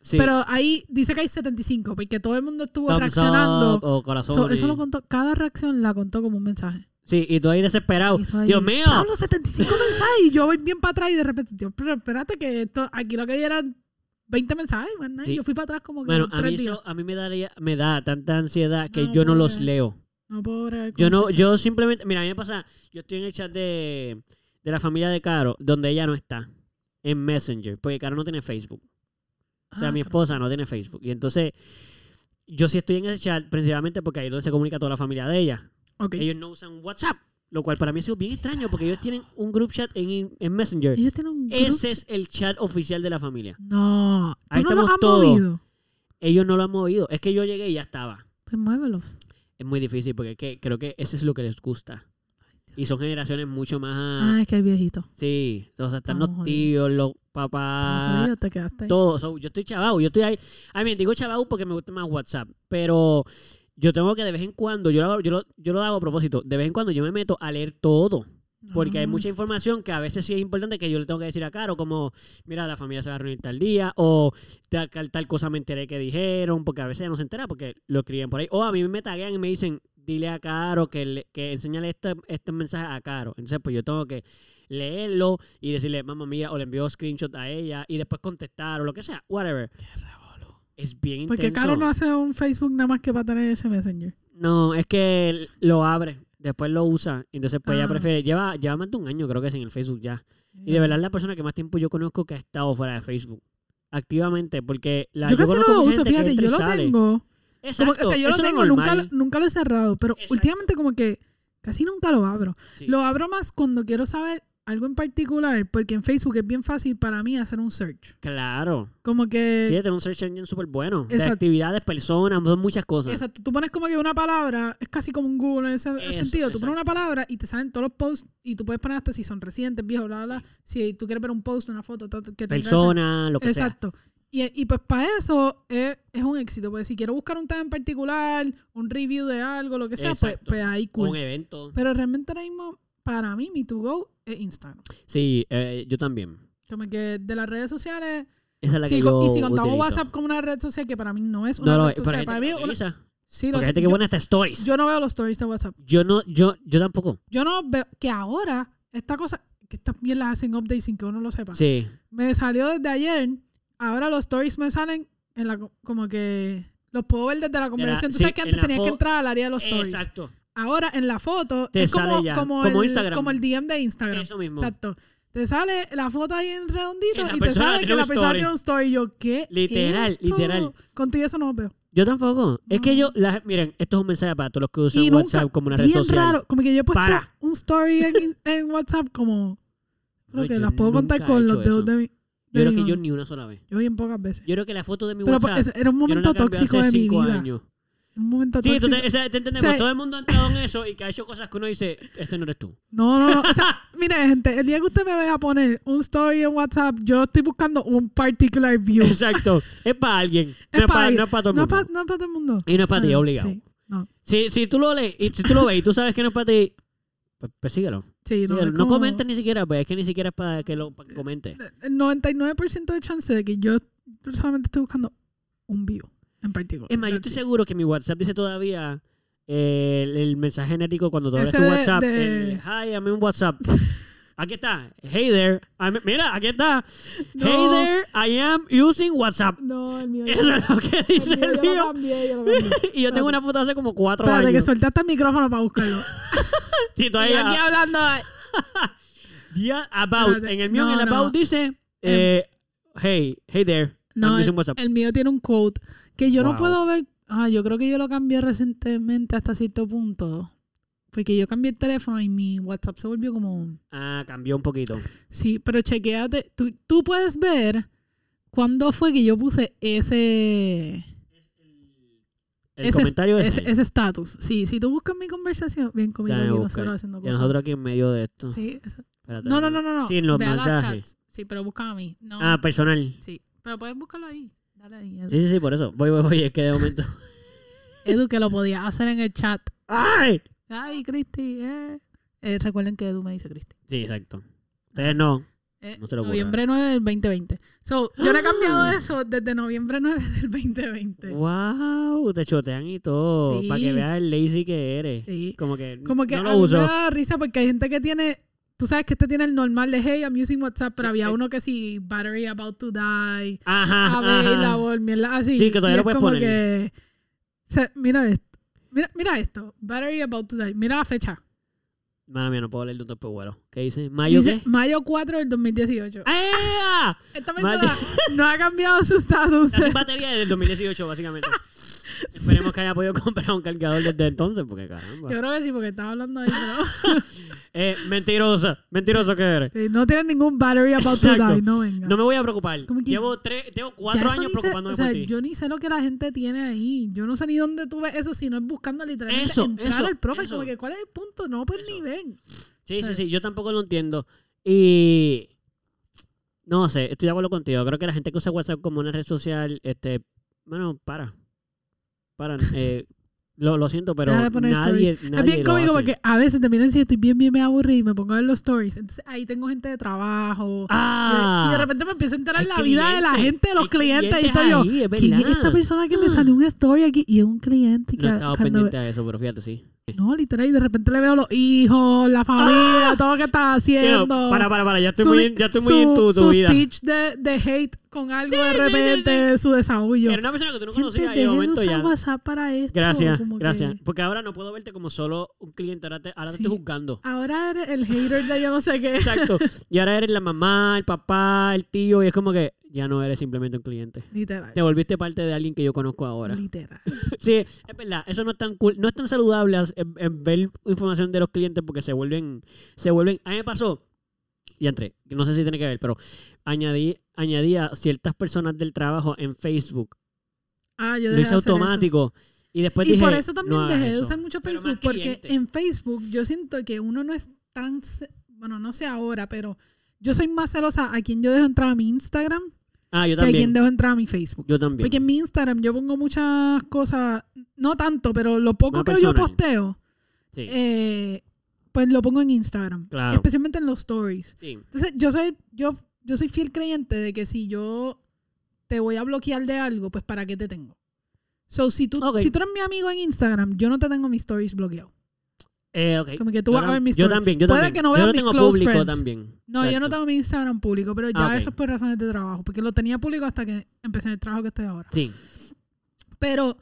Speaker 1: sí.
Speaker 2: pero ahí dice que hay 75, porque todo el mundo estuvo
Speaker 1: Thumbs
Speaker 2: reaccionando.
Speaker 1: up o corazón.
Speaker 2: So, eso lo contó, cada reacción la contó como un mensaje.
Speaker 1: Sí, y tú ahí desesperado.
Speaker 2: Y tú ahí,
Speaker 1: Dios mío.
Speaker 2: "Diablo, 75 mensajes y yo voy bien para atrás y de repente, Dios, pero espérate que esto, aquí lo que había eran 20 mensajes, más nada, y
Speaker 1: Sí.
Speaker 2: yo fui para atrás como que
Speaker 1: Bueno, a
Speaker 2: tres
Speaker 1: mí,
Speaker 2: días.
Speaker 1: eso, a mí me, daría, me da tanta ansiedad que
Speaker 2: No,
Speaker 1: yo no los
Speaker 2: pobre.
Speaker 1: leo.
Speaker 2: No puedo bregar con
Speaker 1: Yo no,
Speaker 2: eso.
Speaker 1: yo simplemente, mira, a mí me pasa, yo estoy en el chat de, de la familia de Caro, donde ella no está, en Messenger, porque Caro no tiene Facebook. O sea,
Speaker 2: Ah,
Speaker 1: mi
Speaker 2: creo.
Speaker 1: esposa no tiene Facebook. Y entonces, yo sí estoy en ese chat principalmente porque ahí es donde se comunica toda la familia de ella.
Speaker 2: Ah, Ok.
Speaker 1: Ellos no usan WhatsApp, lo cual para mí ha sido bien extraño porque ellos tienen un group chat en, en Messenger.
Speaker 2: Ellos tienen un grupo.
Speaker 1: Ese es el chat oficial de la familia.
Speaker 2: No, tú
Speaker 1: Ahí
Speaker 2: no los
Speaker 1: estamos
Speaker 2: has
Speaker 1: todos.
Speaker 2: movido.
Speaker 1: Ellos no lo han movido. Es que yo llegué y ya estaba.
Speaker 2: Pues muévelos.
Speaker 1: Es muy difícil porque es que creo que ese es lo que les gusta. Y son generaciones mucho más...
Speaker 2: Ah, es que hay viejito.
Speaker 1: Sí, o sea, están
Speaker 2: Estamos
Speaker 1: los
Speaker 2: jodidos.
Speaker 1: tíos, los
Speaker 2: Ah,
Speaker 1: papás,
Speaker 2: te quedaste ahí.
Speaker 1: todo. So, yo estoy chavao, yo estoy ahí. A mí, digo chavao porque me gusta más WhatsApp, pero yo tengo que de vez en cuando, yo lo, hago, yo, lo, yo lo hago a propósito, de vez en cuando yo me meto a leer todo, porque hay
Speaker 2: No,
Speaker 1: mucha información que a veces sí es importante que yo le tengo que decir a Caro, como, mira, la familia se va a reunir tal día, o tal, tal cosa me enteré que dijeron, porque a veces ella no se entera porque lo escriben por ahí. O a mí me taguean y me dicen, dile a Caro que, le- que enseñale este, este mensaje a Caro. Entonces, pues yo tengo que leerlo y decirle, mamá mía, o le envío screenshot a ella y después contestar o lo que sea, whatever.
Speaker 2: qué revolú.
Speaker 1: Es bien intenso.
Speaker 2: Porque Caro no hace un Facebook nada más que para tener ese Messenger.
Speaker 1: No, es que él lo abre, después lo usa, entonces pues ella
Speaker 2: Ah.
Speaker 1: prefiere, lleva, lleva más de un año creo que es en el Facebook ya. Y de verdad es la persona que más tiempo yo conozco que ha estado fuera de Facebook. Activamente, porque la
Speaker 2: yo casi no
Speaker 1: conozco
Speaker 2: lo
Speaker 1: mucha
Speaker 2: uso,
Speaker 1: gente que
Speaker 2: fíjate,
Speaker 1: entra y
Speaker 2: yo lo
Speaker 1: sale.
Speaker 2: tengo. Como,
Speaker 1: Exacto,
Speaker 2: o sea, yo lo
Speaker 1: eso no es
Speaker 2: tengo, nunca,
Speaker 1: normal.
Speaker 2: nunca lo he cerrado, pero
Speaker 1: Exacto.
Speaker 2: últimamente como que casi nunca lo abro.
Speaker 1: Sí.
Speaker 2: Lo abro más cuando quiero saber algo en particular, porque en Facebook es bien fácil para mí hacer un search.
Speaker 1: Claro.
Speaker 2: Como que...
Speaker 1: Sí, tiene un search engine súper bueno. De
Speaker 2: Eh, Exacto.
Speaker 1: actividades, personas, son muchas cosas.
Speaker 2: Exacto, tú pones como que una palabra, es casi como un Google en ese
Speaker 1: Eso,
Speaker 2: sentido. Tú
Speaker 1: exacto.
Speaker 2: pones una palabra y te salen todos los posts y tú puedes poner hasta si son recientes, viejos, bla, bla, bla. Si tú quieres ver un post, una foto, ta- que tenga ese-
Speaker 1: Personas, lo que
Speaker 2: Exacto. Y, y pues para eso es, es un éxito, porque si quiero buscar un tema en particular, un review de algo, lo que sea, pues,
Speaker 1: Exacto.
Speaker 2: pues ahí
Speaker 1: sea.
Speaker 2: cool. Pues
Speaker 1: Un evento.
Speaker 2: Pero realmente ahora mismo, para mí, mi to go es Instagram.
Speaker 1: Sí, eh, yo también.
Speaker 2: Como que de las redes sociales.
Speaker 1: Esa es la
Speaker 2: si
Speaker 1: que
Speaker 2: con-
Speaker 1: yo
Speaker 2: y si contamos
Speaker 1: utilizo.
Speaker 2: WhatsApp como una red social, que para mí no es una
Speaker 1: No, no,
Speaker 2: red
Speaker 1: pero hay
Speaker 2: social.
Speaker 1: gente que
Speaker 2: Para mí,
Speaker 1: lo
Speaker 2: es una,
Speaker 1: utiliza.
Speaker 2: sí, lo
Speaker 1: Porque hay
Speaker 2: sé.
Speaker 1: gente que
Speaker 2: yo,
Speaker 1: buena hasta stories. Yo,
Speaker 2: yo no veo los stories de WhatsApp.
Speaker 1: no, yo, yo tampoco.
Speaker 2: Yo no veo que ahora, esta cosa, que también las hacen updates sin que uno lo sepa.
Speaker 1: Sí.
Speaker 2: Me salió desde ayer. Ahora los stories me salen en la, co- como que los puedo ver desde la conversación. Tú
Speaker 1: sí,
Speaker 2: sabes que
Speaker 1: en
Speaker 2: antes
Speaker 1: la
Speaker 2: tenías que
Speaker 1: fo-
Speaker 2: entrar al área de los stories.
Speaker 1: Exacto.
Speaker 2: Ahora en la foto
Speaker 1: Te
Speaker 2: es como,
Speaker 1: sale ya,
Speaker 2: como,
Speaker 1: como
Speaker 2: el,
Speaker 1: Instagram.
Speaker 2: como el DM de Instagram.
Speaker 1: Eso mismo.
Speaker 2: Exacto. Te sale la foto ahí en redondito
Speaker 1: Y la
Speaker 2: y te
Speaker 1: persona
Speaker 2: sale
Speaker 1: tiene
Speaker 2: que
Speaker 1: un
Speaker 2: la persona
Speaker 1: story.
Speaker 2: tiene un story. Yo, ¿qué?
Speaker 1: Literal,
Speaker 2: esto?
Speaker 1: literal.
Speaker 2: Contigo eso no lo veo.
Speaker 1: Yo tampoco. Es que
Speaker 2: No.
Speaker 1: yo, la- miren, esto es un mensaje para todos los que usan
Speaker 2: Y nunca-
Speaker 1: WhatsApp como una red
Speaker 2: Bien
Speaker 1: social.
Speaker 2: raro. Como que yo he puesto
Speaker 1: Para.
Speaker 2: un story en, en WhatsApp como... Creo
Speaker 1: No,
Speaker 2: que
Speaker 1: yo
Speaker 2: las puedo contar
Speaker 1: nunca he
Speaker 2: con
Speaker 1: hecho
Speaker 2: los dedos
Speaker 1: eso.
Speaker 2: de mi...
Speaker 1: Yo
Speaker 2: de
Speaker 1: creo
Speaker 2: mi
Speaker 1: que yo
Speaker 2: mano.
Speaker 1: ni una sola vez.
Speaker 2: Yo bien pocas veces.
Speaker 1: Yo creo que la foto de mi
Speaker 2: Pero pues,
Speaker 1: WhatsApp.
Speaker 2: ese era un
Speaker 1: yo no la
Speaker 2: momento
Speaker 1: cambio
Speaker 2: tóxico
Speaker 1: hace
Speaker 2: de mi
Speaker 1: cinco
Speaker 2: vida.
Speaker 1: años.
Speaker 2: un momento
Speaker 1: Sí, tú
Speaker 2: tóxico.
Speaker 1: te- o sea, te entendemos.
Speaker 2: O sea,
Speaker 1: Todo el mundo ha entrado en eso y que ha hecho cosas que uno dice, este no eres tú.
Speaker 2: No, no, no. O sea, mire, gente, el día que usted me vea poner un story en WhatsApp, yo estoy buscando un particular view.
Speaker 1: Exacto. Es para alguien. No es
Speaker 2: pa'
Speaker 1: para,
Speaker 2: alguien.
Speaker 1: no es para todo el
Speaker 2: No es
Speaker 1: mundo.
Speaker 2: para todo el mundo.
Speaker 1: Y no es para ti,
Speaker 2: Ah,
Speaker 1: obligado.
Speaker 2: Sí, no.
Speaker 1: Si, si tú lo lees y si tú lo ves y tú sabes que no es para ti, pues, pues síguelo.
Speaker 2: Sí, no,
Speaker 1: Síguelo.
Speaker 2: es
Speaker 1: No
Speaker 2: como-
Speaker 1: comentes ni siquiera, pues es que ni siquiera es para que lo pa' que comente.
Speaker 2: El 99% de chance de que yo solamente estoy buscando un view en particular.
Speaker 1: Es más, yo estoy
Speaker 2: That's it.
Speaker 1: seguro que mi WhatsApp dice todavía eh, el, el mensaje genérico cuando tú abres
Speaker 2: Ese
Speaker 1: tu
Speaker 2: de-
Speaker 1: WhatsApp.
Speaker 2: de-
Speaker 1: el, Hi, I'm in WhatsApp. Aquí está. Hey there. I'm- mira, aquí está. Hey
Speaker 2: No.
Speaker 1: there, I am using WhatsApp.
Speaker 2: No, el mío.
Speaker 1: Eso es lo que dice
Speaker 2: el mío,
Speaker 1: el
Speaker 2: Yo lo
Speaker 1: mío.
Speaker 2: cambié, yo lo cambié.
Speaker 1: Y yo tengo
Speaker 2: Espérate.
Speaker 1: una foto hace como cuatro
Speaker 2: Espérate, que
Speaker 1: años.
Speaker 2: soltaste el micrófono para buscarlo.
Speaker 1: Sí,
Speaker 2: Y yo
Speaker 1: todavía.
Speaker 2: aquí hablando.
Speaker 1: Yeah, about.
Speaker 2: Espérate.
Speaker 1: En el mío, en el
Speaker 2: No, no.
Speaker 1: about dice, eh, hey, hey there.
Speaker 2: No,
Speaker 1: I'm
Speaker 2: el,
Speaker 1: using WhatsApp.
Speaker 2: el mío tiene un quote que yo
Speaker 1: Wow.
Speaker 2: no puedo ver. Ah, yo creo que yo lo cambié recientemente hasta cierto punto. Porque yo cambié el teléfono y mi WhatsApp se volvió como.
Speaker 1: Ah, cambió un poquito.
Speaker 2: Sí, pero chequeate. Tú, tú puedes ver cuándo fue que yo puse ese.
Speaker 1: El
Speaker 2: Ese-
Speaker 1: comentario es. este.
Speaker 2: Ese ese estatus. Sí, si tú buscas mi conversación, bien conmigo
Speaker 1: Dame
Speaker 2: aquí
Speaker 1: buscar.
Speaker 2: nosotros haciendo
Speaker 1: Y
Speaker 2: cosas.
Speaker 1: nosotros aquí en medio de esto.
Speaker 2: Sí, esa-
Speaker 1: Espérate.
Speaker 2: no, no, no, no, no.
Speaker 1: Sí, en los
Speaker 2: Ve a los
Speaker 1: mensajes.
Speaker 2: chats. Sí, pero busca a mí. No.
Speaker 1: Ah, personal.
Speaker 2: sí, pero puedes buscarlo ahí. Dale ahí. Edu.
Speaker 1: Sí, sí, sí, por eso. Voy, voy, voy. Es que de momento.
Speaker 2: Edu, que lo podía hacer en el chat.
Speaker 1: ¡Ay!
Speaker 2: Ay, Cristi, eh. Eh, recuerden que Edu me dice Cristi.
Speaker 1: Sí, exacto. Ustedes no.
Speaker 2: Eh,
Speaker 1: No se lo ocurra.
Speaker 2: noviembre 9 del 2020. So, yo no he cambiado eso desde noviembre 9 del 2020.
Speaker 1: ¡Wow! Te chotean y todo.
Speaker 2: Sí.
Speaker 1: Para que veas el lazy que eres.
Speaker 2: Sí.
Speaker 1: Como que,
Speaker 2: Como que
Speaker 1: no
Speaker 2: a
Speaker 1: lo
Speaker 2: mí
Speaker 1: uso.
Speaker 2: me da risa porque hay gente que tiene. Tú sabes que este tiene el normal de hey, I'm using WhatsApp, pero
Speaker 1: Sí,
Speaker 2: había
Speaker 1: eh.
Speaker 2: uno que sí, battery about to die,
Speaker 1: Ajá.
Speaker 2: Abel,
Speaker 1: ajá.
Speaker 2: la mierda así.
Speaker 1: Sí, que todavía lo
Speaker 2: Y es
Speaker 1: puedes
Speaker 2: como
Speaker 1: poner.
Speaker 2: que- o sea, mira esto. Mira, mira esto. Battery about to die. Mira la fecha.
Speaker 1: Mala mía, no puedo leer de un tope güero. ¿Qué dice? ¿Mayo
Speaker 2: Dice
Speaker 1: qué?
Speaker 2: mayo 4 del 2018.
Speaker 1: ¡Ah!
Speaker 2: Esta persona
Speaker 1: Mayo-
Speaker 2: no ha cambiado su estatus.
Speaker 1: Está sin batería desde el 2018, básicamente. Esperemos que haya podido comprar un cargador desde entonces, porque caramba.
Speaker 2: Yo creo que sí, porque estaba hablando ahí, pero
Speaker 1: Eh, mentirosa, mentiroso que eres.
Speaker 2: eh, no tiene ningún battery about to
Speaker 1: Exacto.
Speaker 2: die. No venga.
Speaker 1: No me voy a preocupar.
Speaker 2: Como que-
Speaker 1: Llevo tres, tengo
Speaker 2: Ya
Speaker 1: cuatro
Speaker 2: eso
Speaker 1: años
Speaker 2: ni sé-
Speaker 1: preocupándome
Speaker 2: O sea,
Speaker 1: por ti.
Speaker 2: yo ni sé lo que la gente tiene ahí. Yo no sé ni dónde tú ves eso, si no es buscando literalmente
Speaker 1: Eso,
Speaker 2: entrar
Speaker 1: eso,
Speaker 2: al profe.
Speaker 1: eso.
Speaker 2: Como que, ¿cuál es el punto? No, pues
Speaker 1: Eso.
Speaker 2: ni ver.
Speaker 1: Sí, sí,
Speaker 2: Sí.
Speaker 1: sí, yo tampoco lo entiendo. Y no sé, estoy de acuerdo contigo. Creo que la gente que usa WhatsApp como una red social, este, bueno, para. Para. eh, lo, lo siento, pero
Speaker 2: Deja de poner
Speaker 1: nadie, nadie.
Speaker 2: es bien
Speaker 1: lo
Speaker 2: cómico
Speaker 1: hace.
Speaker 2: porque a veces te miran si estoy bien, bien, me aburrí y me pongo a ver los stories. Entonces ahí tengo gente de trabajo.
Speaker 1: ¡Ah!
Speaker 2: Y de repente me empiezo a enterar
Speaker 1: Hay
Speaker 2: la vida de la
Speaker 1: clientes,
Speaker 2: gente, de los
Speaker 1: hay
Speaker 2: clientes. y
Speaker 1: clientes
Speaker 2: estoy yo,
Speaker 1: ahí, es
Speaker 2: ¿quién es
Speaker 1: verdad. Ah.
Speaker 2: esta persona que me salió un story aquí? Y es un cliente. que
Speaker 1: No estaba
Speaker 2: cuando ve-
Speaker 1: pendiente a eso, pero fíjate, sí.
Speaker 2: No, literal, y de repente le veo los hijos, la familia, todo lo que está haciendo.
Speaker 1: Ah. para, para, para, ya estoy
Speaker 2: Su-
Speaker 1: muy, in- ya estoy muy
Speaker 2: su-
Speaker 1: en tu, tu
Speaker 2: su
Speaker 1: vida.
Speaker 2: speech de, de hate con algo de
Speaker 1: sí,
Speaker 2: repente, su desahullo.
Speaker 1: Era una persona que tú no
Speaker 2: Gente,
Speaker 1: conocías y de
Speaker 2: dejen de
Speaker 1: momento
Speaker 2: usar
Speaker 1: ya.
Speaker 2: WhatsApp para esto.
Speaker 1: Gracias,
Speaker 2: como que-
Speaker 1: gracias. Porque ahora no puedo verte como solo un cliente, ahora te, ahora te
Speaker 2: Sí.
Speaker 1: estoy juzgando.
Speaker 2: Ahora eres el hater de yo no sé qué.
Speaker 1: Exacto. Y ahora eres la mamá, el papá, el tío, y es como que ya no eres simplemente un cliente.
Speaker 2: Literal.
Speaker 1: Te volviste parte de alguien que yo conozco ahora.
Speaker 2: Literal.
Speaker 1: Sí, es verdad, eso no es tan cool, no es tan saludable as- en, en ver información de los clientes porque se vuelven, se vuelven. A mí me pasó, y entre, que no sé si tiene que ver, pero añadí, añadí a ciertas personas del trabajo en Facebook.
Speaker 2: Ah,
Speaker 1: Lo
Speaker 2: yo dejé
Speaker 1: hice
Speaker 2: de hacer
Speaker 1: automático. Y después
Speaker 2: eso. Y
Speaker 1: dije,
Speaker 2: por eso también
Speaker 1: "No hagas
Speaker 2: dejé de
Speaker 1: eso".
Speaker 2: usar mucho
Speaker 1: Pero más
Speaker 2: Facebook, porque
Speaker 1: cliente.
Speaker 2: en Facebook yo siento que uno no es tan. ce- Bueno, no sé ahora, pero yo soy más celosa a quien yo dejo entrar a mi Instagram
Speaker 1: Ah, yo
Speaker 2: que a quien
Speaker 1: también.
Speaker 2: dejo entrar a mi Facebook.
Speaker 1: Yo también.
Speaker 2: Porque en mi Instagram yo pongo muchas cosas, no tanto, pero lo
Speaker 1: Más
Speaker 2: poco que yo
Speaker 1: personal.
Speaker 2: posteo,
Speaker 1: Sí,
Speaker 2: eh, pues lo pongo en Instagram.
Speaker 1: Claro.
Speaker 2: Especialmente en los stories.
Speaker 1: sí.
Speaker 2: Entonces, yo soy, yo, yo soy fiel creyente de que si yo te voy a bloquear de algo, pues ¿para qué te tengo? So, si tú,
Speaker 1: Ok.
Speaker 2: si tú eres mi amigo en Instagram, yo no te tengo mis stories bloqueados.
Speaker 1: Eh, ok.
Speaker 2: Como que tú
Speaker 1: yo,
Speaker 2: vas a ver
Speaker 1: tam-
Speaker 2: mis
Speaker 1: yo
Speaker 2: stories.
Speaker 1: también, yo
Speaker 2: Puede
Speaker 1: también.
Speaker 2: que no
Speaker 1: yo
Speaker 2: vean
Speaker 1: lo
Speaker 2: mis
Speaker 1: tengo
Speaker 2: close
Speaker 1: público
Speaker 2: friends.
Speaker 1: también.
Speaker 2: No, yo no
Speaker 1: Exacto.
Speaker 2: tengo mi Instagram público, pero ya
Speaker 1: Ah, ok.
Speaker 2: eso es por razones de trabajo, porque lo tenía público hasta que empecé el trabajo que estoy ahora.
Speaker 1: Sí,
Speaker 2: Pero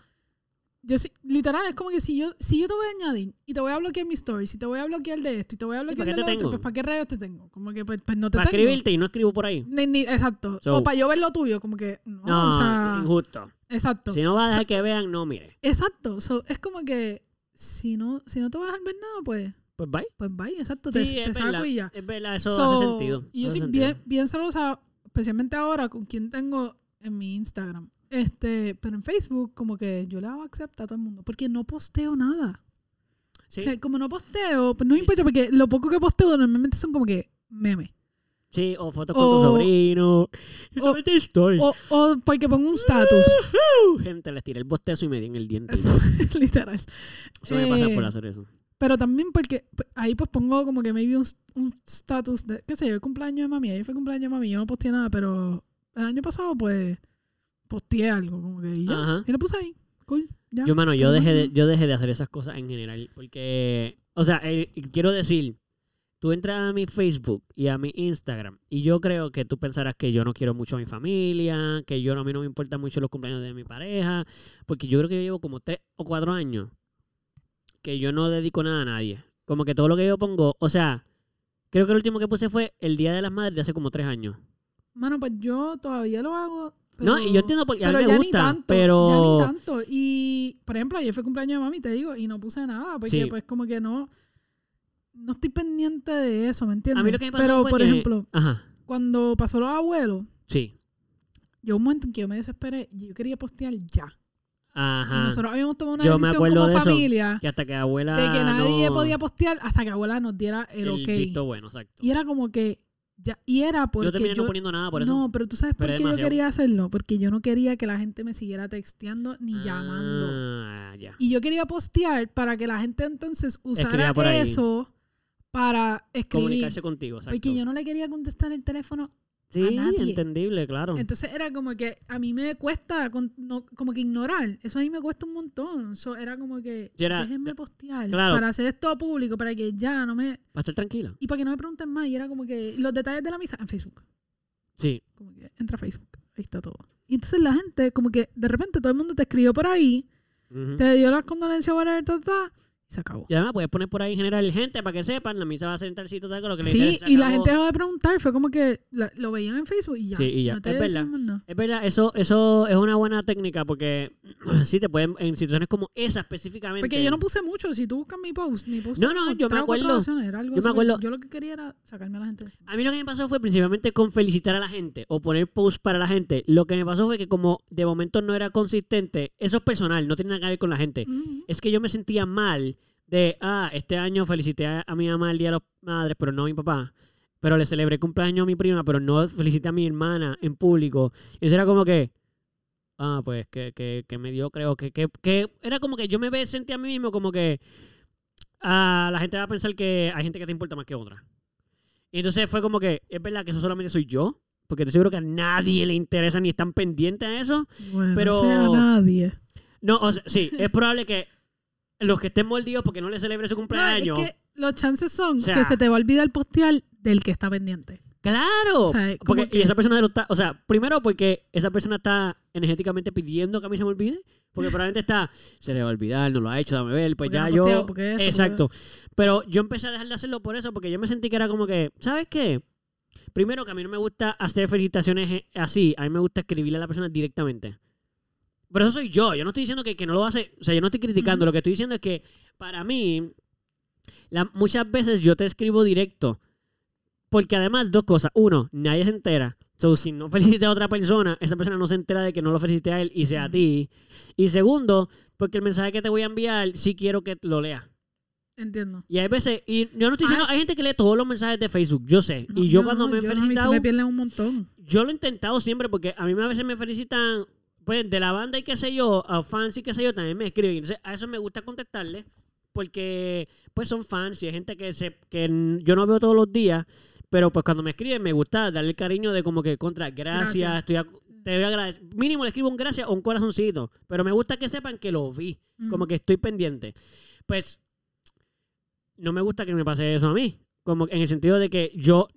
Speaker 2: yo sí- literal es como que si yo si yo te voy a añadir y te voy a bloquear mis stories, y te voy a bloquear de esto y te voy a bloquear
Speaker 1: ¿para qué
Speaker 2: de lo
Speaker 1: te
Speaker 2: otro,
Speaker 1: tengo?
Speaker 2: pues para qué rayos te tengo? Como que pues, pues, no te
Speaker 1: para
Speaker 2: tengo.
Speaker 1: escribirte y no escribo por ahí.
Speaker 2: Ni- ni- exacto.
Speaker 1: So-
Speaker 2: o para yo ver lo tuyo, como que no,
Speaker 1: No,
Speaker 2: o sea,
Speaker 1: injusto.
Speaker 2: exacto.
Speaker 1: Si no vas a dejar que vean, no, mire.
Speaker 2: Exacto. So, es como que si no si no te vas a dejar ver nada, pues
Speaker 1: Pues bye.
Speaker 2: pues bye, exacto,
Speaker 1: Sí,
Speaker 2: te,
Speaker 1: es
Speaker 2: te
Speaker 1: verdad.
Speaker 2: saco y ya.
Speaker 1: Es verdad, eso
Speaker 2: So,
Speaker 1: hace sentido.
Speaker 2: Y yo
Speaker 1: hace
Speaker 2: soy
Speaker 1: sentido.
Speaker 2: bien, bien celosa, especialmente ahora con quien tengo en mi Instagram. Este, pero en Facebook, como que yo le hago accept a todo el mundo. Porque no posteo nada.
Speaker 1: Sí,
Speaker 2: O sea, como no posteo, pues no me
Speaker 1: Sí,
Speaker 2: importa, porque lo poco que posteo normalmente son como que memes.
Speaker 1: sí, o fotos con tu
Speaker 2: O-
Speaker 1: sobrino. Y
Speaker 2: o-
Speaker 1: solamente stories.
Speaker 2: O, o porque pongo un status.
Speaker 1: Uh, gente, les tiré el bostezo y me di en el diente.
Speaker 2: Literal.
Speaker 1: Eso me pasa
Speaker 2: Eh,
Speaker 1: por hacer eso.
Speaker 2: Pero también porque p- ahí pues pongo como que maybe un s- un status de, qué sé yo, el cumpleaños de mami. Ayer fue el cumpleaños de mami, yo no posteé nada, pero el año pasado pues posteé algo, como que y ya.
Speaker 1: Ajá.
Speaker 2: Y lo puse ahí. Cool. Ya.
Speaker 1: Yo, mano, yo
Speaker 2: Pero
Speaker 1: dejé,
Speaker 2: más
Speaker 1: de,
Speaker 2: nada.
Speaker 1: yo dejé de hacer esas cosas en general. Porque, o sea, eh, quiero decir, tú entras a mi Facebook y a mi Instagram. Y yo creo que tú pensarás que yo no quiero mucho a mi familia, que yo no- a mí no me importan mucho los cumpleaños de mi pareja. Porque yo creo que yo llevo como tres o cuatro años que yo no dedico nada a nadie. Como que todo lo que yo pongo, o sea, creo que el último que puse fue el Día de las Madres de hace como tres años.
Speaker 2: Mano, pues yo todavía lo hago.
Speaker 1: no, y yo entiendo porque a mí
Speaker 2: pero
Speaker 1: me
Speaker 2: ya
Speaker 1: gusta,
Speaker 2: ni tanto,
Speaker 1: pero...
Speaker 2: ya ni tanto. Y, por ejemplo, ayer fue el cumpleaños de mami, te digo, y no puse nada, porque
Speaker 1: Sí.
Speaker 2: pues como que no, no estoy pendiente de eso, ¿me entiendes?
Speaker 1: A mí lo que me pasó
Speaker 2: pero,
Speaker 1: fue
Speaker 2: por
Speaker 1: que-
Speaker 2: ejemplo,
Speaker 1: Ajá,
Speaker 2: cuando pasó los abuelos,
Speaker 1: sí.
Speaker 2: Yo un momento en que yo me desesperé y yo quería postear ya.
Speaker 1: Ajá.
Speaker 2: Y nosotros habíamos tomado una
Speaker 1: Ah, Yo me
Speaker 2: decisión
Speaker 1: acuerdo
Speaker 2: como
Speaker 1: de eso,
Speaker 2: familia
Speaker 1: Que hasta que abuela.
Speaker 2: de que nadie
Speaker 1: no-
Speaker 2: podía postear hasta que abuela nos diera
Speaker 1: el
Speaker 2: el, ok.
Speaker 1: visto bueno, exacto.
Speaker 2: Y era como que ya y era porque
Speaker 1: yo terminé
Speaker 2: yo
Speaker 1: no poniendo nada por eso.
Speaker 2: no, pero tú sabes por
Speaker 1: Pero
Speaker 2: qué yo
Speaker 1: demasiado.
Speaker 2: quería hacerlo, porque yo no quería que la gente me siguiera texteando ni llamando.
Speaker 1: Ah, ya.
Speaker 2: Y yo quería postear para que la gente entonces usara
Speaker 1: Escribía por ahí.
Speaker 2: eso para escribir.
Speaker 1: Comunicarse contigo, exacto.
Speaker 2: Porque yo no le quería contestar el teléfono
Speaker 1: sí,
Speaker 2: a nadie.
Speaker 1: entendible, claro.
Speaker 2: Entonces era como que a mí me cuesta con- no- como que ignorar. Eso a mí me cuesta un montón. So, era como que
Speaker 1: Y era-
Speaker 2: déjenme postear
Speaker 1: claro.
Speaker 2: para hacer esto público, para que ya no me...
Speaker 1: Para estar tranquila.
Speaker 2: Y para que no me pregunten más. Y era como que los detalles de la misa en Facebook.
Speaker 1: Sí.
Speaker 2: Como que entra a Facebook. Ahí está todo. Y entonces la gente como que de repente todo el mundo te escribió por ahí,
Speaker 1: ujú.
Speaker 2: te dio las condolencias, whatever, ta, ta, y se acabó.
Speaker 1: Y además puedes poner por ahí en general gente para que sepan, la misa va a ser en tal sitio, tal, con lo que le
Speaker 2: Sí,
Speaker 1: interesa,
Speaker 2: y la
Speaker 1: acabó.
Speaker 2: gente dejó de preguntar. Fue como que la- lo veían en Facebook y ya.
Speaker 1: Sí, y ya.
Speaker 2: No te
Speaker 1: Es verdad.
Speaker 2: decían más nada.
Speaker 1: Es verdad, eso, eso es una buena técnica porque sí te pueden, en situaciones como esa específicamente.
Speaker 2: Porque yo no puse mucho. Si tú buscas mi post, mi post.
Speaker 1: No,
Speaker 2: era
Speaker 1: no,
Speaker 2: como
Speaker 1: yo me
Speaker 2: tres o cuatro
Speaker 1: acuerdo.
Speaker 2: oraciones, era algo
Speaker 1: Yo me
Speaker 2: así que
Speaker 1: acuerdo.
Speaker 2: Yo lo que quería era sacarme a la gente. de encima.
Speaker 1: A mí lo que me pasó fue principalmente con felicitar a la gente o poner posts para la gente. Lo que me pasó fue que como de momento no era consistente, eso es personal, no tiene nada que ver con la gente.
Speaker 2: Ujú.
Speaker 1: Es que yo me sentía mal de, ah, este año felicité a, a mi mamá el Día de las Madres, pero no a mi papá. Pero le celebré cumpleaños a mi prima, pero no felicité a mi hermana en público. Y eso era como que, ah, pues que, que, que me dio, creo que, que, que era como que yo me ve- sentía a mí mismo como que ah, la gente va a pensar que hay gente que te importa más que otra. Y entonces fue como que, es verdad que eso solamente soy yo, porque estoy seguro que a nadie le interesa ni están pendientes a eso.
Speaker 2: Bueno,
Speaker 1: Pero-
Speaker 2: sea nadie.
Speaker 1: No, o sea, sí, es probable que los que estén mordidos porque no le celebre su
Speaker 2: No, es
Speaker 1: cumpleaños.
Speaker 2: que los chances son
Speaker 1: O sea-
Speaker 2: que se te va a olvidar postear del que está pendiente.
Speaker 1: ¡Claro!
Speaker 2: O sea, como
Speaker 1: porque,
Speaker 2: que-
Speaker 1: Y esa persona lo está. O sea, primero porque esa persona está energéticamente pidiendo que a mí se me olvide. Porque probablemente está. Se le va a olvidar, no lo ha hecho, dame ver. Pues
Speaker 2: Porque
Speaker 1: ya
Speaker 2: no
Speaker 1: yo.
Speaker 2: posteo, porque esto, porque-
Speaker 1: Exacto. Pero yo empecé a dejar de hacerlo por eso, porque yo me sentí que era como que, ¿sabes qué? Primero, que a mí no me gusta hacer felicitaciones eh, así. A mí me gusta escribirle a la persona directamente. Pero eso soy yo. Yo no estoy diciendo que, que no lo hace. O sea, yo no estoy criticando.
Speaker 2: Ujú.
Speaker 1: Lo que estoy diciendo es que, para mí, la- muchas veces yo te escribo directo. Porque además, dos cosas. Uno, nadie se entera. So, si no felicitas a otra persona, esa persona no se entera de que no lo felicité a él y sea a
Speaker 2: Ujú.
Speaker 1: ti. Y segundo, porque el mensaje que te voy a enviar, sí quiero que lo leas.
Speaker 2: Entiendo.
Speaker 1: Y hay veces, y yo no estoy diciendo, hay gente que lee todos los mensajes de Facebook, yo sé.
Speaker 2: Ah. No,
Speaker 1: y yo
Speaker 2: no,
Speaker 1: cuando
Speaker 2: no,
Speaker 1: me han
Speaker 2: yo no, a mí se
Speaker 1: felicitado,
Speaker 2: me pierden un montón.
Speaker 1: yo lo he intentado siempre porque a mí a veces me felicitan, pues de la banda y qué sé yo, a fans y qué sé yo, también me escriben. Entonces a eso me gusta contestarles porque pues son fans y hay gente que, se, que n- yo no veo todos los días, pero pues cuando me escriben me gusta darle el cariño de como que contra, gracias,
Speaker 2: Gracias.
Speaker 1: estoy a- te voy a agradecer. Mínimo le escribo un gracias o un corazoncito, pero me gusta que sepan que lo vi como que estoy pendiente. Pues no me gusta que me pase eso a mí, como en el sentido de que yo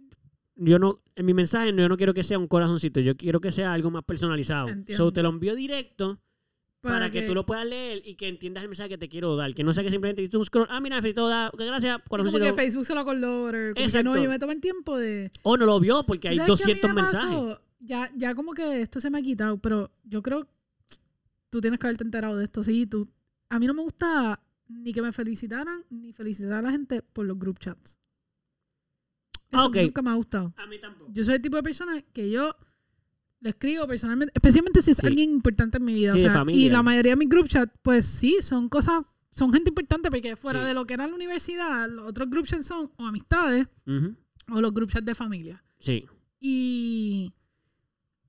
Speaker 1: yo no en mi mensaje no- yo no quiero que sea un corazoncito, yo quiero que sea algo más personalizado.
Speaker 2: Entiendo.
Speaker 1: So te lo envío directo para, que, tú lo puedas leer y que entiendas el mensaje que te quiero dar, que no sea que simplemente hiciste un scroll, ah mira, felicito, da, gracias,
Speaker 2: Sí, como
Speaker 1: corazoncito
Speaker 2: que Facebook se lo acordó. whatever, como que
Speaker 1: Exacto.
Speaker 2: no, yo me tomé el tiempo de...
Speaker 1: o no lo vio porque hay
Speaker 2: ¿Sabes qué a mí
Speaker 1: 200
Speaker 2: me
Speaker 1: mensajes.
Speaker 2: pasó? Ya, ya como que esto se me ha quitado, pero yo creo tú tienes que haberte enterado de esto. Sí, tú. A mí no me gusta ni que me felicitaran ni felicitar a la gente por los group chats. Eso
Speaker 1: Ah, ok.
Speaker 2: nunca me ha gustado.
Speaker 1: A mí tampoco.
Speaker 2: Yo soy el tipo de persona que yo le escribo personalmente, especialmente si es
Speaker 1: Sí.
Speaker 2: alguien importante en mi vida.
Speaker 1: Sí,
Speaker 2: o
Speaker 1: de
Speaker 2: sea,
Speaker 1: familia.
Speaker 2: Y la mayoría de mis group chat, pues sí, son cosas, son gente importante porque fuera
Speaker 1: Sí.
Speaker 2: de lo que era la universidad, los otros group chats son o amistades
Speaker 1: Ujú.
Speaker 2: o los group chats de familia.
Speaker 1: Sí.
Speaker 2: Y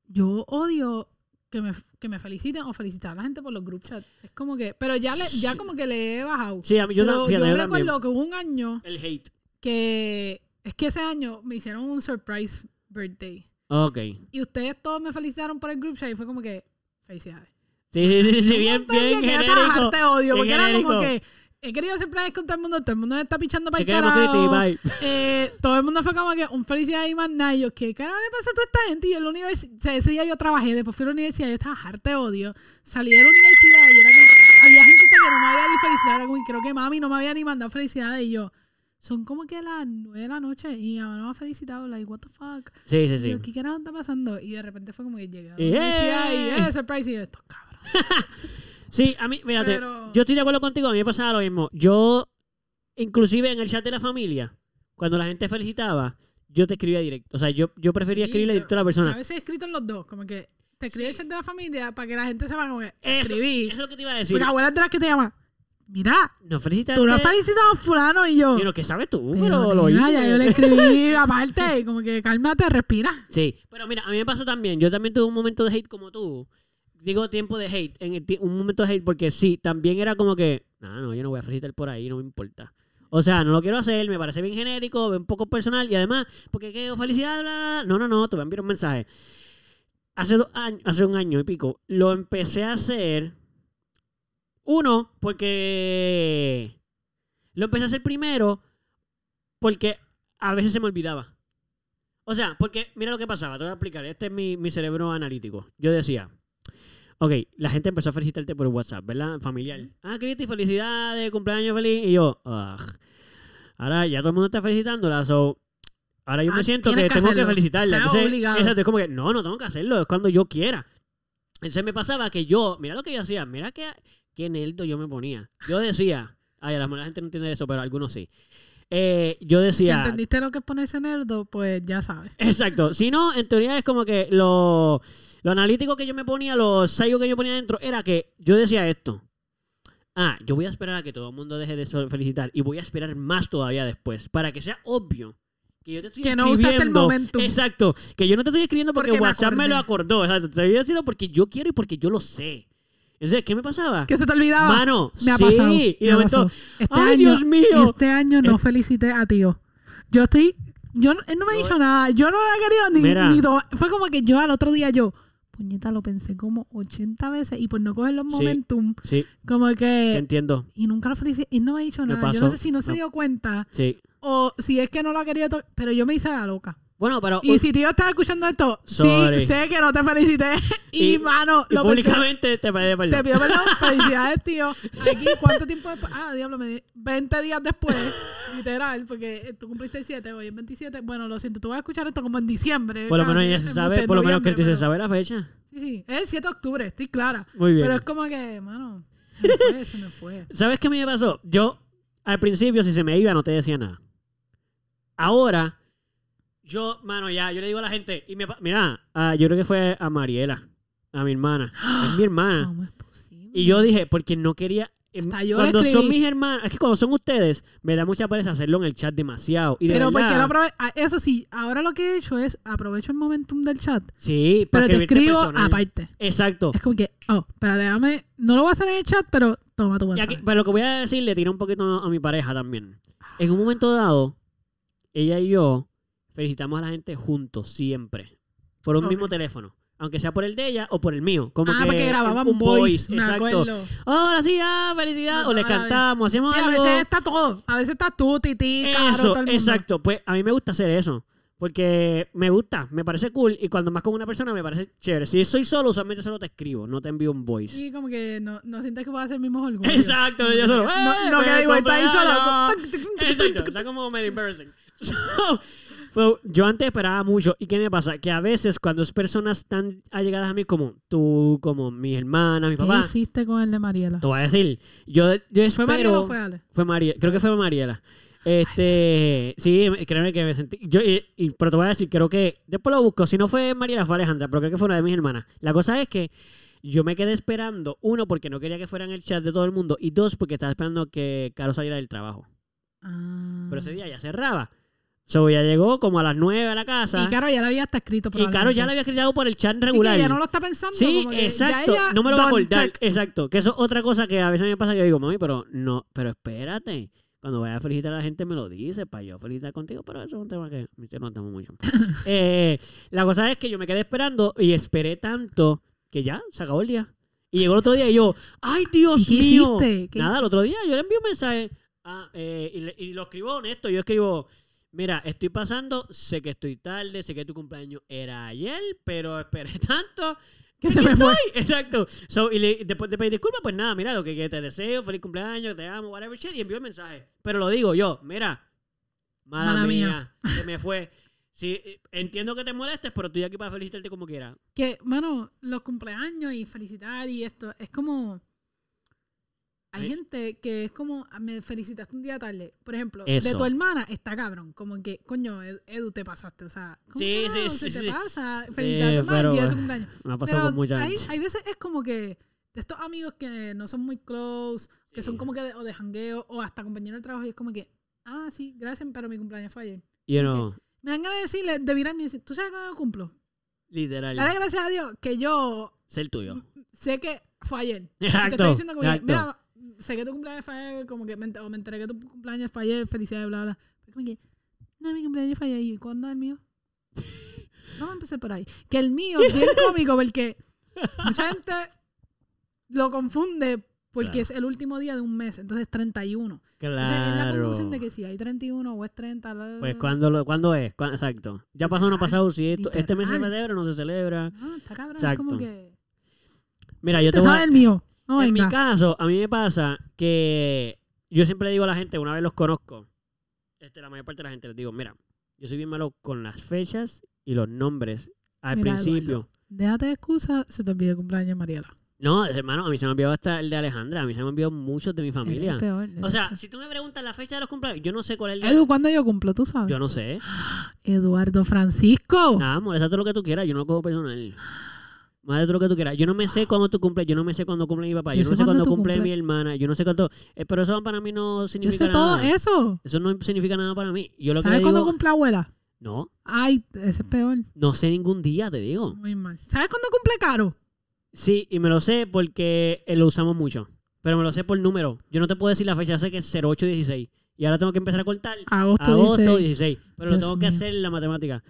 Speaker 2: yo odio que me, que me feliciten o felicitar a la gente por los group chats. Es como que, pero ya, le, ya
Speaker 1: Sí.
Speaker 2: como que le he bajado.
Speaker 1: Sí, a mí yo,
Speaker 2: Pero
Speaker 1: tam- fíjate,
Speaker 2: yo
Speaker 1: yo
Speaker 2: recuerdo
Speaker 1: también.
Speaker 2: que hubo un año
Speaker 1: El hate.
Speaker 2: que es que ese año me hicieron un surprise birthday.
Speaker 1: Ok.
Speaker 2: Y ustedes todos me felicitaron por el group chat y fue como que, felicidades.
Speaker 1: Sí, sí, sí, sí,
Speaker 2: Un
Speaker 1: bien,
Speaker 2: montón
Speaker 1: bien
Speaker 2: llegué a
Speaker 1: genérico.
Speaker 2: trabajarte odio,
Speaker 1: bien
Speaker 2: porque era como que
Speaker 1: genérico.
Speaker 2: he querido surprise con todo el mundo, todo el mundo me está pichando para
Speaker 1: Te
Speaker 2: el
Speaker 1: queremos, Cristi,
Speaker 2: carajo.
Speaker 1: bye.
Speaker 2: Eh, todo el mundo fue como que un felicidad y más nada. Y yo, ¿qué carajo le pasa a toda esta gente? Y yo en la universidad, ese día yo trabajé, después fui a la universidad, yo estaba harta odio. Salí de la universidad y era como, había gente que no me había ni felicitado, era como, y creo que mami no me había ni mandado felicidades. Y yo, son como que las nueve de la noche y mamá no me ha felicitado, like, what the fuck.
Speaker 1: Sí, sí,
Speaker 2: Y
Speaker 1: sí.
Speaker 2: yo, ¿qué carajo está pasando? Y de repente fue como que llegué a la
Speaker 1: Y,
Speaker 2: universidad
Speaker 1: ¡eh!
Speaker 2: y, eh, surprise, y yo, estos cabros.
Speaker 1: Sí, a mí, fíjate,
Speaker 2: Pero-
Speaker 1: yo estoy de acuerdo contigo, a mí me pasaba lo mismo. Yo, inclusive en el chat de la familia, cuando la gente felicitaba, yo te escribía directo. O sea, yo, yo prefería
Speaker 2: Sí,
Speaker 1: escribirle
Speaker 2: yo-
Speaker 1: directo a la
Speaker 2: Yo a
Speaker 1: persona.
Speaker 2: veces he escrito en los dos, como que te escribe el
Speaker 1: Sí.
Speaker 2: chat de la familia para que la gente sepa como que
Speaker 1: Eso,
Speaker 2: escribí.
Speaker 1: eso es lo que te iba a decir.
Speaker 2: Porque Pues abuela es de las que te llama, mira,
Speaker 1: No felicitaste.
Speaker 2: Tú no has felicitado a fulano y yo.
Speaker 1: Y lo que sabes tú,
Speaker 2: Pero,
Speaker 1: pero lo
Speaker 2: nena, ya
Speaker 1: hice.
Speaker 2: yo le escribí aparte, como que cálmate, respira.
Speaker 1: Sí, pero mira, a mí me pasó también. Yo también tuve un momento de hate como tú. Digo tiempo de hate, en el ti- un momento de hate porque sí, también era como que, no, no, yo no voy a felicitar por ahí, no me importa. O sea, no lo quiero hacer, me parece bien genérico, un poco personal y además, porque qué felicidad, bla, bla, bla. no, no, no, te voy a enviar un mensaje. Hace dos años, hace un año y pico, lo empecé a hacer. Uno, porque lo empecé a hacer primero porque a veces se me olvidaba. O sea, porque mira lo que pasaba, te voy a explicar. Este es mi, mi cerebro analítico. Yo decía, ok, la gente empezó a felicitarte por WhatsApp, ¿verdad? Familiar. Ah, Cristi, felicidades, cumpleaños feliz. Y yo, "Ugh". ahora ya todo el mundo está felicitándola, so, ahora yo
Speaker 2: Ah,
Speaker 1: me siento que,
Speaker 2: tienes que
Speaker 1: tengo que
Speaker 2: hacerlo.
Speaker 1: felicitarla.
Speaker 2: Estás
Speaker 1: Entonces,
Speaker 2: obligado.
Speaker 1: exacto, es como que, no, no tengo que hacerlo, es cuando yo quiera. Entonces me pasaba que yo, mira lo que yo hacía, mira que, qué nerdo yo me ponía. Yo decía, ay, a lo mejor la gente no entiende eso, pero algunos sí. Eh, yo
Speaker 2: Si
Speaker 1: decía,
Speaker 2: entendiste lo que es ponerse nerdo, pues ya sabes.
Speaker 1: Exacto. Si no, en teoría es como que lo, lo analítico que yo me ponía, los sellos que yo ponía dentro, era que yo decía esto. Ah, yo voy a esperar a que todo el mundo deje de so- felicitar y voy a esperar más todavía después para que sea obvio que yo te estoy
Speaker 2: Que no
Speaker 1: escribiendo.
Speaker 2: usaste el momentum.
Speaker 1: Exacto. Que yo no te estoy escribiendo porque,
Speaker 2: Porque me
Speaker 1: WhatsApp me,
Speaker 2: acordé.
Speaker 1: lo acordó. Exacto. Te estoy diciendo porque yo quiero y porque yo lo sé. Entonces, ¿qué me pasaba?
Speaker 2: Que se te olvidaba.
Speaker 1: Mano,
Speaker 2: me ha
Speaker 1: sí.
Speaker 2: pasado.
Speaker 1: Y
Speaker 2: me
Speaker 1: de
Speaker 2: ha
Speaker 1: momento,
Speaker 2: pasado. Este
Speaker 1: ¡ay,
Speaker 2: año,
Speaker 1: Dios mío!
Speaker 2: Este año no felicité a tío. Yo estoy. Yo, no- él no me ha
Speaker 1: Yo-
Speaker 2: dicho nada. Yo no lo he querido ni,
Speaker 1: Mira.
Speaker 2: ni to- Fue como que yo al otro día yo. Puñeta, lo pensé como 80 veces y por no coger los
Speaker 1: Sí.
Speaker 2: momentum,
Speaker 1: sí,
Speaker 2: como
Speaker 1: te
Speaker 2: que.
Speaker 1: entiendo.
Speaker 2: Y nunca lo felicité. Y no me ha dicho
Speaker 1: Me
Speaker 2: nada. Yo no
Speaker 1: pasó.
Speaker 2: sé si no se
Speaker 1: Me-
Speaker 2: dio cuenta
Speaker 1: Sí.
Speaker 2: o si es que no lo ha querido. to- Pero yo me hice la loca.
Speaker 1: Bueno, pero
Speaker 2: Y si tío está escuchando esto,
Speaker 1: Sorry.
Speaker 2: sí, sé que no te felicité. Y,
Speaker 1: Y-
Speaker 2: mano,
Speaker 1: y
Speaker 2: lo pensé.
Speaker 1: públicamente te pedí perdón.
Speaker 2: Te pido perdón, felicidades, tío. Aquí, ¿cuánto tiempo después? Ah, diablo, me di 20 días después, literal, porque eh, tú cumpliste el 7, hoy es 27. Bueno, lo siento, tú vas a escuchar esto como en diciembre.
Speaker 1: Por lo
Speaker 2: casi,
Speaker 1: menos ella se
Speaker 2: en
Speaker 1: sabe,
Speaker 2: usted,
Speaker 1: por lo menos
Speaker 2: noviembre,
Speaker 1: Cristi se
Speaker 2: pero-
Speaker 1: sabe la fecha.
Speaker 2: Sí, sí, es el 7 de octubre, estoy clara.
Speaker 1: Muy bien.
Speaker 2: Pero es como que, mano, se me fue, se me fue.
Speaker 1: ¿Sabes qué a mí me pasó? Yo, al principio, si se me iba, no te decía nada. Ahora, yo, mano, ya, yo le digo a la gente, y me, pa- mira, ah, yo creo que fue a Mariela, a mi hermana. Es mi hermana.
Speaker 2: ¿Cómo es posible?
Speaker 1: Y yo dije, porque no quería. em,
Speaker 2: Ah, Hasta yo le
Speaker 1: Cuando son
Speaker 2: escribí.
Speaker 1: mis hermanas, es que cuando son ustedes, me da mucha pereza hacerlo en el chat demasiado. Y de
Speaker 2: Pero porque
Speaker 1: verdad-
Speaker 2: no aprove- ah, Eso sí, ahora lo que he hecho es aprovecho el momentum del chat,
Speaker 1: Sí, para
Speaker 2: pero te
Speaker 1: escribirte
Speaker 2: escribo ah,
Speaker 1: personal.
Speaker 2: aparte.
Speaker 1: Exacto.
Speaker 2: Es como que, oh, pero déjame, no lo voy a hacer en el chat, pero toma tu
Speaker 1: Y
Speaker 2: WhatsApp.
Speaker 1: aquí- pero lo que voy a decir le tira un poquito a mi pareja también.
Speaker 2: Ah.
Speaker 1: En un momento dado, ella y yo felicitamos a la gente juntos, siempre. Por un
Speaker 2: Ok.
Speaker 1: mismo teléfono. Aunque sea por el de ella o por el mío. Como
Speaker 2: ah,
Speaker 1: que
Speaker 2: porque
Speaker 1: un-
Speaker 2: grababan
Speaker 1: un
Speaker 2: voice, me
Speaker 1: exacto.
Speaker 2: acuerdo.
Speaker 1: Ahora sí, ah, felicidad.
Speaker 2: No,
Speaker 1: O le
Speaker 2: ahora bien.
Speaker 1: cantamos,
Speaker 2: Sí,
Speaker 1: hacemos
Speaker 2: a
Speaker 1: algo.
Speaker 2: veces está todo. A veces está tú, Titi, Caro,
Speaker 1: Eso,
Speaker 2: todo el mundo.
Speaker 1: exacto. Pues a mí me gusta hacer eso. Porque me gusta, me parece cool. Y cuando más con una persona me parece chévere. Si soy solo, usualmente solo te escribo, no te envío un voice.
Speaker 2: Sí, como que no, no sientes que puedas hacer el mismo orgullo.
Speaker 1: Exacto,
Speaker 2: Como
Speaker 1: yo
Speaker 2: que-
Speaker 1: solo,
Speaker 2: No, no
Speaker 1: ¡eh,
Speaker 2: que digo, está ahí
Speaker 1: cumpleaños!
Speaker 2: solo.
Speaker 1: Exacto, está como medio embarrassing. So, well, yo antes esperaba mucho. ¿Y qué me pasa? Que a veces cuando es personas tan allegadas a mí como tú, como mi hermana, mi
Speaker 2: ¿Qué
Speaker 1: papá,
Speaker 2: hiciste con el de Mariela?
Speaker 1: te voy a decir, yo, yo espero...
Speaker 2: ¿Fue Mariela o fue Ale?
Speaker 1: Fue Marie- creo que fue Mariela. Este, sí, créeme que me sentí. Yo, y, y- pero te voy a decir, creo que. Después lo busco. Si no fue Mariela, fue Alejandra, pero creo que fue una de mis hermanas. La cosa es que yo me quedé esperando, uno, porque no quería que fuera en el chat de todo el mundo, y dos, porque estaba esperando que Caro saliera del trabajo.
Speaker 2: Ah.
Speaker 1: Pero ese día ya cerraba. So, ya llegó como a las 9 a la casa.
Speaker 2: Y Caro ya la había hasta escrito.
Speaker 1: Y Caro ya la había criado por el chat regular.
Speaker 2: Así que ella no lo está pensando.
Speaker 1: Sí,
Speaker 2: como que ya
Speaker 1: exacto.
Speaker 2: ella-
Speaker 1: no me lo va a
Speaker 2: done,
Speaker 1: acordar.
Speaker 2: check.
Speaker 1: Exacto. Que eso es otra cosa que a veces me pasa. Yo digo, mami, pero no, pero espérate. Cuando vaya a felicitar a la gente me lo dice para yo felicitar contigo, pero eso es un tema que que no estamos mucho. Eh, la cosa es que yo me quedé esperando y esperé tanto que ya se acabó el día. Y llegó el otro día y yo, ¡ay,
Speaker 2: ¿Y
Speaker 1: Dios
Speaker 2: qué
Speaker 1: mío!
Speaker 2: hiciste? ¿Qué
Speaker 1: Nada, el otro día yo le envié un mensaje ah, eh, y, le- y lo escribo honesto. Yo escribo, mira, estoy pasando, sé que estoy tarde, sé que tu cumpleaños era ayer, pero esperé tanto.
Speaker 2: hiciste? Que se me fue.
Speaker 1: ¡Ay! Exacto. So, y le- después de pedir disculpas, pues nada, mira, lo que, que te deseo, feliz cumpleaños, te amo, whatever shit, y envió el mensaje. Pero lo digo yo, mira, mala,
Speaker 2: Mala
Speaker 1: mía,
Speaker 2: mía.
Speaker 1: se me fue. Sí, eh, entiendo que te molestes, pero estoy aquí para felicitarte como quiera.
Speaker 2: Que, mano, los cumpleaños y felicitar y esto, es como. Hay
Speaker 1: Ay.
Speaker 2: gente que es como, "Ah, me felicitaste un día tarde. Por ejemplo, de
Speaker 1: Eso.
Speaker 2: tu hermana está cabrón. Como que, coño, Ed- Edu, te pasaste. O sea, ¿cómo
Speaker 1: Sí, sí,
Speaker 2: carajo
Speaker 1: sí,
Speaker 2: se
Speaker 1: sí. Eh,
Speaker 2: te pasa? Felicitar a tu hermana
Speaker 1: pero,
Speaker 2: el día de
Speaker 1: eh,
Speaker 2: su cumpleaños.
Speaker 1: Me ha pasado
Speaker 2: Pero
Speaker 1: con mucha
Speaker 2: hay,
Speaker 1: gente.
Speaker 2: hay veces es como que de estos amigos que no son muy close, que
Speaker 1: Sí.
Speaker 2: son como que de, o de jangueo o hasta compañeros de trabajo y es como que, ah, sí, gracias, pero mi cumpleaños fue ayer.
Speaker 1: You know,
Speaker 2: Me dan ganas de decirle, de virarme y decir, ¿tú sabes cuándo cumplo?
Speaker 1: literal,
Speaker 2: Dale gracias a Dios que yo
Speaker 1: ser tuyo.
Speaker 2: sé que fue ayer. Te
Speaker 1: Exacto,
Speaker 2: estoy diciendo como que,
Speaker 1: exacto.
Speaker 2: mira, sé que tu cumpleaños fue ayer, como que me, ent- o me enteré que tu cumpleaños fue ayer, felicidades, bla, bla. Pero como que, no, mi cumpleaños fue ayer, ¿y cuándo es el mío? Vamos a empezar por ahí. Que el mío es bien cómico porque mucha gente lo confunde porque
Speaker 1: Claro.
Speaker 2: es el último día de un mes, entonces 31. O sea, es la
Speaker 1: claro.
Speaker 2: confusión de que si hay 31 o es 30, bla, bla,
Speaker 1: Pues,
Speaker 2: bla.
Speaker 1: ¿cuándo, lo, ¿cuándo es? ¿Cuá- Exacto. Ya pasó o no ha
Speaker 2: Literal,
Speaker 1: pasado. Si esto- este mes se
Speaker 2: literal.
Speaker 1: celebra o no se celebra.
Speaker 2: No, Ah, está cabrón,
Speaker 1: Exacto.
Speaker 2: es como que...
Speaker 1: Mira, yo te
Speaker 2: Te
Speaker 1: voy a...
Speaker 2: sabes el mío. No,
Speaker 1: en mi
Speaker 2: venga.
Speaker 1: caso, a mí me pasa que yo siempre le digo a la gente, una vez los conozco, este, la mayor parte de la gente les digo, mira, yo soy bien malo con las fechas y los nombres al
Speaker 2: Mira,
Speaker 1: principio.
Speaker 2: Déjate de excusa, se te olvidó el cumpleaños de Mariela.
Speaker 1: No, hermano, a mí se me olvidó hasta el de Alejandra, a mí se me olvidó muchos de mi familia.
Speaker 2: Eres peor,
Speaker 1: O
Speaker 2: eres
Speaker 1: sea,
Speaker 2: peor.
Speaker 1: si tú me preguntas la fecha de los cumpleaños, yo no sé cuál es el día.
Speaker 2: Edu, ¿cuándo yo cumplo? ¿Tú sabes?
Speaker 1: Yo no sé.
Speaker 2: Eduardo Francisco.
Speaker 1: Nada, molestate lo que tú quieras, yo no lo cojo personal. Más de lo que tú quieras. Yo no me sé cuándo tú cumples, yo no me sé cuándo cumple mi papá, yo, no
Speaker 2: Yo sé
Speaker 1: sé cuándo
Speaker 2: cuándo tú
Speaker 1: cumple, mi
Speaker 2: cumples.
Speaker 1: hermana, yo no sé cuándo. eh, pero eso para mí no
Speaker 2: yo
Speaker 1: significa
Speaker 2: sé todo
Speaker 1: nada.
Speaker 2: eso.
Speaker 1: Eso no significa nada para mí. Yo lo que le
Speaker 2: ¿Sabes cuándo
Speaker 1: digo-
Speaker 2: cumple abuela?
Speaker 1: No,
Speaker 2: Ay, ese es peor.
Speaker 1: no sé ningún día, te digo.
Speaker 2: Muy mal. ¿Sabes cuándo cumple Caro?
Speaker 1: Sí, y me lo sé porque eh, lo usamos mucho. Pero me lo sé por número. Yo no te puedo decir la fecha, yo sé que es 0816. Y ahora tengo que empezar a cortar
Speaker 2: Agosto,
Speaker 1: agosto
Speaker 2: 16.
Speaker 1: 16. Pero lo
Speaker 2: Dios
Speaker 1: tengo que
Speaker 2: mío.
Speaker 1: hacer en la matemática.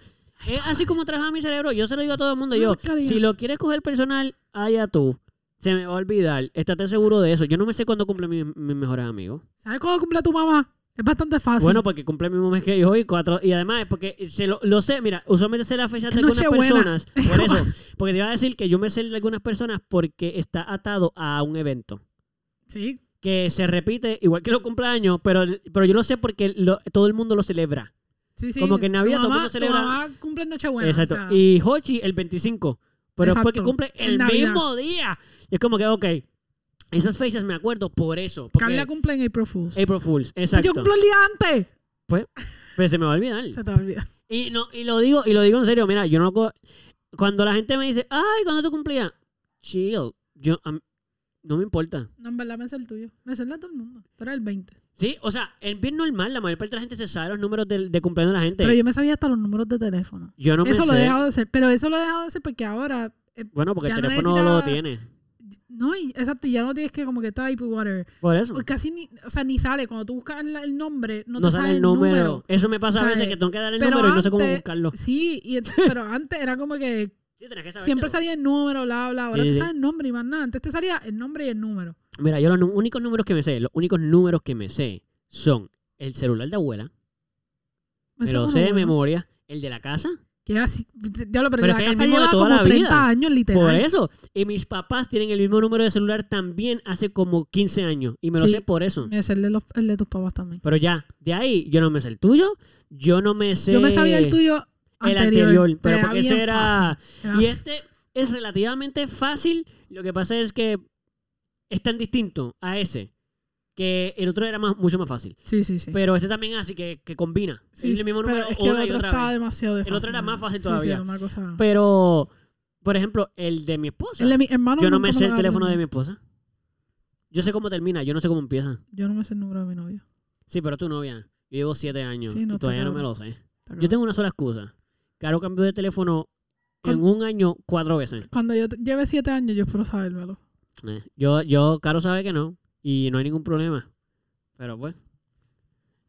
Speaker 1: Es así como trabaja mi cerebro. Yo se lo digo a todo el mundo.
Speaker 2: Una
Speaker 1: Yo,
Speaker 2: porquería.
Speaker 1: si lo quieres coger personal, allá tú. Se me va a olvidar. Estate seguro de eso. Yo no me sé cuándo cumple mi- mis mejores amigos.
Speaker 2: ¿Sabes cuándo cumple tu mamá? Es bastante fácil.
Speaker 1: Bueno, pues, porque cumple el mismo mes que yo y cuatro. Y además es porque se lo, lo sé, mira, usualmente sé las fechas de
Speaker 2: Es
Speaker 1: algunas
Speaker 2: Nochebuena.
Speaker 1: personas. Por eso. Porque te iba a decir que yo me sé de algunas personas porque está atado a un evento.
Speaker 2: sí.
Speaker 1: Que se repite igual que los cumpleaños, pero, pero yo lo sé porque lo- todo el mundo lo celebra.
Speaker 2: Sí, sí.
Speaker 1: Como que en Navidad
Speaker 2: tu
Speaker 1: todo el
Speaker 2: mamá,
Speaker 1: mundo celebra-
Speaker 2: Tu mamá cumple en Nochebuena.
Speaker 1: Exacto.
Speaker 2: o sea,
Speaker 1: y Hochi el 25. Pero es
Speaker 2: Exacto.
Speaker 1: porque cumple
Speaker 2: En
Speaker 1: el
Speaker 2: Navidad.
Speaker 1: mismo día. Y es como que, ok, esas fechas me acuerdo por eso. Porque
Speaker 2: Camila cumple en April Fools.
Speaker 1: April Fools,
Speaker 2: Y Yo
Speaker 1: exacto.
Speaker 2: cumplo el día antes.
Speaker 1: Pero se me va a olvidar.
Speaker 2: Se te olvida.
Speaker 1: Y, no, y lo digo, y lo digo en serio, mira, yo no co- cuando la gente me dice, ay, ¿cuándo tú cumplías? Chill, yo a mí- no me importa.
Speaker 2: No, en verdad me sé el tuyo. Me sé el de todo el mundo. Tú eres el 20.
Speaker 1: Sí, o sea, es bien normal, la mayor parte de la gente se sabe los números del- de, cumpleaños de la gente.
Speaker 2: Pero yo me sabía hasta los números de teléfono.
Speaker 1: yo no me
Speaker 2: eso lo he
Speaker 1: sé.
Speaker 2: dejado de hacer. Pero eso lo he dejado de hacer porque ahora. eh,
Speaker 1: Bueno, porque el
Speaker 2: Ya no
Speaker 1: teléfono
Speaker 2: necesita-
Speaker 1: lo tiene.
Speaker 2: no, y- exacto, y ya no tienes que como que type water.
Speaker 1: Por eso.
Speaker 2: Pues casi ni, o sea, ni sale. Cuando tú buscas la- el nombre, no,
Speaker 1: no,
Speaker 2: te
Speaker 1: sale, el número. Eso me pasa a
Speaker 2: O sea,
Speaker 1: veces que tengo que dar el
Speaker 2: pero
Speaker 1: número y no sé cómo
Speaker 2: antes-
Speaker 1: buscarlo.
Speaker 2: Sí, y ent- pero antes era como que
Speaker 1: Sí, tenés que sabértelo.
Speaker 2: siempre salía el número, bla, bla. Ahora
Speaker 1: Sí,
Speaker 2: te
Speaker 1: sí.
Speaker 2: sale el nombre y más nada. Antes te salía el nombre y el número.
Speaker 1: Mira, yo los nu- únicos números que me sé, los únicos números que me sé son el celular de abuela, me
Speaker 2: Eso
Speaker 1: lo
Speaker 2: es
Speaker 1: sé de
Speaker 2: bueno.
Speaker 1: memoria, el de la casa,
Speaker 2: Que así, diablo, pero,
Speaker 1: Pero
Speaker 2: la
Speaker 1: es que es el
Speaker 2: casa
Speaker 1: mismo de
Speaker 2: lleva
Speaker 1: toda
Speaker 2: como
Speaker 1: la
Speaker 2: 30
Speaker 1: vida.
Speaker 2: años, literal.
Speaker 1: Por eso. Y mis papás tienen el mismo número de celular también hace como 15 años. Y me lo
Speaker 2: Sí.
Speaker 1: sé por eso.
Speaker 2: Me sé el de, los- el de tus papás también.
Speaker 1: Pero ya, de ahí, yo no me sé el tuyo. Yo no me sé.
Speaker 2: Yo me sabía el tuyo
Speaker 1: El
Speaker 2: anterior.
Speaker 1: anterior. Pero
Speaker 2: era
Speaker 1: porque ese
Speaker 2: bien
Speaker 1: era.
Speaker 2: fácil. Era
Speaker 1: Y este es relativamente fácil. Lo que pasa es que es tan distinto a ese Que el otro era más, mucho más fácil.
Speaker 2: Sí, sí, sí.
Speaker 1: Pero este también así que, que combina.
Speaker 2: Sí,
Speaker 1: es el mismo
Speaker 2: pero
Speaker 1: número
Speaker 2: es que el
Speaker 1: una y
Speaker 2: otro
Speaker 1: otra
Speaker 2: estaba
Speaker 1: vez.
Speaker 2: demasiado de
Speaker 1: El otro era
Speaker 2: fácil,
Speaker 1: más fácil
Speaker 2: Sí, sí,
Speaker 1: todavía.
Speaker 2: era una cosa-
Speaker 1: Pero, por ejemplo, el de mi esposa.
Speaker 2: El de mi hermano
Speaker 1: Yo no
Speaker 2: nunca
Speaker 1: me sé el
Speaker 2: lo
Speaker 1: teléfono de mi
Speaker 2: aprendí.
Speaker 1: esposa. Yo sé cómo termina, yo no sé cómo empieza.
Speaker 2: Yo no me sé el número de mi novio.
Speaker 1: Sí, pero tu novia. Yo llevo siete años
Speaker 2: Sí,
Speaker 1: y
Speaker 2: no, está
Speaker 1: todavía no me
Speaker 2: cabrón.
Speaker 1: lo sé. Yo tengo una sola excusa. Caro cambió de teléfono en
Speaker 2: Con-
Speaker 1: un año cuatro veces.
Speaker 2: Cuando yo te- lleve siete años, yo espero sabérmelo.
Speaker 1: Eh, Yo, yo, Caro sabe que no y no hay ningún problema. Pero pues,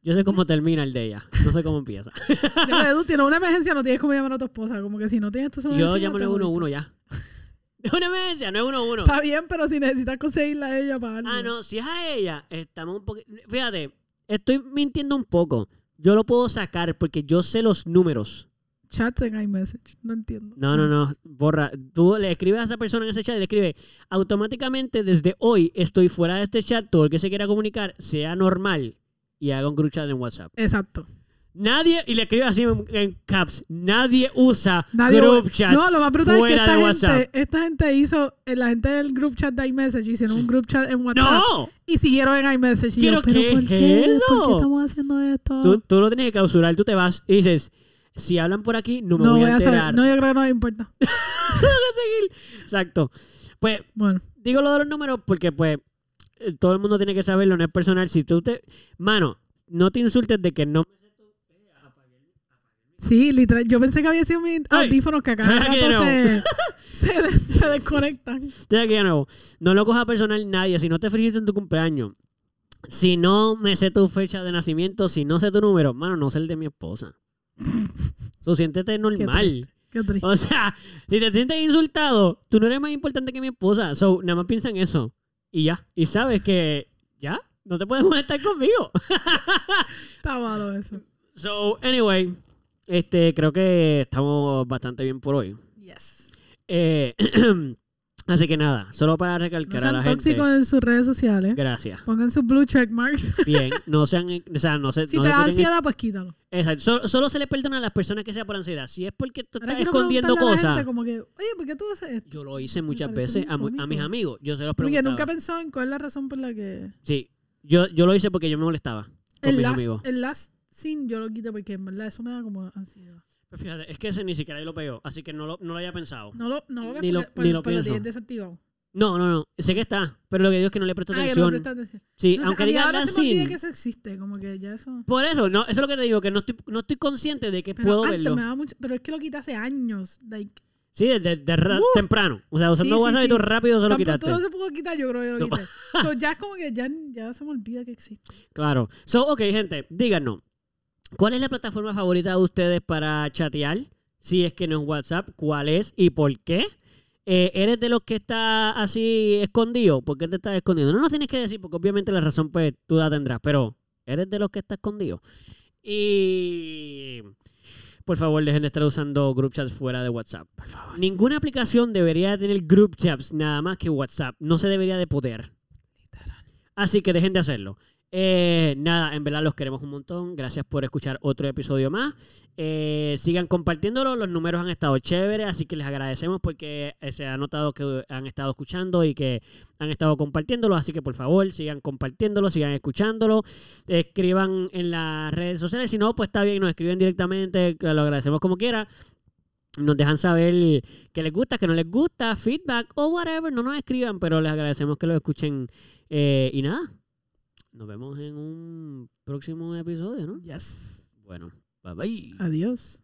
Speaker 1: yo sé cómo termina el de ella, no sé cómo empieza.
Speaker 2: Ya, pero tú tienes una emergencia, no tienes cómo llamar a tu esposa. Como que si no tienes tu celular.
Speaker 1: Yo
Speaker 2: encima,
Speaker 1: llamo
Speaker 2: te
Speaker 1: 911
Speaker 2: moriste.
Speaker 1: ya. Es una emergencia, no es 111.
Speaker 2: Está bien, pero si necesitas conseguirla a ella para algo.
Speaker 1: Ah, no, si es a ella, estamos un poquito. Fíjate, estoy mintiendo un poco. Yo lo puedo sacar porque yo sé los números.
Speaker 2: Chats en iMessage. No entiendo.
Speaker 1: No, no, no, borra. Tú le escribes a esa persona en ese chat y le escribes, automáticamente desde hoy estoy fuera de este chat, todo el que se quiera comunicar sea normal y haga un group chat en WhatsApp.
Speaker 2: Exacto.
Speaker 1: Nadie, y le escribes así en, en caps, nadie usa
Speaker 2: Nadie
Speaker 1: group
Speaker 2: vuelve-
Speaker 1: chat.
Speaker 2: No, lo más brutal es que
Speaker 1: fuera
Speaker 2: esta
Speaker 1: de
Speaker 2: gente,
Speaker 1: WhatsApp.
Speaker 2: esta gente hizo, eh, la gente del group chat de iMessage hicieron un group chat en WhatsApp
Speaker 1: ¡No!
Speaker 2: y siguieron en iMessage. Y
Speaker 1: ¿Pero
Speaker 2: yo,
Speaker 1: qué
Speaker 2: ¿pero por
Speaker 1: es
Speaker 2: qué? ¿Por
Speaker 1: eso?
Speaker 2: qué estamos haciendo esto?
Speaker 1: Tú, tú lo tienes que clausurar, tú te vas y dices, si hablan por aquí, no me
Speaker 2: no
Speaker 1: voy, a
Speaker 2: saber.
Speaker 1: enterar.
Speaker 2: No, yo creo que no me importa.
Speaker 1: Exacto. Pues
Speaker 2: Bueno,
Speaker 1: digo lo de los números porque pues eh, todo el mundo tiene que saberlo, no es personal. Si tú te... Mano, no te insultes de que no...
Speaker 2: sí, literal. Yo pensé que había sido mis audífonos que acá
Speaker 1: Ay, no.
Speaker 2: se, se, des- se desconectan.
Speaker 1: Estoy aquí de nuevo. No lo coja personal nadie. Si no te felicito en tu cumpleaños, si no me sé tu fecha de nacimiento, si no sé tu número, mano, no sé el de mi esposa. Tú siéntete normal.
Speaker 2: Qué triste.
Speaker 1: O sea, si te sientes insultado, tú no eres más importante que mi esposa. So, nada más piensa en eso. Y ya. Y sabes que ya, no te puedes molestar conmigo.
Speaker 2: Está malo eso.
Speaker 1: So, anyway, este, creo que estamos bastante bien por hoy.
Speaker 2: Yes.
Speaker 1: Eh, así que nada, solo para
Speaker 2: No
Speaker 1: recalcar a la
Speaker 2: sean
Speaker 1: gente.
Speaker 2: tóxicos ¿eh? en sus redes sociales.
Speaker 1: Gracias.
Speaker 2: Pongan sus blue check marks.
Speaker 1: Bien, no sean, o sea, no se,
Speaker 2: Si
Speaker 1: no
Speaker 2: te
Speaker 1: se
Speaker 2: da
Speaker 1: tienen-
Speaker 2: ansiedad, pues quítalo.
Speaker 1: Exacto, Solo, solo se le perdona a las personas que sea por ansiedad. Si es porque tú
Speaker 2: Ahora
Speaker 1: estás
Speaker 2: quiero
Speaker 1: escondiendo
Speaker 2: preguntarle a la
Speaker 1: cosas.
Speaker 2: gente como que, oye, ¿por qué tú haces esto?
Speaker 1: Yo lo hice muchas
Speaker 2: parece
Speaker 1: veces
Speaker 2: muy
Speaker 1: a, mu- a mis
Speaker 2: cómico.
Speaker 1: amigos. Yo se los
Speaker 2: Porque
Speaker 1: preguntaba.
Speaker 2: nunca he pensado en cuál es la razón por la que...
Speaker 1: Sí, yo, yo lo hice porque yo me molestaba con mis
Speaker 2: El last,
Speaker 1: amigos.
Speaker 2: el last scene yo lo quité porque en verdad eso me da como ansiedad.
Speaker 1: Pues Fíjate, es que ese ni siquiera lo pegó, así que no lo, no lo había pensado.
Speaker 2: No lo, no lo ves
Speaker 1: Ni lo-
Speaker 2: porque pues,
Speaker 1: ni lo
Speaker 2: pues lo
Speaker 1: pienso.
Speaker 2: tienes desactivado.
Speaker 1: No, no, no, sé que está, pero lo que digo es que no le presto
Speaker 2: Ah, que no
Speaker 1: atención.
Speaker 2: prestas atención.
Speaker 1: Sí,
Speaker 2: No sé,
Speaker 1: aunque
Speaker 2: a mí
Speaker 1: diga
Speaker 2: ahora
Speaker 1: la
Speaker 2: se me olvida
Speaker 1: sin.
Speaker 2: que eso existe, como que ya eso...
Speaker 1: Por eso, no, eso es lo que te digo, que no estoy, no estoy consciente de que
Speaker 2: Pero
Speaker 1: puedo
Speaker 2: antes
Speaker 1: verlo.
Speaker 2: me daba mucho... Pero es que lo quité hace años. Like,
Speaker 1: Sí, desde de ra-
Speaker 2: Uh.
Speaker 1: temprano. O sea, usando
Speaker 2: Sí, sí,
Speaker 1: WhatsApp y
Speaker 2: sí.
Speaker 1: todo rápido se lo
Speaker 2: tan
Speaker 1: quitaste.
Speaker 2: pronto no se pudo quitar, yo creo que yo lo
Speaker 1: No.
Speaker 2: quité. So, ya es como que ya, ya se me olvida que existe.
Speaker 1: Claro. So, ok, gente, díganos. ¿Cuál es la plataforma favorita de ustedes para chatear? Si es que no es WhatsApp, ¿cuál es y por qué? Eh, ¿Eres de los que está así escondido? ¿Por qué te estás escondiendo? No nos tienes que decir, porque obviamente la razón pues tú la tendrás, pero ¿eres de los que está escondido? Y por favor, dejen de estar usando group chats fuera de WhatsApp. Por favor. Ninguna aplicación debería tener group chats nada más que WhatsApp. No se debería de poder. Así que dejen de hacerlo. Eh, nada, en verdad los queremos un montón. Gracias por escuchar otro episodio más. Eh, sigan compartiéndolo. Los números han estado chéveres, así que les agradecemos porque eh, se ha notado que han estado escuchando y que han estado compartiéndolo. Así que por favor, sigan compartiéndolo, sigan escuchándolo. Escriban en las redes sociales. Si no, pues está bien, nos escriben directamente. que Lo agradecemos como quiera. Nos dejan saber que les gusta, que no les gusta, feedback o whatever. No nos escriban, pero les agradecemos que lo escuchen. Eh, y nada, nos vemos en un próximo episodio, ¿no?
Speaker 2: Yes.
Speaker 1: Bueno, bye bye.
Speaker 2: Adiós.